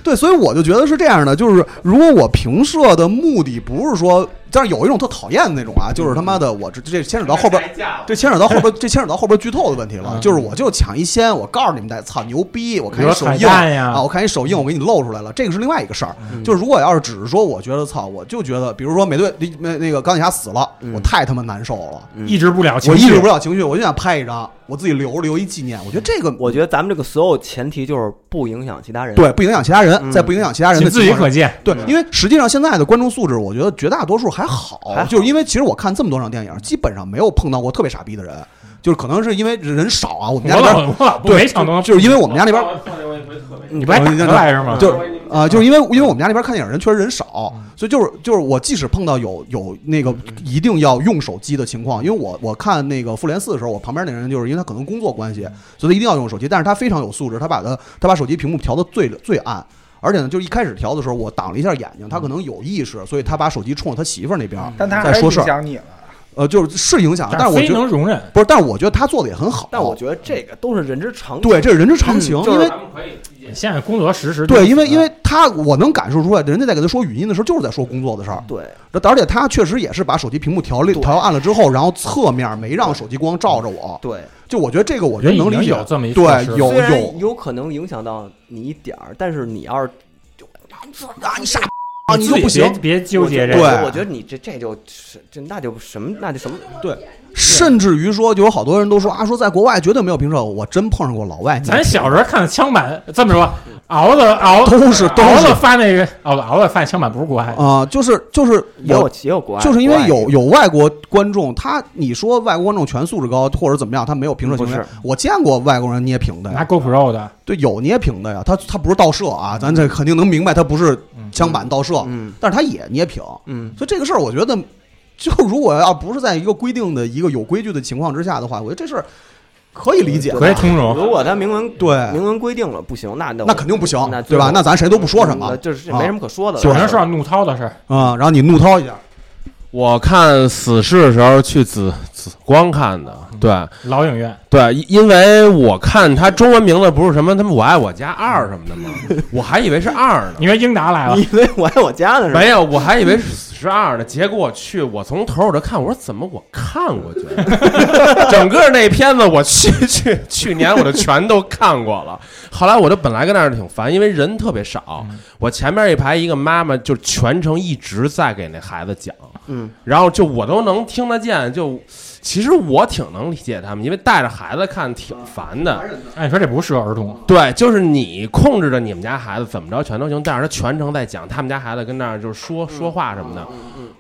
对，所以我就觉得是这样的，就是如果我评射的目的不是说，但是有一种特讨厌的那种啊，就是他妈的，我这这牵扯到后边开价了这牵扯到后边，这牵扯到后边剧透的问题了。嗯就是我就抢一先，我告诉你们大家，操牛逼！我看你手比印如彩蛋呀啊，我看你手印，我给你露出来了，这个是另外一个事儿。就是如果要是只是说，我觉得操，我就觉得，比如说美队那那个钢铁侠死了，我太他妈难受了，嗯抑制不了我情绪，抑制不了情绪，我就想拍一张，我自己留留一纪念。我觉得这个我觉得咱们这个所有前提就是不影响其他人。对不影响其他人，嗯在不影响其他人仅的自情己况下可见。对，因为实际上现在的观众素质，我觉得绝大多数还好，还好就是因为其实我看这么多场电影，基本上没有碰到过特别傻逼的人，就是可能是因为人少啊，我们家我那边老我老不对每场都能，就是因为我们家那边呃我看见我也不会特别你不还打出来是吗？就是啊、就是因为因为我们家那边看电影人确实人少，嗯所以就是就是我即使碰到有有那个一定要用手机的情况，因为我我看那个复联四的时候，我旁边那人就是因为他可能工作关嗯系，所以他一定要用手机，但是他非常有素质，他把他他把手机屏幕调的最最暗。而且呢，就是一开始调的时候，我挡了一下眼睛，他可能有意识，所以他把手机冲着他媳妇儿那嗯边，但他嗯再还是说影事儿响你了，呃，就是是影响，但是我非觉得能容忍。不是，但是我觉得他做的也很好。但我觉得这个都是人之常情。对，这是人之常情，嗯就是嗯因为咱们可以理解现在工作实时对，因为因为他我能感受出来，人家在给他说语音的时候，就是在说工作的事儿。对，而且他确实也是把手机屏幕调亮对调暗了之后，然后侧面没让手机光照着我。对，就我觉得这个，我我觉得能理解有。这么一对措施有虽然有可能影响到你一点儿，但是你要是啊，你傻逼啊，你就自己不行别。别纠结我觉这得个。对我觉得你这这就是这那就什么那就什么甚至于说，就有好多人都说啊，说在国外绝对没有平射。我真碰上过老外，你咱小时候看的枪版，这么说，熬的熬都是都熬是的发那个熬的熬的发现枪版不是国外，啊、就是就是也有也有国外，就是因为国外有有外国观众，他你说外国观众全素质高或者怎么样，他没有平射行不为是。我见过外国人捏平的拿呀， GoPro 的，对，有捏平的呀，他他不是倒射啊，咱这肯定能明白他不是枪版倒射射，嗯但是他也捏平。嗯，所以这个事儿，我觉得，就如果要不是在一个规定的一个有规矩的情况之下的话，我觉得这事儿可以理解的。可以通融。如果他明文对，明文规定了不行，那那我那肯定不行那，嗯对吧？那咱谁都不说什那么啊就是没什么可说的了。就我是能说到怒涛的事儿，啊。然后你怒涛一下，我看死侍的时候去紫紫光看的，嗯对老影院对，因因为我看他中文名字不是什么他们我爱我家二什么 [LAUGHS] 的吗？我还以为是二呢，因为英达来了你，以为我爱我家呢是吧？没有，我还以为是二呢。结果我去，我从头我就看，我说怎么我看过去了？ [LAUGHS] 整个那片子我去 [LAUGHS] 去去年我就全都看过了。后来我就本来跟那儿挺烦，因为人特别少嗯，我前面一排一个妈妈就全程一直在给那孩子讲，嗯，然后就我都能听得见，就其实我挺能理解他们，因为带着孩子看挺烦的。哎，你说这不适合儿童，对，就是你控制着你们家孩子怎么着全都行，但是他全程在讲他们家孩子跟那儿就是说说话什么的。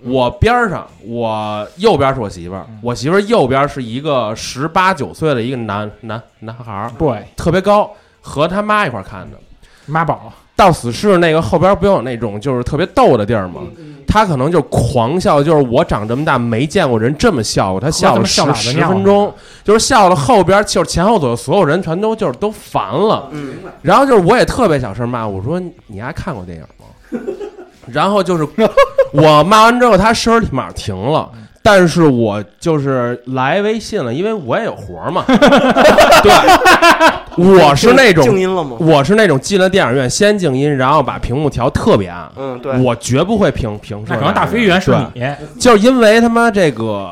我边儿上，我右边是我媳妇儿，我媳妇儿右边是一个十八九岁的一个男男男孩儿， boy 特别高，和他妈一块儿看的。妈宝，到死侍那个后边不有那种就是特别逗的地儿吗？嗯他可能就狂笑，就是我长这么大没见过人这么笑过，他笑他了妈十哦笑十哪儿尿分钟，就是笑了后边就是前后左右所有人全都就是都烦了，嗯然后就是我也特别小声骂我说你还看过电影吗？ [LAUGHS] 然后就是我骂完之后，他声儿立马停了。但是我就是来微信了，因为我也有活儿嘛。 [LAUGHS] 对，我是那种静音了吗？我是那种进了电影院先静音，然后把屏幕调特别暗。嗯，对，我绝不会平平视。那可能大飞员是对，你，就是因为他妈这个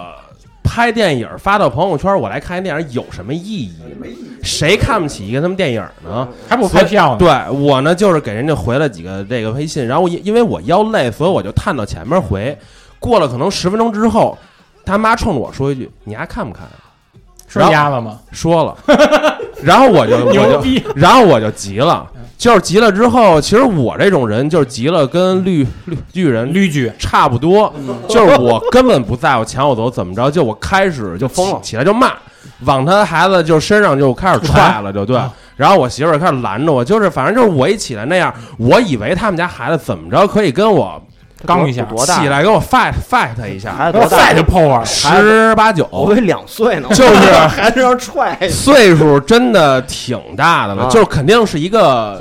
拍电影发到朋友圈，我来看电影有什么意义？谁看不起一个他们电影呢？还不拍票呢，对我呢，就是给人家回了几个这个微信，然后我因因为我腰累，所以我就探到前面回。过了可能十分钟之后，他妈冲着我说一句：“你还看不看说压了吗？？”说了， [LAUGHS] 然后我就我牛就逼，然后我就急了，就是急了之后，其实我这种人就是急了，跟绿绿巨人绿剧，差不多，就是我根本不在乎前后走怎么着，就我开始就疯了起起来就骂，往他孩子就身上就开始踹了，就对啊。然后我媳妇儿开始拦着我，就是反正就是我一起来那样，我以为他们家孩子怎么着可以跟我刚一下多大起？来跟我 fight fight 他一下，孩子多大？就 p 玩，十八九，我以为两岁呢，就是还是要踹。 [LAUGHS] 岁数真的挺大的了，啊就是肯定是一个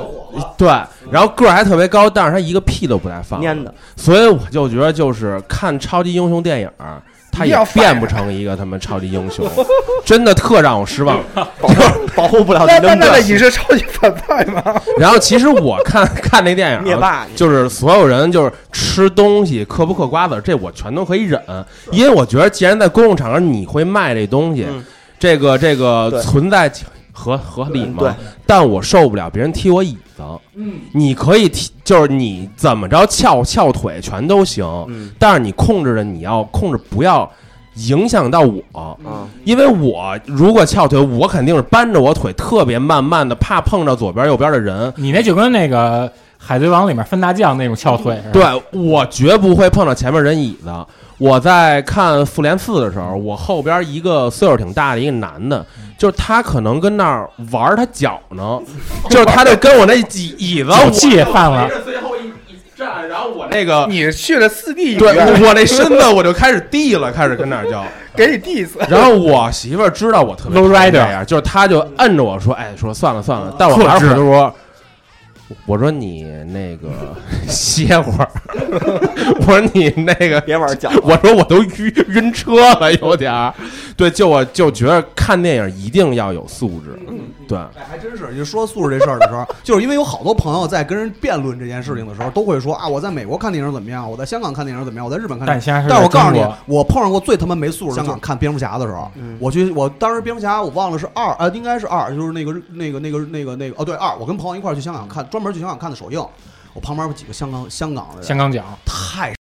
对，然后个儿还特别高，但是他一个屁都不带放，蔫的，所以我就觉得就是看超级英雄电影儿。他也要变不成一个他们超级英 [LAUGHS] 雄，真的特让我失望。保护保护不了那你的那那那表你情。是超级反派吗？然后其实我看 [LAUGHS] 看那电灭影儿，霸，你就是所有人就是吃东西嗑不嗑瓜子儿，这我全都可以忍，因为我觉得既然在公共场合你会卖这东西，嗯这个这对个存在合合理吗？对，但我受不了别人踢我椅子。嗯，你可以踢，就是你怎么着翘翘腿全都行，嗯但是你控制着，你要控制不要影响到我，啊，因为我如果翘腿，我肯定是扳着我腿特别慢慢的，怕碰着左边右边的人。你那就跟那个《海贼王》里面分大将那种翘腿似的，对我绝不会碰到前面人椅子。我在看《复联四》的时候，我后边一个岁数挺大的一个男的，嗯就是他可能跟那儿玩他脚 [LAUGHS] 呢，就是他就跟我那椅椅子，脚我气也犯了，最后一一站，然后我那个你去了四 D 影对院，我那身子我就开始递了，开始跟那儿叫。给你 diss，然后我媳妇儿知道我特别 Low 讨 rider 厌嗯这样，就是她就摁着我说：“哎，说算了算了。”但我还是回头说：“我说你那个 [LAUGHS] 歇 [LAUGHS] 会儿，我说你那个。”别玩脚。 [LAUGHS] 我说我都晕晕车了，有点儿。对，就我就觉得看电影一定要有素质。对，哎，还真是，你说素质这事儿的时候，就是因为有好多朋友在跟人辩论这件事情的时候，都会说啊，我在美国看电影怎么样，我在香港看电影怎么样，我在日本看电但影。现在是但是我在告诉中你国，我碰上过最他妈没素质的，香港看蝙蝠侠的时候，嗯我去，我当时蝙蝠侠我忘了是二，呃，应该是二，就是那个那个那个那个那个，哦对，二，我跟朋友一块儿去香港看，专门去香港看的首映，我旁边有几个香港香港的人，香港脚，太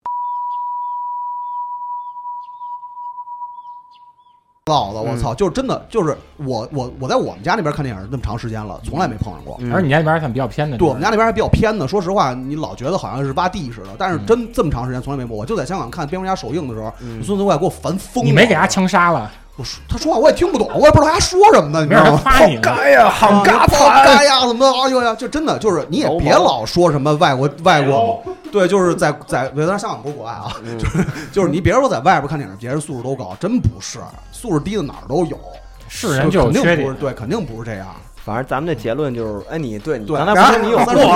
嗯老了，我操！就是真的，就是我我我在我们家那边看电影那么长时间了，从来没碰上过。嗯而你家那边还算比较偏的，对我们家那边还比较偏的，说实话，你老觉得好像是挖地似的，但是嗯真这么长时间从来没碰过。我就在香港看《蝙蝠侠》首映的时候，嗯孙子怪给我烦疯了。你没给他枪杀了，我说他说话我也听不懂，我也不知道他说什么呢，你没知道让他吗？夸 [LAUGHS] 你了，该呀，好啊嘎好盘，嘎呀，怎么的？哎呦呀，就真的就是你也别老说什么外国外国，对，就是在在，当然香港不是国外啊， [LAUGHS] 就是就是你别说在外边看电影，别人素质都高，真不是，素质低的哪儿都有，是人就有肯定缺不是点，对，肯定不是这样。反正咱们的结论就是，哎，你对你对，刚才不是你有咱们这个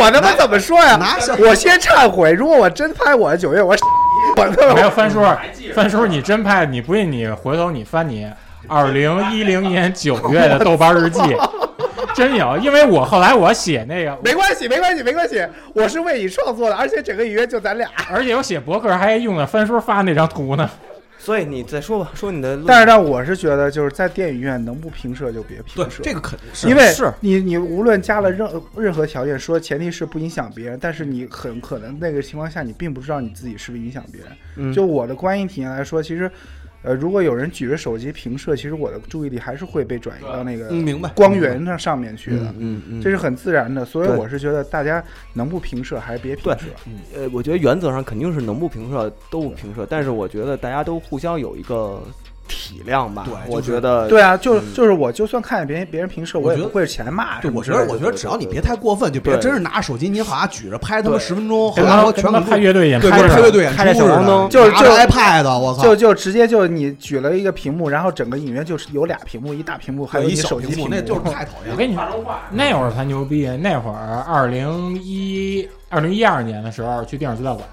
我他妈怎么 [LAUGHS] 说呀？拿下我先忏悔，如果我真拍我的九月，我 [LAUGHS] 我他还妈有翻叔，翻叔，你真拍，你不信你回头你翻 [LAUGHS] 你二零一零年九月的豆瓣日 [LAUGHS] 记，真有，因为我后来我写那个，没关系，没关系，没关系，我是为你创作的，而且整个约就咱俩。而且我写博客还用了翻叔发那张图呢。所以你再说吧，说你的论，但是呢，我是觉得就是在电影院能不平射就别对平射，这个肯定是因为是你你无论加了任呃任何条件，说前提是不影响别人，但是你很可能那个情况下，你并不知道你自己是不是影响别人。嗯就我的观影体验来说，其实，呃，如果有人举着手机平射，其实我的注意力还是会被转移到那个嗯明白光源上上面去的，嗯嗯，这是很自然的。所以对我是觉得大家能不平射还是别平对射。呃，我觉得原则上肯定是能不平射都不平射，但是我觉得大家都互相有一个体谅吧。对我就是觉得对啊，就嗯就是我就算看见别人别人平射，我我也觉不得会起来骂什对，么我之觉类的。得，我觉得只要你别太过分，就别对真是拿手机，你好像举着拍他妈对十分钟，好跟像哎他说们全跟他们国拍乐队演出对，似跟的，乐队演开着出似小黄的，灯就是拿就着 iPad，我操，就就直接就你举了一个屏幕，然后整个影院就是有俩屏幕，一大屏幕还有一你小手机屏幕，那就是太讨厌我了。跟你说，那会儿才牛逼。那会儿二零一二零一二年的时候去电影资料馆，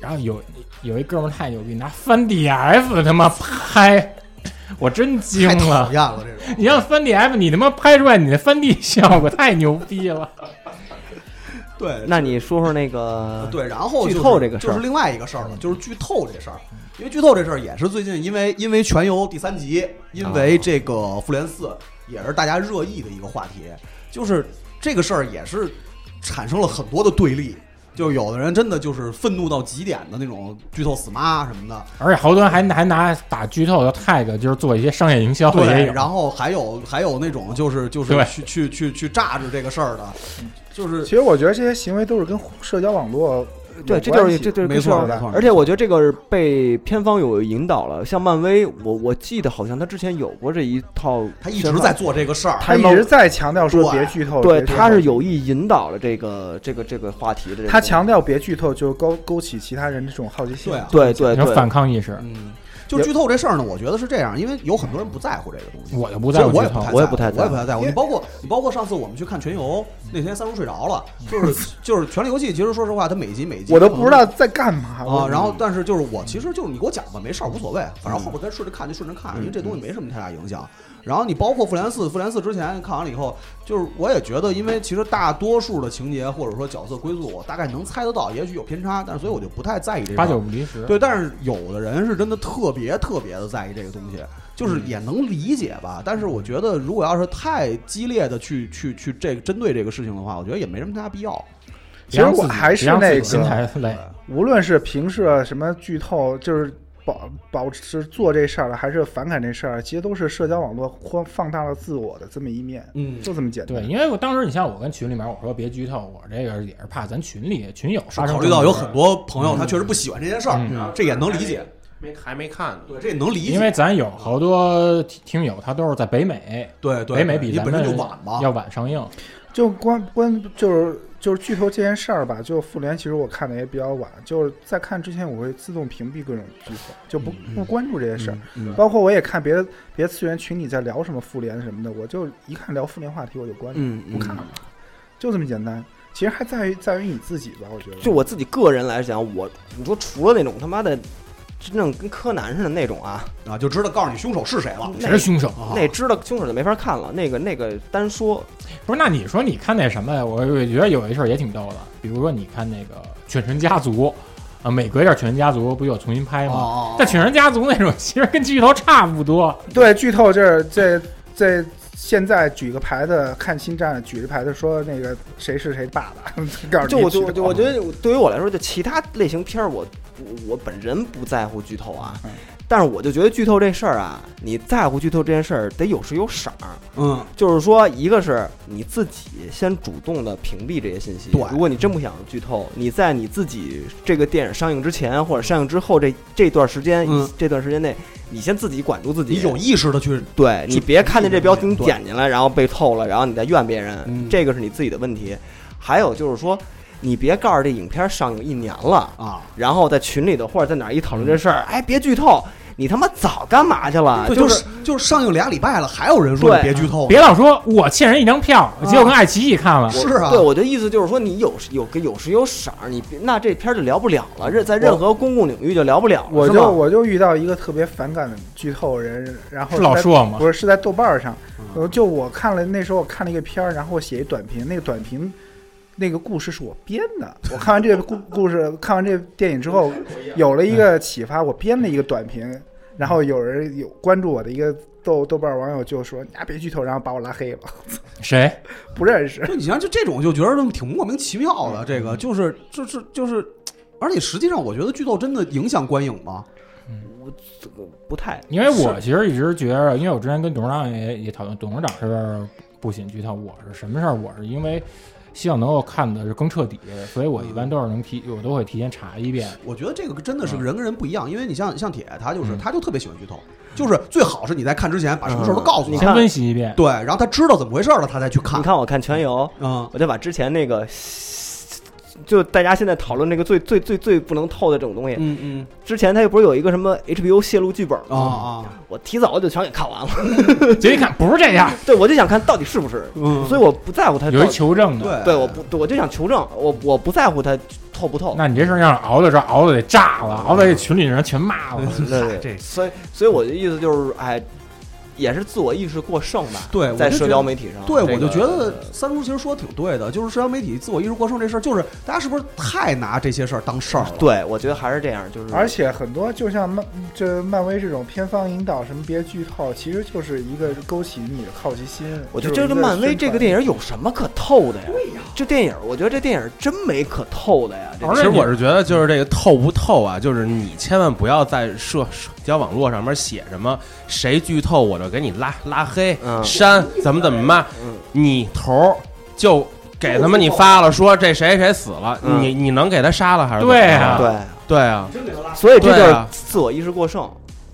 然后有有一哥们儿太牛逼，拿翻 DF 他妈拍，我真惊太讨了。厌了，这 [LAUGHS] 种你让翻 DF，你他妈拍出来你的翻 D 效果太牛逼了。对那你说说那个，啊对，然后、就剧是、透这个事儿就是另外一个事儿了，就是剧透这事儿。因为剧透这事儿也是最近因为因为《全游》第三集，因哦为这个《复联四》也是大家热议的一个话题，就是这个事儿也是产生了很多的对立。就有的人真的就是愤怒到极点的那种剧透死妈什么的， [LAUGHS] 而且好多人还还拿打剧透的 tag，就是做一些商业营销哦也对，有。然后还有还有那种就是就是对去去去去榨着这个事儿的，就是 [LAUGHS] 其实我觉得这些行为都是跟社交网络有对，这就是关系这就是没错就是没错而且我觉得这个是被片方有引导了，像漫威，我我记得好像他之前有过这一套宣传，他一直在做这个事儿，他一直在强调说别剧透，对，别剧透他是有意引导了这个这个这个话题的这个。他强调别剧透，就勾勾起其他人这种好奇心。对啊，对对你说对，反抗意识，嗯，就剧透这事儿呢，我觉得是这样，因为有很多人不在乎这个东西，我就不不在乎我剧也透。太我也不不太我也在乎太在乎。你包括你包括上次我们去看《全游》那天，三叔睡着了，就是 [LAUGHS] 就是《权力游戏》，其实说实话，它每一集每一集我都不知道嗯在干嘛。啊。我然后，但是就是我，其实就是你给我讲吧，没事儿，无所谓，反正后边该顺着看就顺着看，因为这东西没什么太大影响。然后你包括《复联四》，《复联四》之前看完了以后，就是我也觉得，因为其实大多数的情节或者说角色归宿，我大概能猜得到，也许有偏差，但是所以我就不太在意这个。八九不离十，对，但是有的人是真的特别特别的在意这个东西，就是嗯也能理解吧。但是我觉得，如果要是太激烈的去去去这个针对这个事情的话，我觉得也没什么太大必要。其实我还是别那个让自己心态累。无论是平射什么剧透，就是保保持做这事儿啊了，还是反感这事儿，其实都是社交网络或放大了自我的这么一面，嗯就这么简单。对，因为我当时你像我跟群里面我说别剧透，我这个也是怕咱群里群友发生考虑到有很多朋友他确实不喜欢这件事儿，嗯这也能理解。没还没看呢。对，这也能理解。因为咱有好多听友他都是在北美，对对，北美比你咱本们身就晚嘛。要晚上映。就关关就是就是剧透这件事儿吧，就复联其实我看的也比较晚，就是在看之前我会自动屏蔽各种剧透，就不嗯不关注这些事儿。包括我也看别的别的次元群里在聊什么复联什么的，我就一看聊复联话题我就关注，嗯不看嗯。了，就这么简单。其实还在于在于你自己吧，我觉得。就我自己个人来讲，我你说除了那种他妈的真正跟柯南似的那种啊，啊，就知道告诉你凶手是谁了。谁是凶手？啊那知道凶手就没法看了，那个那个单说，不是，那你说你看那什么呀？我我觉得有一事儿也挺逗的，比如说你看那个《犬神家族》，啊，每隔一段《犬神家族》不就有重新拍哦吗？哦，哦但《犬神家族》那种其实跟剧头差不多，对剧透这这这现在举个牌子看星战，举着牌子说那个谁是谁爸爸， [LAUGHS] 告诉就你我剧就透就我觉得对于我来说，就其他类型片儿，我我我本人不在乎剧透啊嗯，但是我就觉得剧透这事儿啊，你在乎剧透这件事儿得有时有色儿，嗯，就是说，一个是你自己先主动的屏蔽这些信息。对如果你真不想剧透，你在你自己这个电影上映之前或者上映之后这这段时间、嗯这段时间内，你先自己管住自己。你有意识的去对去你别看见这标题你对点进来，然后被透了，然后你再怨别人，嗯这个是你自己的问题。还有就是说，你别告诉这影片上映一年了，啊，然后在群里头或者在哪儿一讨论这事儿，哎，别剧透，你他妈早干嘛去啊了？嗯对，就就是就是上映俩礼拜了，还有人说对你别剧透，别老说我欠人一张票，结果跟爱奇艺看了。是啊对，我的意思就是说，你有有个有时有色儿，你别那这片儿就聊不了了，任在任何公共领域就聊不了了，我是就吧我就遇到一个特别反感的剧透人，然后是老在说我吗不是是在豆瓣上嗯，呃就我看了那时候我看了一个片儿，然后我写一短评，那个短评那个故事是我编的。我看完这个故故事，看完这电影之后，有了一嗯个启发，我编了一个短评，然后有人有关注我的一个豆豆瓣网友就说：“你丫别剧透！”然后把我拉黑了，谁？不认识。就你像就这种，就觉得挺莫名其妙嗯的。这个就是就是就是，而且实际上，我觉得剧透真的影响观影吗？这个不太，因为我其实一直觉着，因为我之前跟董事长也也讨论，董事长这边不喜欢剧透，我是什么事儿？我是因为希望能够看的是更彻底，所以我一般都是能提，我都会提前查一遍。我觉得这个真的是嗯人跟人不一样，因为你像像铁，他就是嗯他就特别喜欢剧透，就是最好是你在看之前把什么事儿都告诉嗯你他，看先分析一遍，对，然后他知道怎么回事了，他再去看你。看我看全游，嗯，我就把之前那个。就大家现在讨论那个最最最最不能透的这种东西，嗯嗯之前他又不是有一个什么 HBO 泄露剧本啊吗？啊，我提早就全给看完了， [LAUGHS] 结果一看不是这样，对我就想看到底是不是，嗯，所以我不在乎他有到一底。求证的。对嗯对，我不，我就想求证，我我不在乎他透不透。那你这事儿要是熬到这儿，熬的得炸了，熬到这群里人全骂 [LAUGHS] 了。嗯对这对，所以所以我的意思就是，哎，也是自我意识过剩吧，对，我在就社觉交得媒体上。对，这我就个觉得三叔其实说的挺对的，就是社交媒体自我意识过剩这事儿，就是大家是不是太拿这些事儿当事儿了？对，我觉得还是这样，就是而且很多就像漫这漫威这种片方引导什么别剧透，其实就是一个勾起你的好奇心。我觉得这个漫威这个电影有什么可透的呀？对呀，这电影，我觉得这电影真没可透的呀。这而其且实你我是觉得，就是这个透不透啊，就是你千万不要在社社交网络上面写什么谁剧透我就给你拉拉黑、嗯删，怎么怎么骂，嗯你头儿就给他们你发了，说这谁谁死了，嗯你你能给他杀了还是怎么对着啊对，对啊，所以这对就是啊自我意识过剩，啊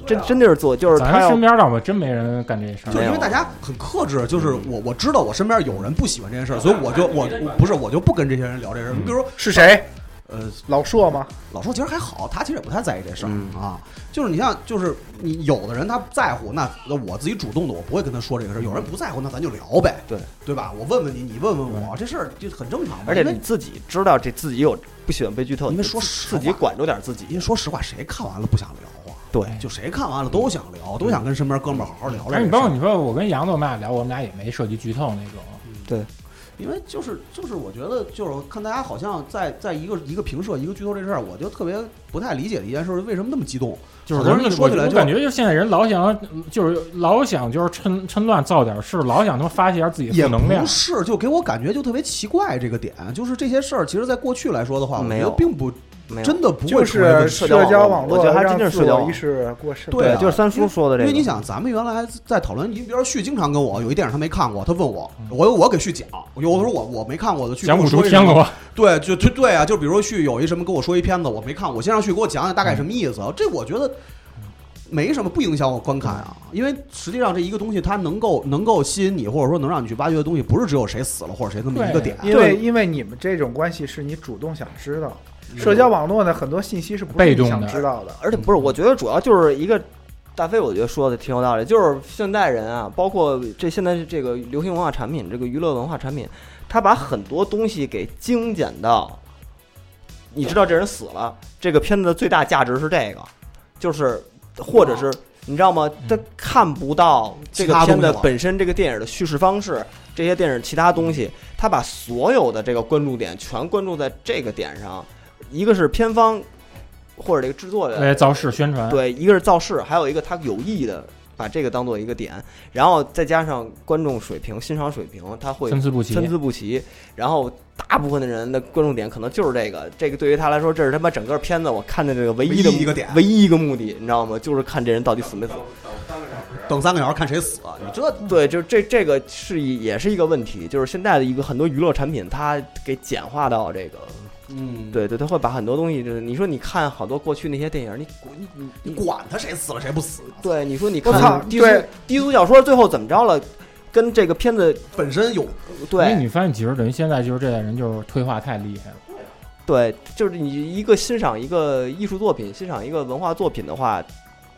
真真就是自我，就是他咱要身边倒真没人干这事就儿。是因为大家很克制，就是嗯我我知道我身边有人不喜欢这件事儿，所以我嗯就我我不是我就不跟这些人聊这事儿。你比如说，是谁？呃，老硕吗？老说其实还好，他其实也不太在意这事儿、嗯啊。就是你像，就是你有的人他在乎，那那我自己主动的，我不会跟他说这个事儿。有人不在乎，那咱就聊呗，对对吧？我问问你，你问问我，这事儿就很正常嘛。而且因为你自己知道这自己有不喜欢被剧透，因你为说自实自己话管住点自因己。为说实话，谁看完了不想聊啊？对，就谁看完了都想聊，都想跟身边哥们儿好好聊聊这事而嗯哎儿。且你包括你说我跟杨总我们俩聊，我们俩也没涉及剧透那种。因为就是就是，我觉得就是看大家好像在在一个一个评社一个剧透这事儿，我就特别不太理解的一件事，为什么那么激动？就是好多人我一说起来我就感觉就是现在人老想，就是老想就是趁趁乱造点事，老想他妈发泄一下自己的也负能量不。是，就给我感觉就特别奇怪这个点，就是这些事儿，其实在过去来说的话，我没觉有得并不没有真的不就会成为是问社题。交网络交网我觉得还让真是自社交我网络意识过剩。对啊就是三叔说的这因个，为你想，咱们原来还在讨论，你比如说旭经常跟我有一电影他没看过，他问我，我有我给旭讲，有的时候我我没看过的去讲跟五我毒说一天声罗，对，就就对啊，就比如说旭有一什么跟我说一片子，我没看，我先让旭给我讲讲大概什么意思啊。这我觉得没什么，不影响我观看啊。因为实际上这一个东西，它能够能够吸引你，或者说能让你去挖掘的东西，不是只有谁死了或者谁这么一个点。因为因为你们这种关系是你主动想知道，嗯社交网络呢很多信息是不是被你动想的知道的。而且不嗯是，我觉得主要就是一个大飞，我觉得说的挺有道理，就是现代人啊，包括这现在这个流行文化产品，这个娱乐文化产品，他把很多东西给精简到，你知道这人死了，这个片子的最大价值是这个，就是或者是。你知道吗？他看不到这个啊嗯其他东片西子了本身，这个电影的叙事方式，这些电影其他东西，他把所有的这个关注点全关注在这个点上。一个是片方或者这个制作人，哎，造势宣啊传，对，一个是造势，还有一个他有意的把这个当做一个点，然后再加上观众水平、欣赏水平，他会参差不齐。参差不齐。然后大部分的人的关注点可能就是这个，这个对于他来说，这是他妈整个片子我看的这个唯一的唯一一个点嗯唯一一个目的，你知道吗？就是看这人到底死没死。等三个小时看谁死，你这对，就这这个是一也是一个问题，就是现在的一个很多娱乐产品，它给简化到这个，嗯，对对，他会把很多东西，就是你说你看好多过去那些电影，你你你你管他谁死了谁不死，对，你说你我操看低俗对低俗小说最后怎么着了？跟这个片子本身因有为对哎你发现，其实等于现在就是这代人就是退化太厉害了，对，就是你一个欣赏一个艺术作品、欣赏一个文化作品的话，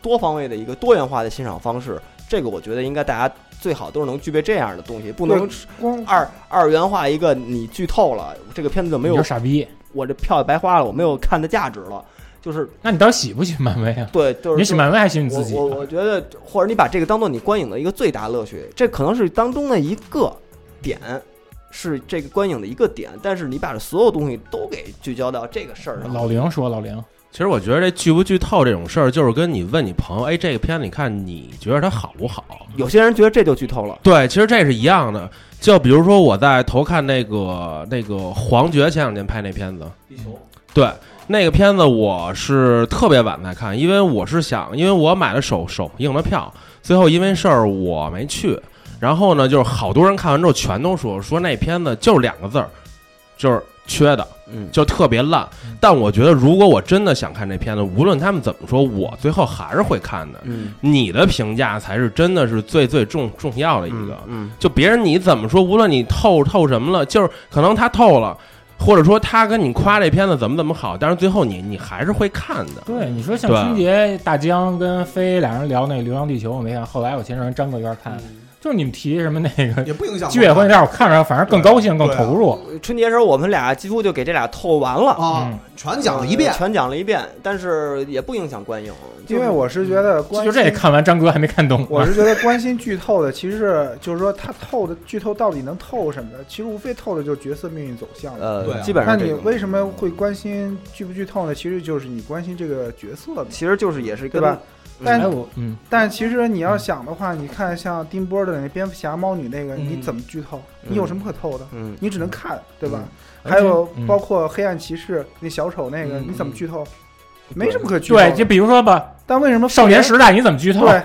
多方位的一个多元化的欣赏方式，这个我觉得应该大家最好都是能具备这样的东西，不能光二二元化一个你剧透了，这个片子就没你有就是傻逼。我这票也白花了，我没有看的价值了。就是那你到底喜不喜欢漫威啊？对，就是你喜欢漫威还是喜欢你我自己啊？我我觉得，或者你把这个当做你观影的一个最大乐趣，这可能是当中的一个点，是这个观影的一个点。但是你把所有东西都给聚焦到这个事儿上，老林说老林，其实我觉得这剧不剧透这种事儿，就是跟你问你朋友，哎，这个片子你看你觉得它好不好？有些人觉得这就剧透了，对，其实这是一样的。就比如说我在头看那个那个黄觉前两天拍那片子，地球对那个片子我是特别晚才看，因为我是想，因为我买了首首映的票，最后因为事儿我没去。然后呢，就是好多人看完之后全都说说那片子就是两个字儿，就是缺的。嗯，就特别烂嗯。但我觉得，如果我真的想看这片子，无论他们怎么说，我最后还是会看的。嗯，你的评价才是真的是最最重重要的一个。嗯，就别人你怎么说，无论你透透什么了，就是可能他透了，或者说他跟你夸这片子怎么怎么好，但是最后你你还是会看的。对你说像对春节大江跟飞俩人聊那《流浪地球》，我没看，后来我先让人张哥约看，就是你们提什么那个嗯也不影响居委会那儿，我看着反而更高兴、更对啊投入。春节时候我们俩几乎就给这俩透完了，啊嗯，全讲了一遍呃，全讲了一遍，但是也不影响观影，就因是为我是觉嗯得关就这 [LAUGHS] 心看完张哥还没看懂呢，啊我是觉得关心剧透的，其实是就是说他透的剧透到底能透什么的，其实无非透的就是角色命运走向嘛。对啊呃，基本那上这你个为什么会关心剧不剧透呢？其实就是你关心这个角色嘛，其实就是也是跟对吧？但哎我嗯，但其实你要想的话，你看像丁波的那蝙蝠侠、猫女那个，嗯你怎么剧透？嗯你有什么可透的？嗯你只能看，对吧？嗯还有嗯包括黑暗骑士那小丑那个，嗯你怎么剧透？嗯没什么可剧透的。对，就比如说吧，但为什么《复少年联时代》你怎么剧透？对，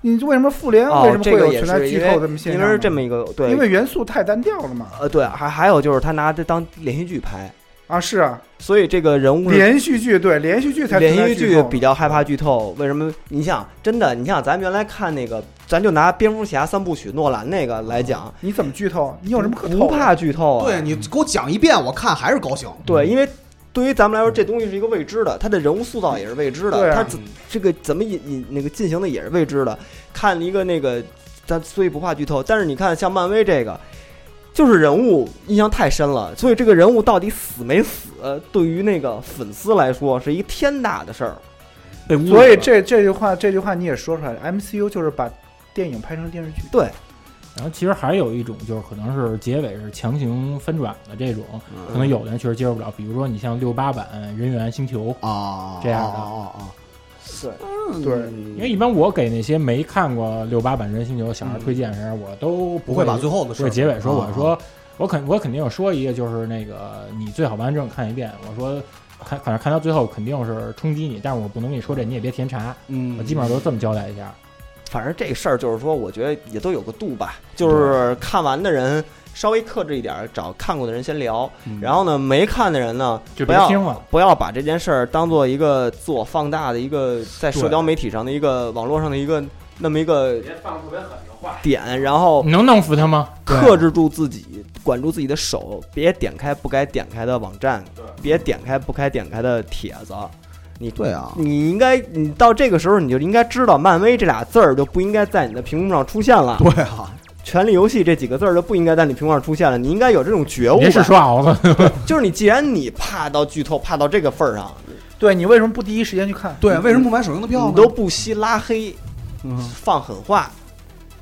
你为什么复联为什哦，么会这个有也存在是剧因透为这么现因象为呢？是这么一个对，因为元素太单调了嘛。呃对，还还有就是他拿这当连续剧拍，啊，是啊，所以这个人物是连续剧对连续剧才嗯存连在续剧剧透比较害怕剧透，为什么？你想，真的，你像咱们原来看那个，咱就拿蝙蝠侠三部曲诺兰那个来讲，你怎么剧透？啊你有什么可透的？不怕剧透啊？对你给我讲一遍，我看还是高兴。对，因为对于咱们来说，这东西是一个未知的，它的人物塑造也是未知对的，啊它怎这个怎么引引那个进行的也是未知的。看一个那个，咱所以不怕剧透，但是你看像漫威这个。就是人物印象太深了，所以这个人物到底死没死，对于那个粉丝来说是一天大的事儿。被污所以这这句话这句话你也说出来了，MCU 就是把电影拍成电视剧。对，然后其实还有一种就是可能是结尾是强行翻转的这种，可能有的人确实接受不了。比如说你像六八版《人猿星球》，啊这样的啊嗯啊啊，对，对因为一般我给那些没看过六八版《人猿星球》的小孩推荐的时候，我都不会会把最后的事对儿结尾说，啊我说我肯我肯定有说一个，就是那个你最好完整看一遍。我说看，反正看到最后肯定是冲击你，但是我不能跟你说这，你也别甜茶。嗯，我基本上都这么交代一下。嗯反正这事儿就是说，我觉得也都有个度吧，就是看完的人稍微克制一点儿，找看过的人先聊，嗯然后呢，没看的人呢，就不别要听了，不要把这件事儿当做一个自我放大的一个在社交媒体上的一个网络上的一个那么一个别放特别狠的话。点，然后你能弄死他吗？克制住自己，管住自己的手，别点开不该点开的网站，别点开不该点开的帖子。你对啊你应该，你到这个时候你就应该知道，漫威这俩字儿就不应该在你的屏幕上出现了。对啊，权力游戏这几个字儿就不应该在你屏幕上出现了，你应该有这种觉悟别是吧。说熬子，就是你，既然你怕到剧透，怕到这个份儿上，对你为什么不第一时间去看？ [LAUGHS] 对，啊为什么不买首映的票你呢？都不惜拉黑、嗯放狠话，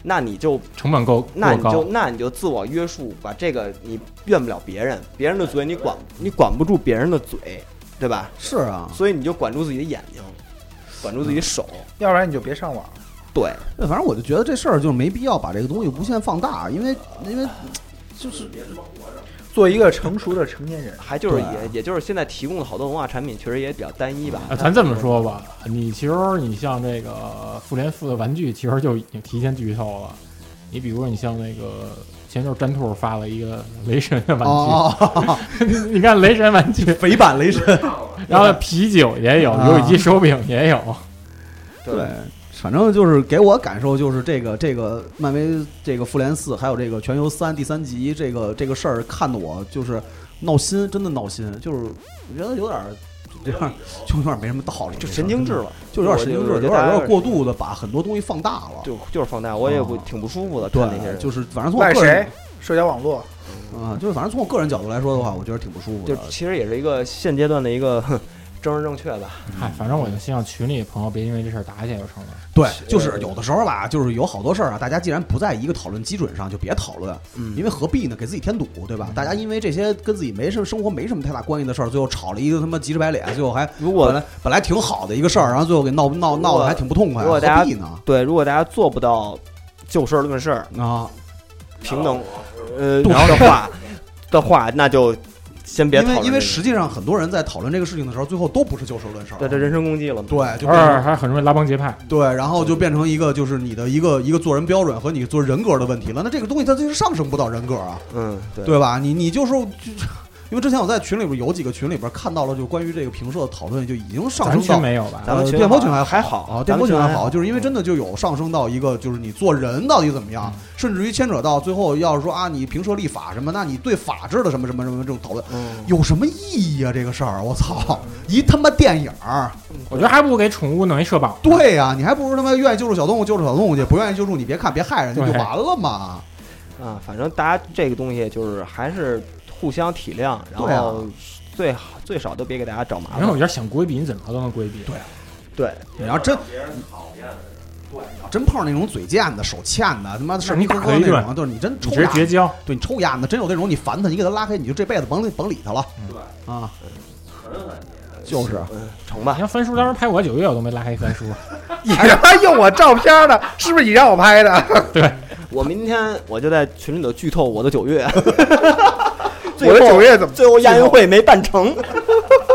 那你就，成本够那过你就，高。那你就自我约束，把这个你怨不了别人，别人的嘴你管，你管不住别人的嘴，对吧？是啊，所以你就管住自己的眼睛，管住自己的手，嗯要不然你就别上网。对，对，反正我就觉得这事儿就是没必要把这个东西无限放大，因为因为就是做一个成熟的成年人，还就是对啊也也就是现在提供的好多文化产品确实也比较单一吧。嗯啊，咱这么说吧，你其实你像这个复联四的玩具，其实就已经提前剧透了。你比如说，你像那个前一阵儿詹兔发了一个雷神的玩具，哦，你看雷神玩 [LAUGHS] 具， [LAUGHS] 肥版雷神，然后啤酒也有，啊游戏机手柄也有，对。 [LAUGHS] 反正就是给我感受就是这个这个漫威这个复联四还有这个全游三第三集这个这个事儿看的我就是闹心，真的闹心，就是我觉得有点儿就这样，就有点儿没什么道理，就神经质了。了，就有点神经质，我有觉得点大家有点过度的把很多东西放大了。就就是放大，我也不啊挺不舒服的，看那些对，人，就是反正从我赖个人谁？社交网 [LAUGHS] 络，啊，就是反正从我个人角度来说的话，我觉得挺不舒服就的。其实也是一个现阶段的一个 [LAUGHS] 哼政治正确吧，嗨，反正我就希望群里朋友别因为这事儿打起来就成了。对，就是有的时候吧，就是有好多事儿啊，大家既然不在一个讨论基准上，就别讨论，嗯因为何必呢？给自己添堵，对吧？大家因为这些跟自己没什么生活没什么太大关系的事儿，最后吵了一个他妈急赤白脸，最后还如本果来本来挺好的一个事儿，然后最后给闹闹闹得还挺不痛快，啊如果何大家必呢？对，如果大家做不到就事儿论事儿，啊，平等，哦 [LAUGHS] 呃，然后的话的话，那就先别因讨为论因为这个实际上很多人在讨论这个事情的时候，最后都不是就事论事儿，啊对这人身攻击了嘛，对，就变成二还很容易拉帮结派。对，然后就变成一个就是你的一个一个做人标准和你做人格的问题了。那这个东西它就是上升不到人格啊，嗯，对，对吧？你你就是就因为之前我在群里边有几个群里边看到了，就关于这个评社的讨论就已经上咱升群到。没有吧？咱们呃群电波群还还好啊，咱电们波群群还还好，好就是因为真的就有上升到一个，就是你做人到底怎么样，嗯甚至于牵扯到最后，要是说啊，你评社立法什么，那你对法治的什么什么什么这种讨论，嗯，有什么意义啊？这个事儿，我操，一他妈电影儿，我觉得还不如给宠物弄一社保。对呀、你还不如他妈愿意救助小动物救助小动物去，不愿意救助你别看别害人家就对完了嘛。啊，反正大家这个东西就是还是互相体谅，然对啊后最好最少都别给大家找麻然后我烦，觉得想规避，你怎么着都能规避。啊对啊对，你要真别人讨厌，对，真碰上那种嘴贱的、手欠的，他妈事儿那你逼哥可哥以那种，对就是你真你抽直接丫，绝交。对你抽丫的，真有那种你烦他，你给他拉黑，你就这辈子甭甭理他了。嗯对啊，就是嗯，成啊吧你，要翻叔当时拍我九月，我都没拉黑 [LAUGHS] 翻叔。你他妈哎用我照片的，是不是你让我拍的？我明天我就在群里头剧透我的九月，最我的后九月怎么最后亚运会没办成，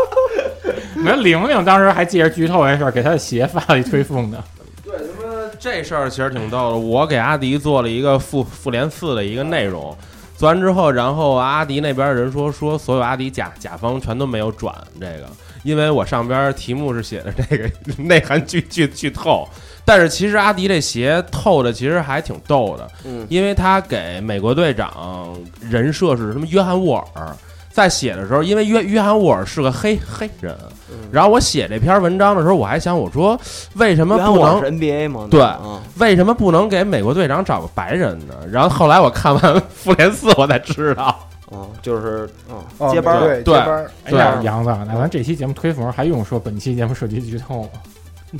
我觉得玲玲当时还借着剧透这事儿给他的鞋发了一推风呢。对，他妈这事儿其实挺逗的。我给阿迪做了一个复复联四的一个内容，做完之后，然后阿迪那边的人说说所有阿迪甲甲方全都没有转这个，因为我上边题目是写的这个内涵剧剧剧透，但是其实阿迪这鞋透的其实还挺逗的，嗯，因为他给美国队长人设是什么约翰沃尔。在写的时候，因为约约翰沃尔是个黑黑人，嗯然后我写这篇文章的时候，我还想我说为什么原来不我能是 NBA 嘛，对啊，为什么不能给美国队长找个白人呢？然后后来我看完 [LAUGHS] 《复联四》，我才知道，嗯，就是嗯哦接班儿，对接对班儿，哎对呀，杨子，那咱这期节目推风还用说本期节目涉及剧透吗？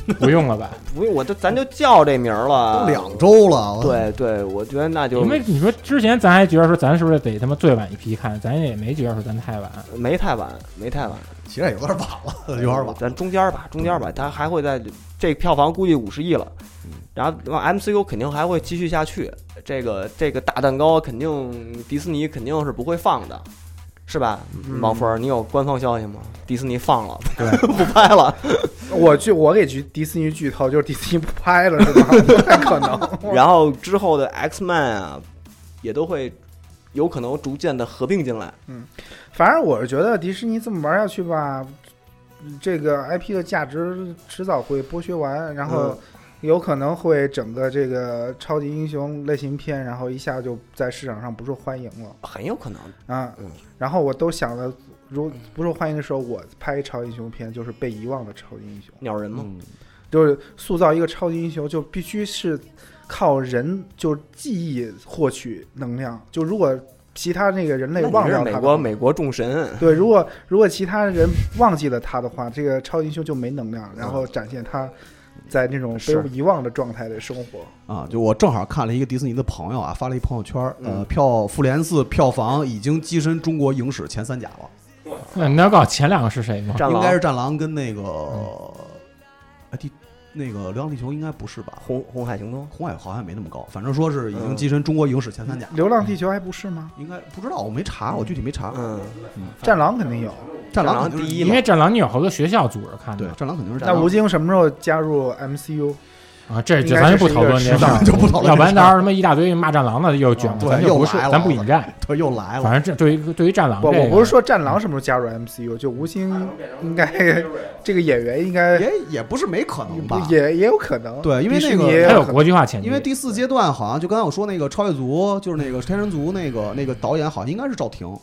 [LAUGHS] 不用了吧？ [LAUGHS] 不用我就咱就叫这名儿了，都两周了，我，对对，我觉得那就因为你说之前咱还觉得说咱是不是得他妈最晚一批看，咱也没觉得说咱太 [LAUGHS] 晚。没太晚，没太晚，其实也有点晚了，有点晚了。嗯咱中间儿吧，中间儿吧，它还会在这票房估计五十亿了，然后那 MCU 肯定还会继续下去，这个这个大蛋糕肯定迪士尼肯定是不会放的，是吧？王峰儿，你有官方消息吗？迪士尼放了， [LAUGHS] 不拍了，我剧我给剧迪士尼剧透，就是迪士尼不拍 [LAUGHS] 了是吧？不太可能。然后之后的 X Man 啊，也都会有可能逐渐的合并进来，反正我是觉得迪士尼这么玩下去吧，这个 IP 的价值迟早会剥削完，然后嗯有可能会整个这个超级英雄类型片，然后一下就在市场上不受欢迎了很有可能。啊嗯。然后我都想了，如不受欢迎的时候，我拍超级英雄片就是被遗忘的超级英雄。鸟人嘛，就是塑造一个超级英雄，就必须是靠人就记忆获取能量。就如果其他那个人类那忘你是掉美他的国话，美国众神， [LAUGHS] 对，如果如果其他人忘记了他的话，这个超级英雄就没能量，然后展现他在那种被是遗忘的状态的生活。啊，就我正好看了一个迪士尼的朋友啊，发了一朋友圈儿，呃，嗯票《复联四》票房已经跻身中国影史前三甲了，那你要告诉我前两个是谁吗？战应狼该是《战狼》嗯跟那个，哎，地那个《流浪地球》应该不是吧？红红海行动。红嗯海好像没那么高，反正说是已经跻身中国影史前三甲，流浪地球还不是吗？应该不知道，我没查，我具体没查。嗯，啊战狼肯定有。战战狼狼肯定是第一因嘛为战狼你有好多学校组织看对的战狼肯定是那战狼吴京什么时候加入 MCU？啊，这应就该咱是就不讨论这事咱儿们，就不讨论这事儿，要不然到时候他妈一大堆骂战狼的又卷嗯了，对咱就又不是来了哎咱不引战。他又来了反。正这对于对于战狼不，这个，我不是说战狼什么时候加入 MCU，就吴京应 [LAUGHS] 该这个演员应该也也不是没可能吧？也也有可能。对因为迪士那个尼也还有有可国际化前景，因为第四阶段好像就刚才我说那个超越族，就是那个天神族那个那个导演好像应该是赵婷，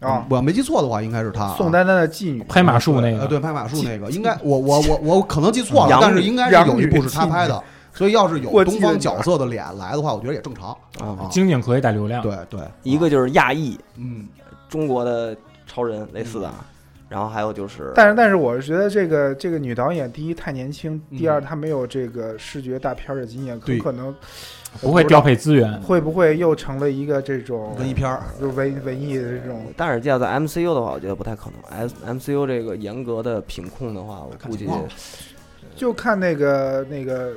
啊，我没记错的话，应该是他嗯啊宋丹丹的妓女，拍马术那个呃，对，拍马术那个，应该我我我我可能记错了，但是应该是有一部是他拍的，所以要是有东方角色的脸来的话，我觉得也正常啊啊。经典可以带流量，对对，一个就是亚裔，嗯，中国的超人类似的啊，然后还有就是，但是但是我觉得这个这个女导演，第一太年轻，嗯第二她没有这个视觉大片儿的经验，很对可能不会调配资源。会不会又成了一个这种文艺片儿，就文文艺的这种但是要在 MCU 的话，我觉得不太可能。S MCU 这个严格的品控的话，我看估计情况就看那个那个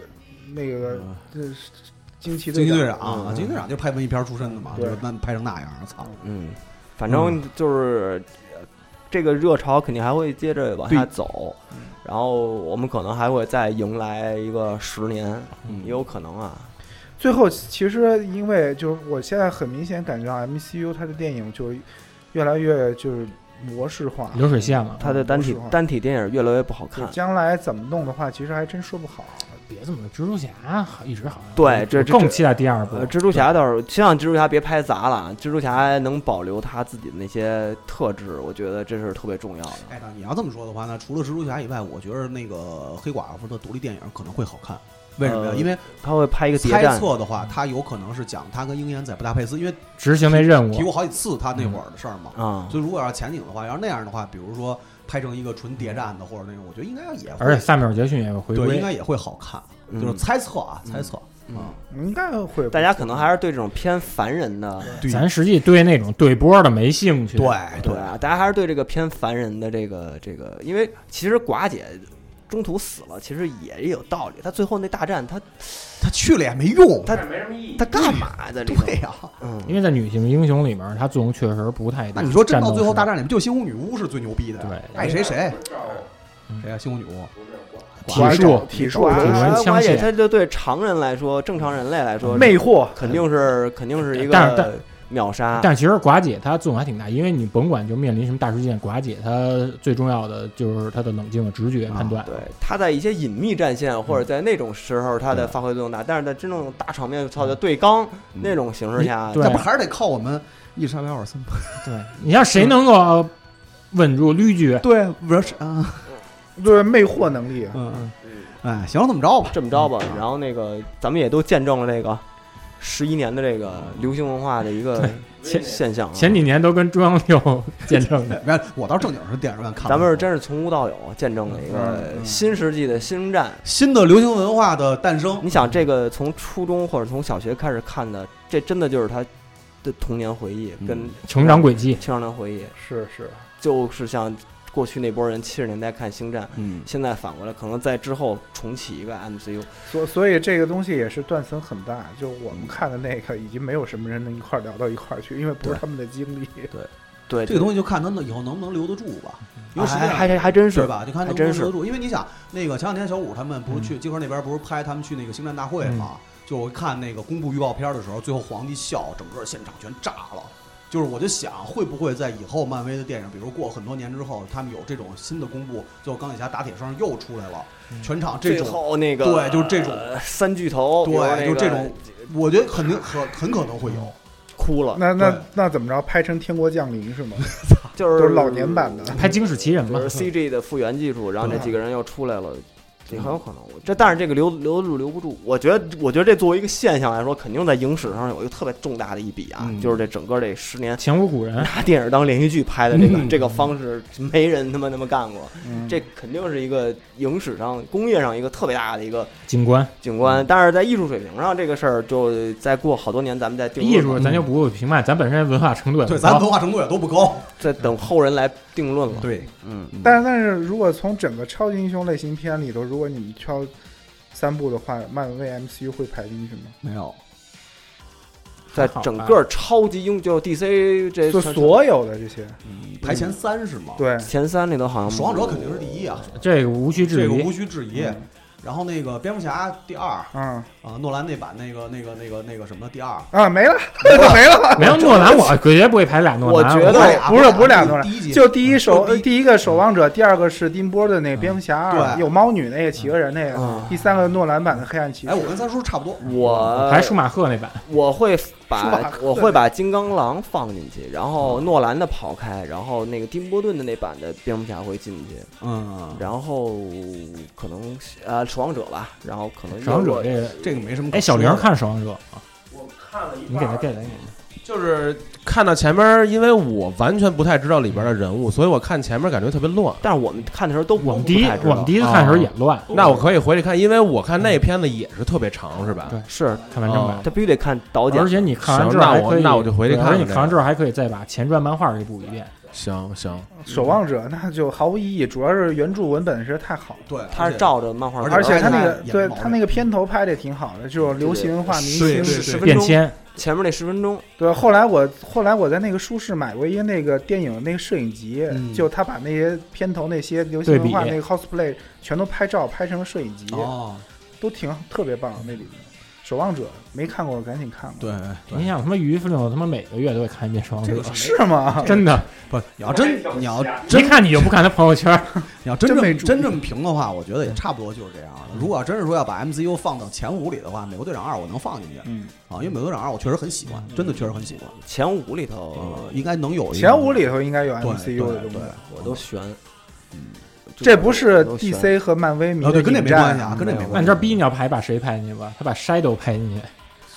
那个嗯这是惊奇惊奇队队长啊，惊奇队长就是拍文艺片出身的嘛，就是那拍成那样，操，嗯，反正就是呃这个热潮肯定还会接着往下走，然后我们可能还会再迎来一个十年，也有可能啊。最后其实因为就是我现在很明显感觉到 MCU 它的电影就越来越就是模式化，流水线了，它的单体嗯说实话单体电影越来越不好就看，将来怎么弄的话，其实还真说不好。别这么蜘蛛侠好，一直好像对这这更期待第二部呃，蜘蛛侠倒是，希望蜘蛛侠别拍砸了啊。蜘蛛侠能保留他自己的那些特质，我觉得这是特别重要的。哎，那你要这么说的话呢，除了蜘蛛侠以外，我觉得那个黑寡妇的独立电影可能会好看。为什么呀？呃因为他会拍一个谍猜战，测的话，他有可能是讲他跟鹰眼在布达佩斯，因为执行那任提务，过好几次他那会儿的事儿嘛。啊，所以如果要是前景的话，要是那样的话，比如说拍成一个纯谍战的或者那种，我觉得应该也会而且萨米尔杰逊也回对，应归，该也会好看。嗯就是猜测啊，猜测嗯啊，应该会，大家可能还是对这种偏凡人的，对咱实际对那种对波的没兴趣。对对啊，大家还是对这个偏凡人的这个这个，因为其实寡姐中途死了，其实也也有道理。她最后那大战，她他去了也没用，他没什么意义她干嘛啊在里头？对呀。嗯，因为在女性英雄里面，她作用确实不太大。那你说真到战斗最后大是战里面，就猩红女巫是最牛逼的，对爱谁谁，谁啊？猩红女巫，体术体术寡体术啊人寡枪寡姐，械她就对常人来说，正常人类来说，魅惑，肯定是肯定是一但但个秒杀。但其实寡姐她作用还挺大，因为你甭管就面临什么大事件，寡姐她最重要的就是她的冷静的直觉判断。对，他在一些隐秘战线或者在那种时候，他的发挥作用大，但是在真正大场面，操的对刚嗯那种形式下，对那不还是得靠我们伊莎贝尔森吗？对，你像谁能够稳住绿局？对，不是啊，就是魅惑能力。嗯嗯，哎，行，这么着吧，这么着吧。啊然后那个，咱们也都见证了这个十一年的这个流行文化的一个前现象啊。 [LAUGHS] 前几年都跟中央六 [LAUGHS] 见证的，哎我倒是正经是电影院看的，咱们是真是从无到有，见证了一个嗯新世纪的新征战。新的流行文化的诞生，你想，这个从初中或者从小学开始看的，这真的就是他的童年回忆跟嗯成长轨迹。青少年回忆，是是，就是像过去那波人七十年代看星战。嗯，现在反过来，可能在之后重启一个 MCU，所所以这个东西也是断层很大。就我嗯们看的那个，已经没有什么人能一块儿聊到一块儿去，因为不是他们的经历。对这个东西就看他能以后能不能留得住吧，因嗯还为实际上还还还真是是，吧？就看还能不真能是嗯留得住，因为你想，那个前两天小五他们不是去金河那边不是拍他们去那个星战大会嘛？就我看那个公布预告片的时候，最后皇帝笑，整个现场全炸了。就是我就想，会不会在以后漫威的电影，比如过很多年之后，他们有这种新的公布，就钢铁侠打铁声又出来了，嗯全场这最种，后那个对就是这种呃三巨头，对比如那个就这种我觉得肯定很很可能会有。哭了，那对那那怎么着？拍成《天国降临》是吗？ [LAUGHS] 就都是是老年版的，拍《惊世奇人》嘛就，是 CG 的复原技术，然后这对几个人又出来了。嗯也很有可能，这但是这个留留得住留不住，我觉得，我觉得这作为一个现象来说，肯定在影史上有一个特别重大的一笔啊，嗯就是这整个这十年前无古人。拿电影当连续剧拍的这个、嗯这个方式，没人他妈那么干过，嗯这肯定是一个影史上工业上一个特别大的一个警官，景观，但是在艺术水平上，这个事儿就再过好多年，咱们再定论嗯艺术咱就不评判，咱本身文化程度也对，不咱高。文化程度也都不高。再等后人来定论了。对，嗯，但是但是如果从整个超级英雄类型片里头，如果你们挑三部的话，漫威 MCU 会排进去吗？没有，在整个超级英就 DC 这就所有的这些，排前三是吗？，对，前三里头好像守望者肯定是第一啊，这个无需这置个疑嗯无。需置疑。然后那个蝙蝠侠第二啊、嗯诺兰那版那个那个那个那个什么第二，啊，没了， [LAUGHS] 没了， [LAUGHS] 没有诺兰，我绝对不会排俩诺兰。我觉得俩不是不是俩诺兰第一集就第一守就第一嗯第一个守望者，第二个是丁波的那个蝙蝠侠二，对有猫女那个企鹅人那个嗯，第三个诺兰版的黑暗骑哎，士。我跟三叔差不多，我还是舒马赫那版，我会舒马把赫我会把金刚狼放进去，然嗯后诺兰的跑开，然后那个丁波顿的那版的蝙蝠侠会进去，嗯，然后可能呃守望者吧，然后可能守望者又这个。这个没什么可哎，说小的。玲看守望者啊，我看了一你给他 get 一眼。就是看到前面，因为我完全不太知道里边的人物，所以我看前面感觉特别乱。但是我们看的时候都不我们第一不太知道我们第一次看的时候也乱，那我可以回去看，因为我看那片子也是特别长，是吧？对是看完正版哦。他必须得看导而演，且你看完行之后那还我可以，那我就回去对看而且看你看这完个之后还可以再把前传漫画给补一遍。行行，守望者那就毫无意义，主要是原著文本实在太好了，对，他而是且照着漫画，而且他他那个演对毛他病那个片头拍的挺好的，这种流行文化明对对对星十分变钟迁，前面那十分钟，对，后来我后来我在那个书市买过一个那个电影那个摄影集，嗯就他把那些片头那些流行对文化比那个 cosplay 全都拍照拍成摄影集，哦，都挺特别棒那里面。守望者没看过，赶紧看吧。对你对，想他妈于司令，我他妈每个月都会看一遍守望者这个，是吗？ [LAUGHS] 真的，不，你要真你要一看你就不看他朋友圈，你要真真没正注意真正评的话，我觉得也差不多就是这样的。如果要真是说要把 MCU 放到前五里的话，美国队长二我能放进去嗯，啊，因为美国队长二我确实很喜欢，嗯真的确实很喜欢，前五里头呃，应该能有一个前五里头应该有对 MCU 的对东西对，，我都悬，嗯就这不是我都悬 DC 和漫威迷啊的对跟这没引战关系啊跟这没关那你知道逼你要排把谁排进去吧？他把 Shadow 排进去，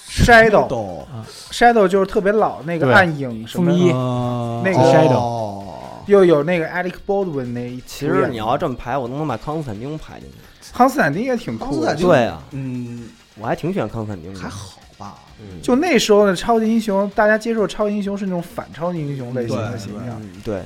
Shadow 斗 Shadow 就是特别老那个对暗影什么风，衣呃那个 Shadow 哦又有那个 Alec Baldwin 那一其主实演你要这么排，我都能把康斯坦丁排进去。康斯坦丁也挺康斯酷坦的丁，对啊，嗯，我还挺喜欢康斯坦丁的还。好吧，嗯就那时候的超级英雄，大家接受超级英雄是那种反超级英雄类型的对形对象。嗯，对，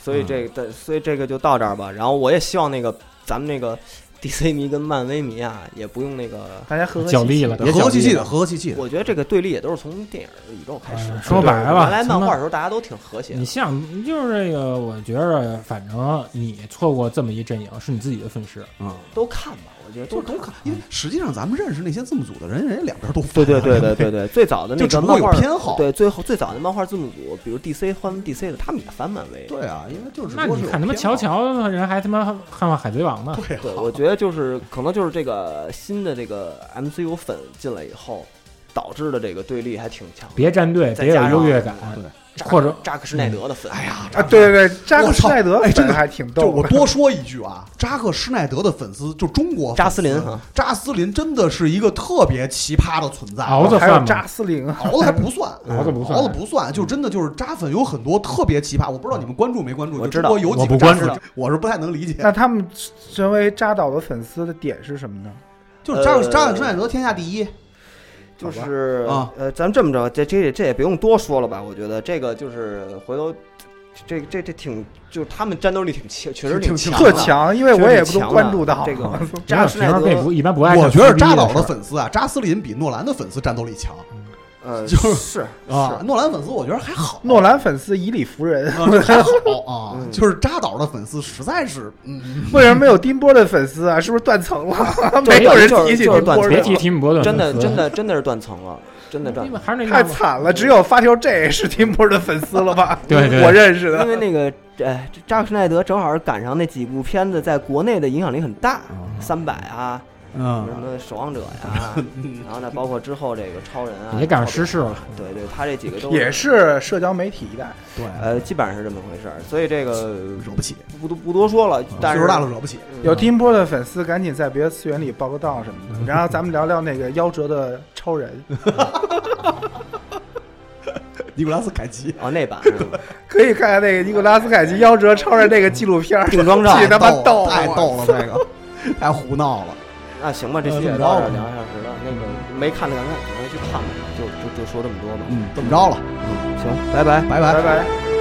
所以嗯这个，所以这个就到这儿吧。然后我也希望那个咱们那个 DC 迷跟漫威迷啊，也不用那个，大家和和角力气气了的和和气气别的，和和气气的，我觉得这个对立也都是从电影宇宙开始哎。对说白了原吧来漫从画那的时候大家都挺和谐你的，像就是这个，我觉着反正你错过这么一阵营是你自己的损失。嗯。都看吧，我觉得都就是都看，因为实际上咱们认识那些字幕组的人，人家两边都对对对对对对对，最早的 [LAUGHS] 就那只个不过漫有画偏好。对，最后最早的漫画字幕组，比如 DC 翻 DC 的，他们也翻漫威。对啊，因为就只那不过你是有看他妈偏好乔，乔的人还他妈看望海贼王呢，对啊对，我觉得就是可能就是这个新的这个 MCU 粉进来以后，导致的这个对立还挺强。别站队，再别有加上优越感，对扎克或者扎克施耐德的粉，哎呀，啊，对对对，扎我克操施耐德哎真的还挺就逗我的。多说一句啊，扎克施耐德的粉丝就中国扎粉斯丝林啊哈，扎斯林真的是一个特别奇葩的存在。熬子还有饭扎嘛，斯林，熬的还不算， [LAUGHS] 熬子不算熬的不算，就真的就是扎粉有很多特别奇葩，我不知道你们关注没关注？我就知中道国有我几不个扎关注粉，我是不太能理解。 [LAUGHS] 呃那他们成为扎导的粉丝的点是什么呢？就是扎克呃扎克施耐德天下第一，就是好吧啊呃，咱们这么着，这这这也不用多说了吧？我觉得这个就是回头，这这这挺，就是他们战斗力挺强，确实挺强挺的，特强，因为我也确实挺强不都的关注到啊 [LAUGHS] 这个扎扎克克施施耐耐德德，一般不爱看我觉得扎撕逼导的事儿粉丝啊，扎斯林比诺兰的粉丝战斗力强呃， [LAUGHS] 就是是啊。诺兰粉丝我觉得还好，诺兰粉丝以理服人，啊 [LAUGHS] 还好啊，嗯就是扎导的粉丝实在是，嗯，为什么没有丁波的粉丝啊？是不是断层了？就是没有人就是提起就是丁波断别的层提了，提姆伯顿，真的真的真的是断层了，真的断层。还是那太样吧惨了，只有发条 J 是丁波的粉丝了 [LAUGHS] 吧？对对我认识因的。为那个，呃，扎克施耐德正好是赶上那几部片子在国内的影响力很大，三百啊，什嗯，么守望者呀、然后呢，包括之后这个超人啊，也赶上超失人事了。对对，他这几个都也是社交媒体一代，对，呃，基本上是这么回事儿。所以这个惹不起，不多不多说了，但岁是数大了惹不起，啊有丁波的粉丝赶紧在别的次元里报个到 [LAUGHS] 什么的。然后咱们聊聊那个夭折的超人，尼古拉斯凯奇，哦，那版是吧可以看看那个尼古拉斯凯奇夭折超人那个纪录片儿，定妆照记太他妈逗逗了，了太逗了，这个太胡闹了。那行呃吧，这期也到这儿两个小时了，那个没看的赶快赶快去看吧，就就就说这么多吧。嗯，这么着了，行，拜拜。拜拜拜。拜。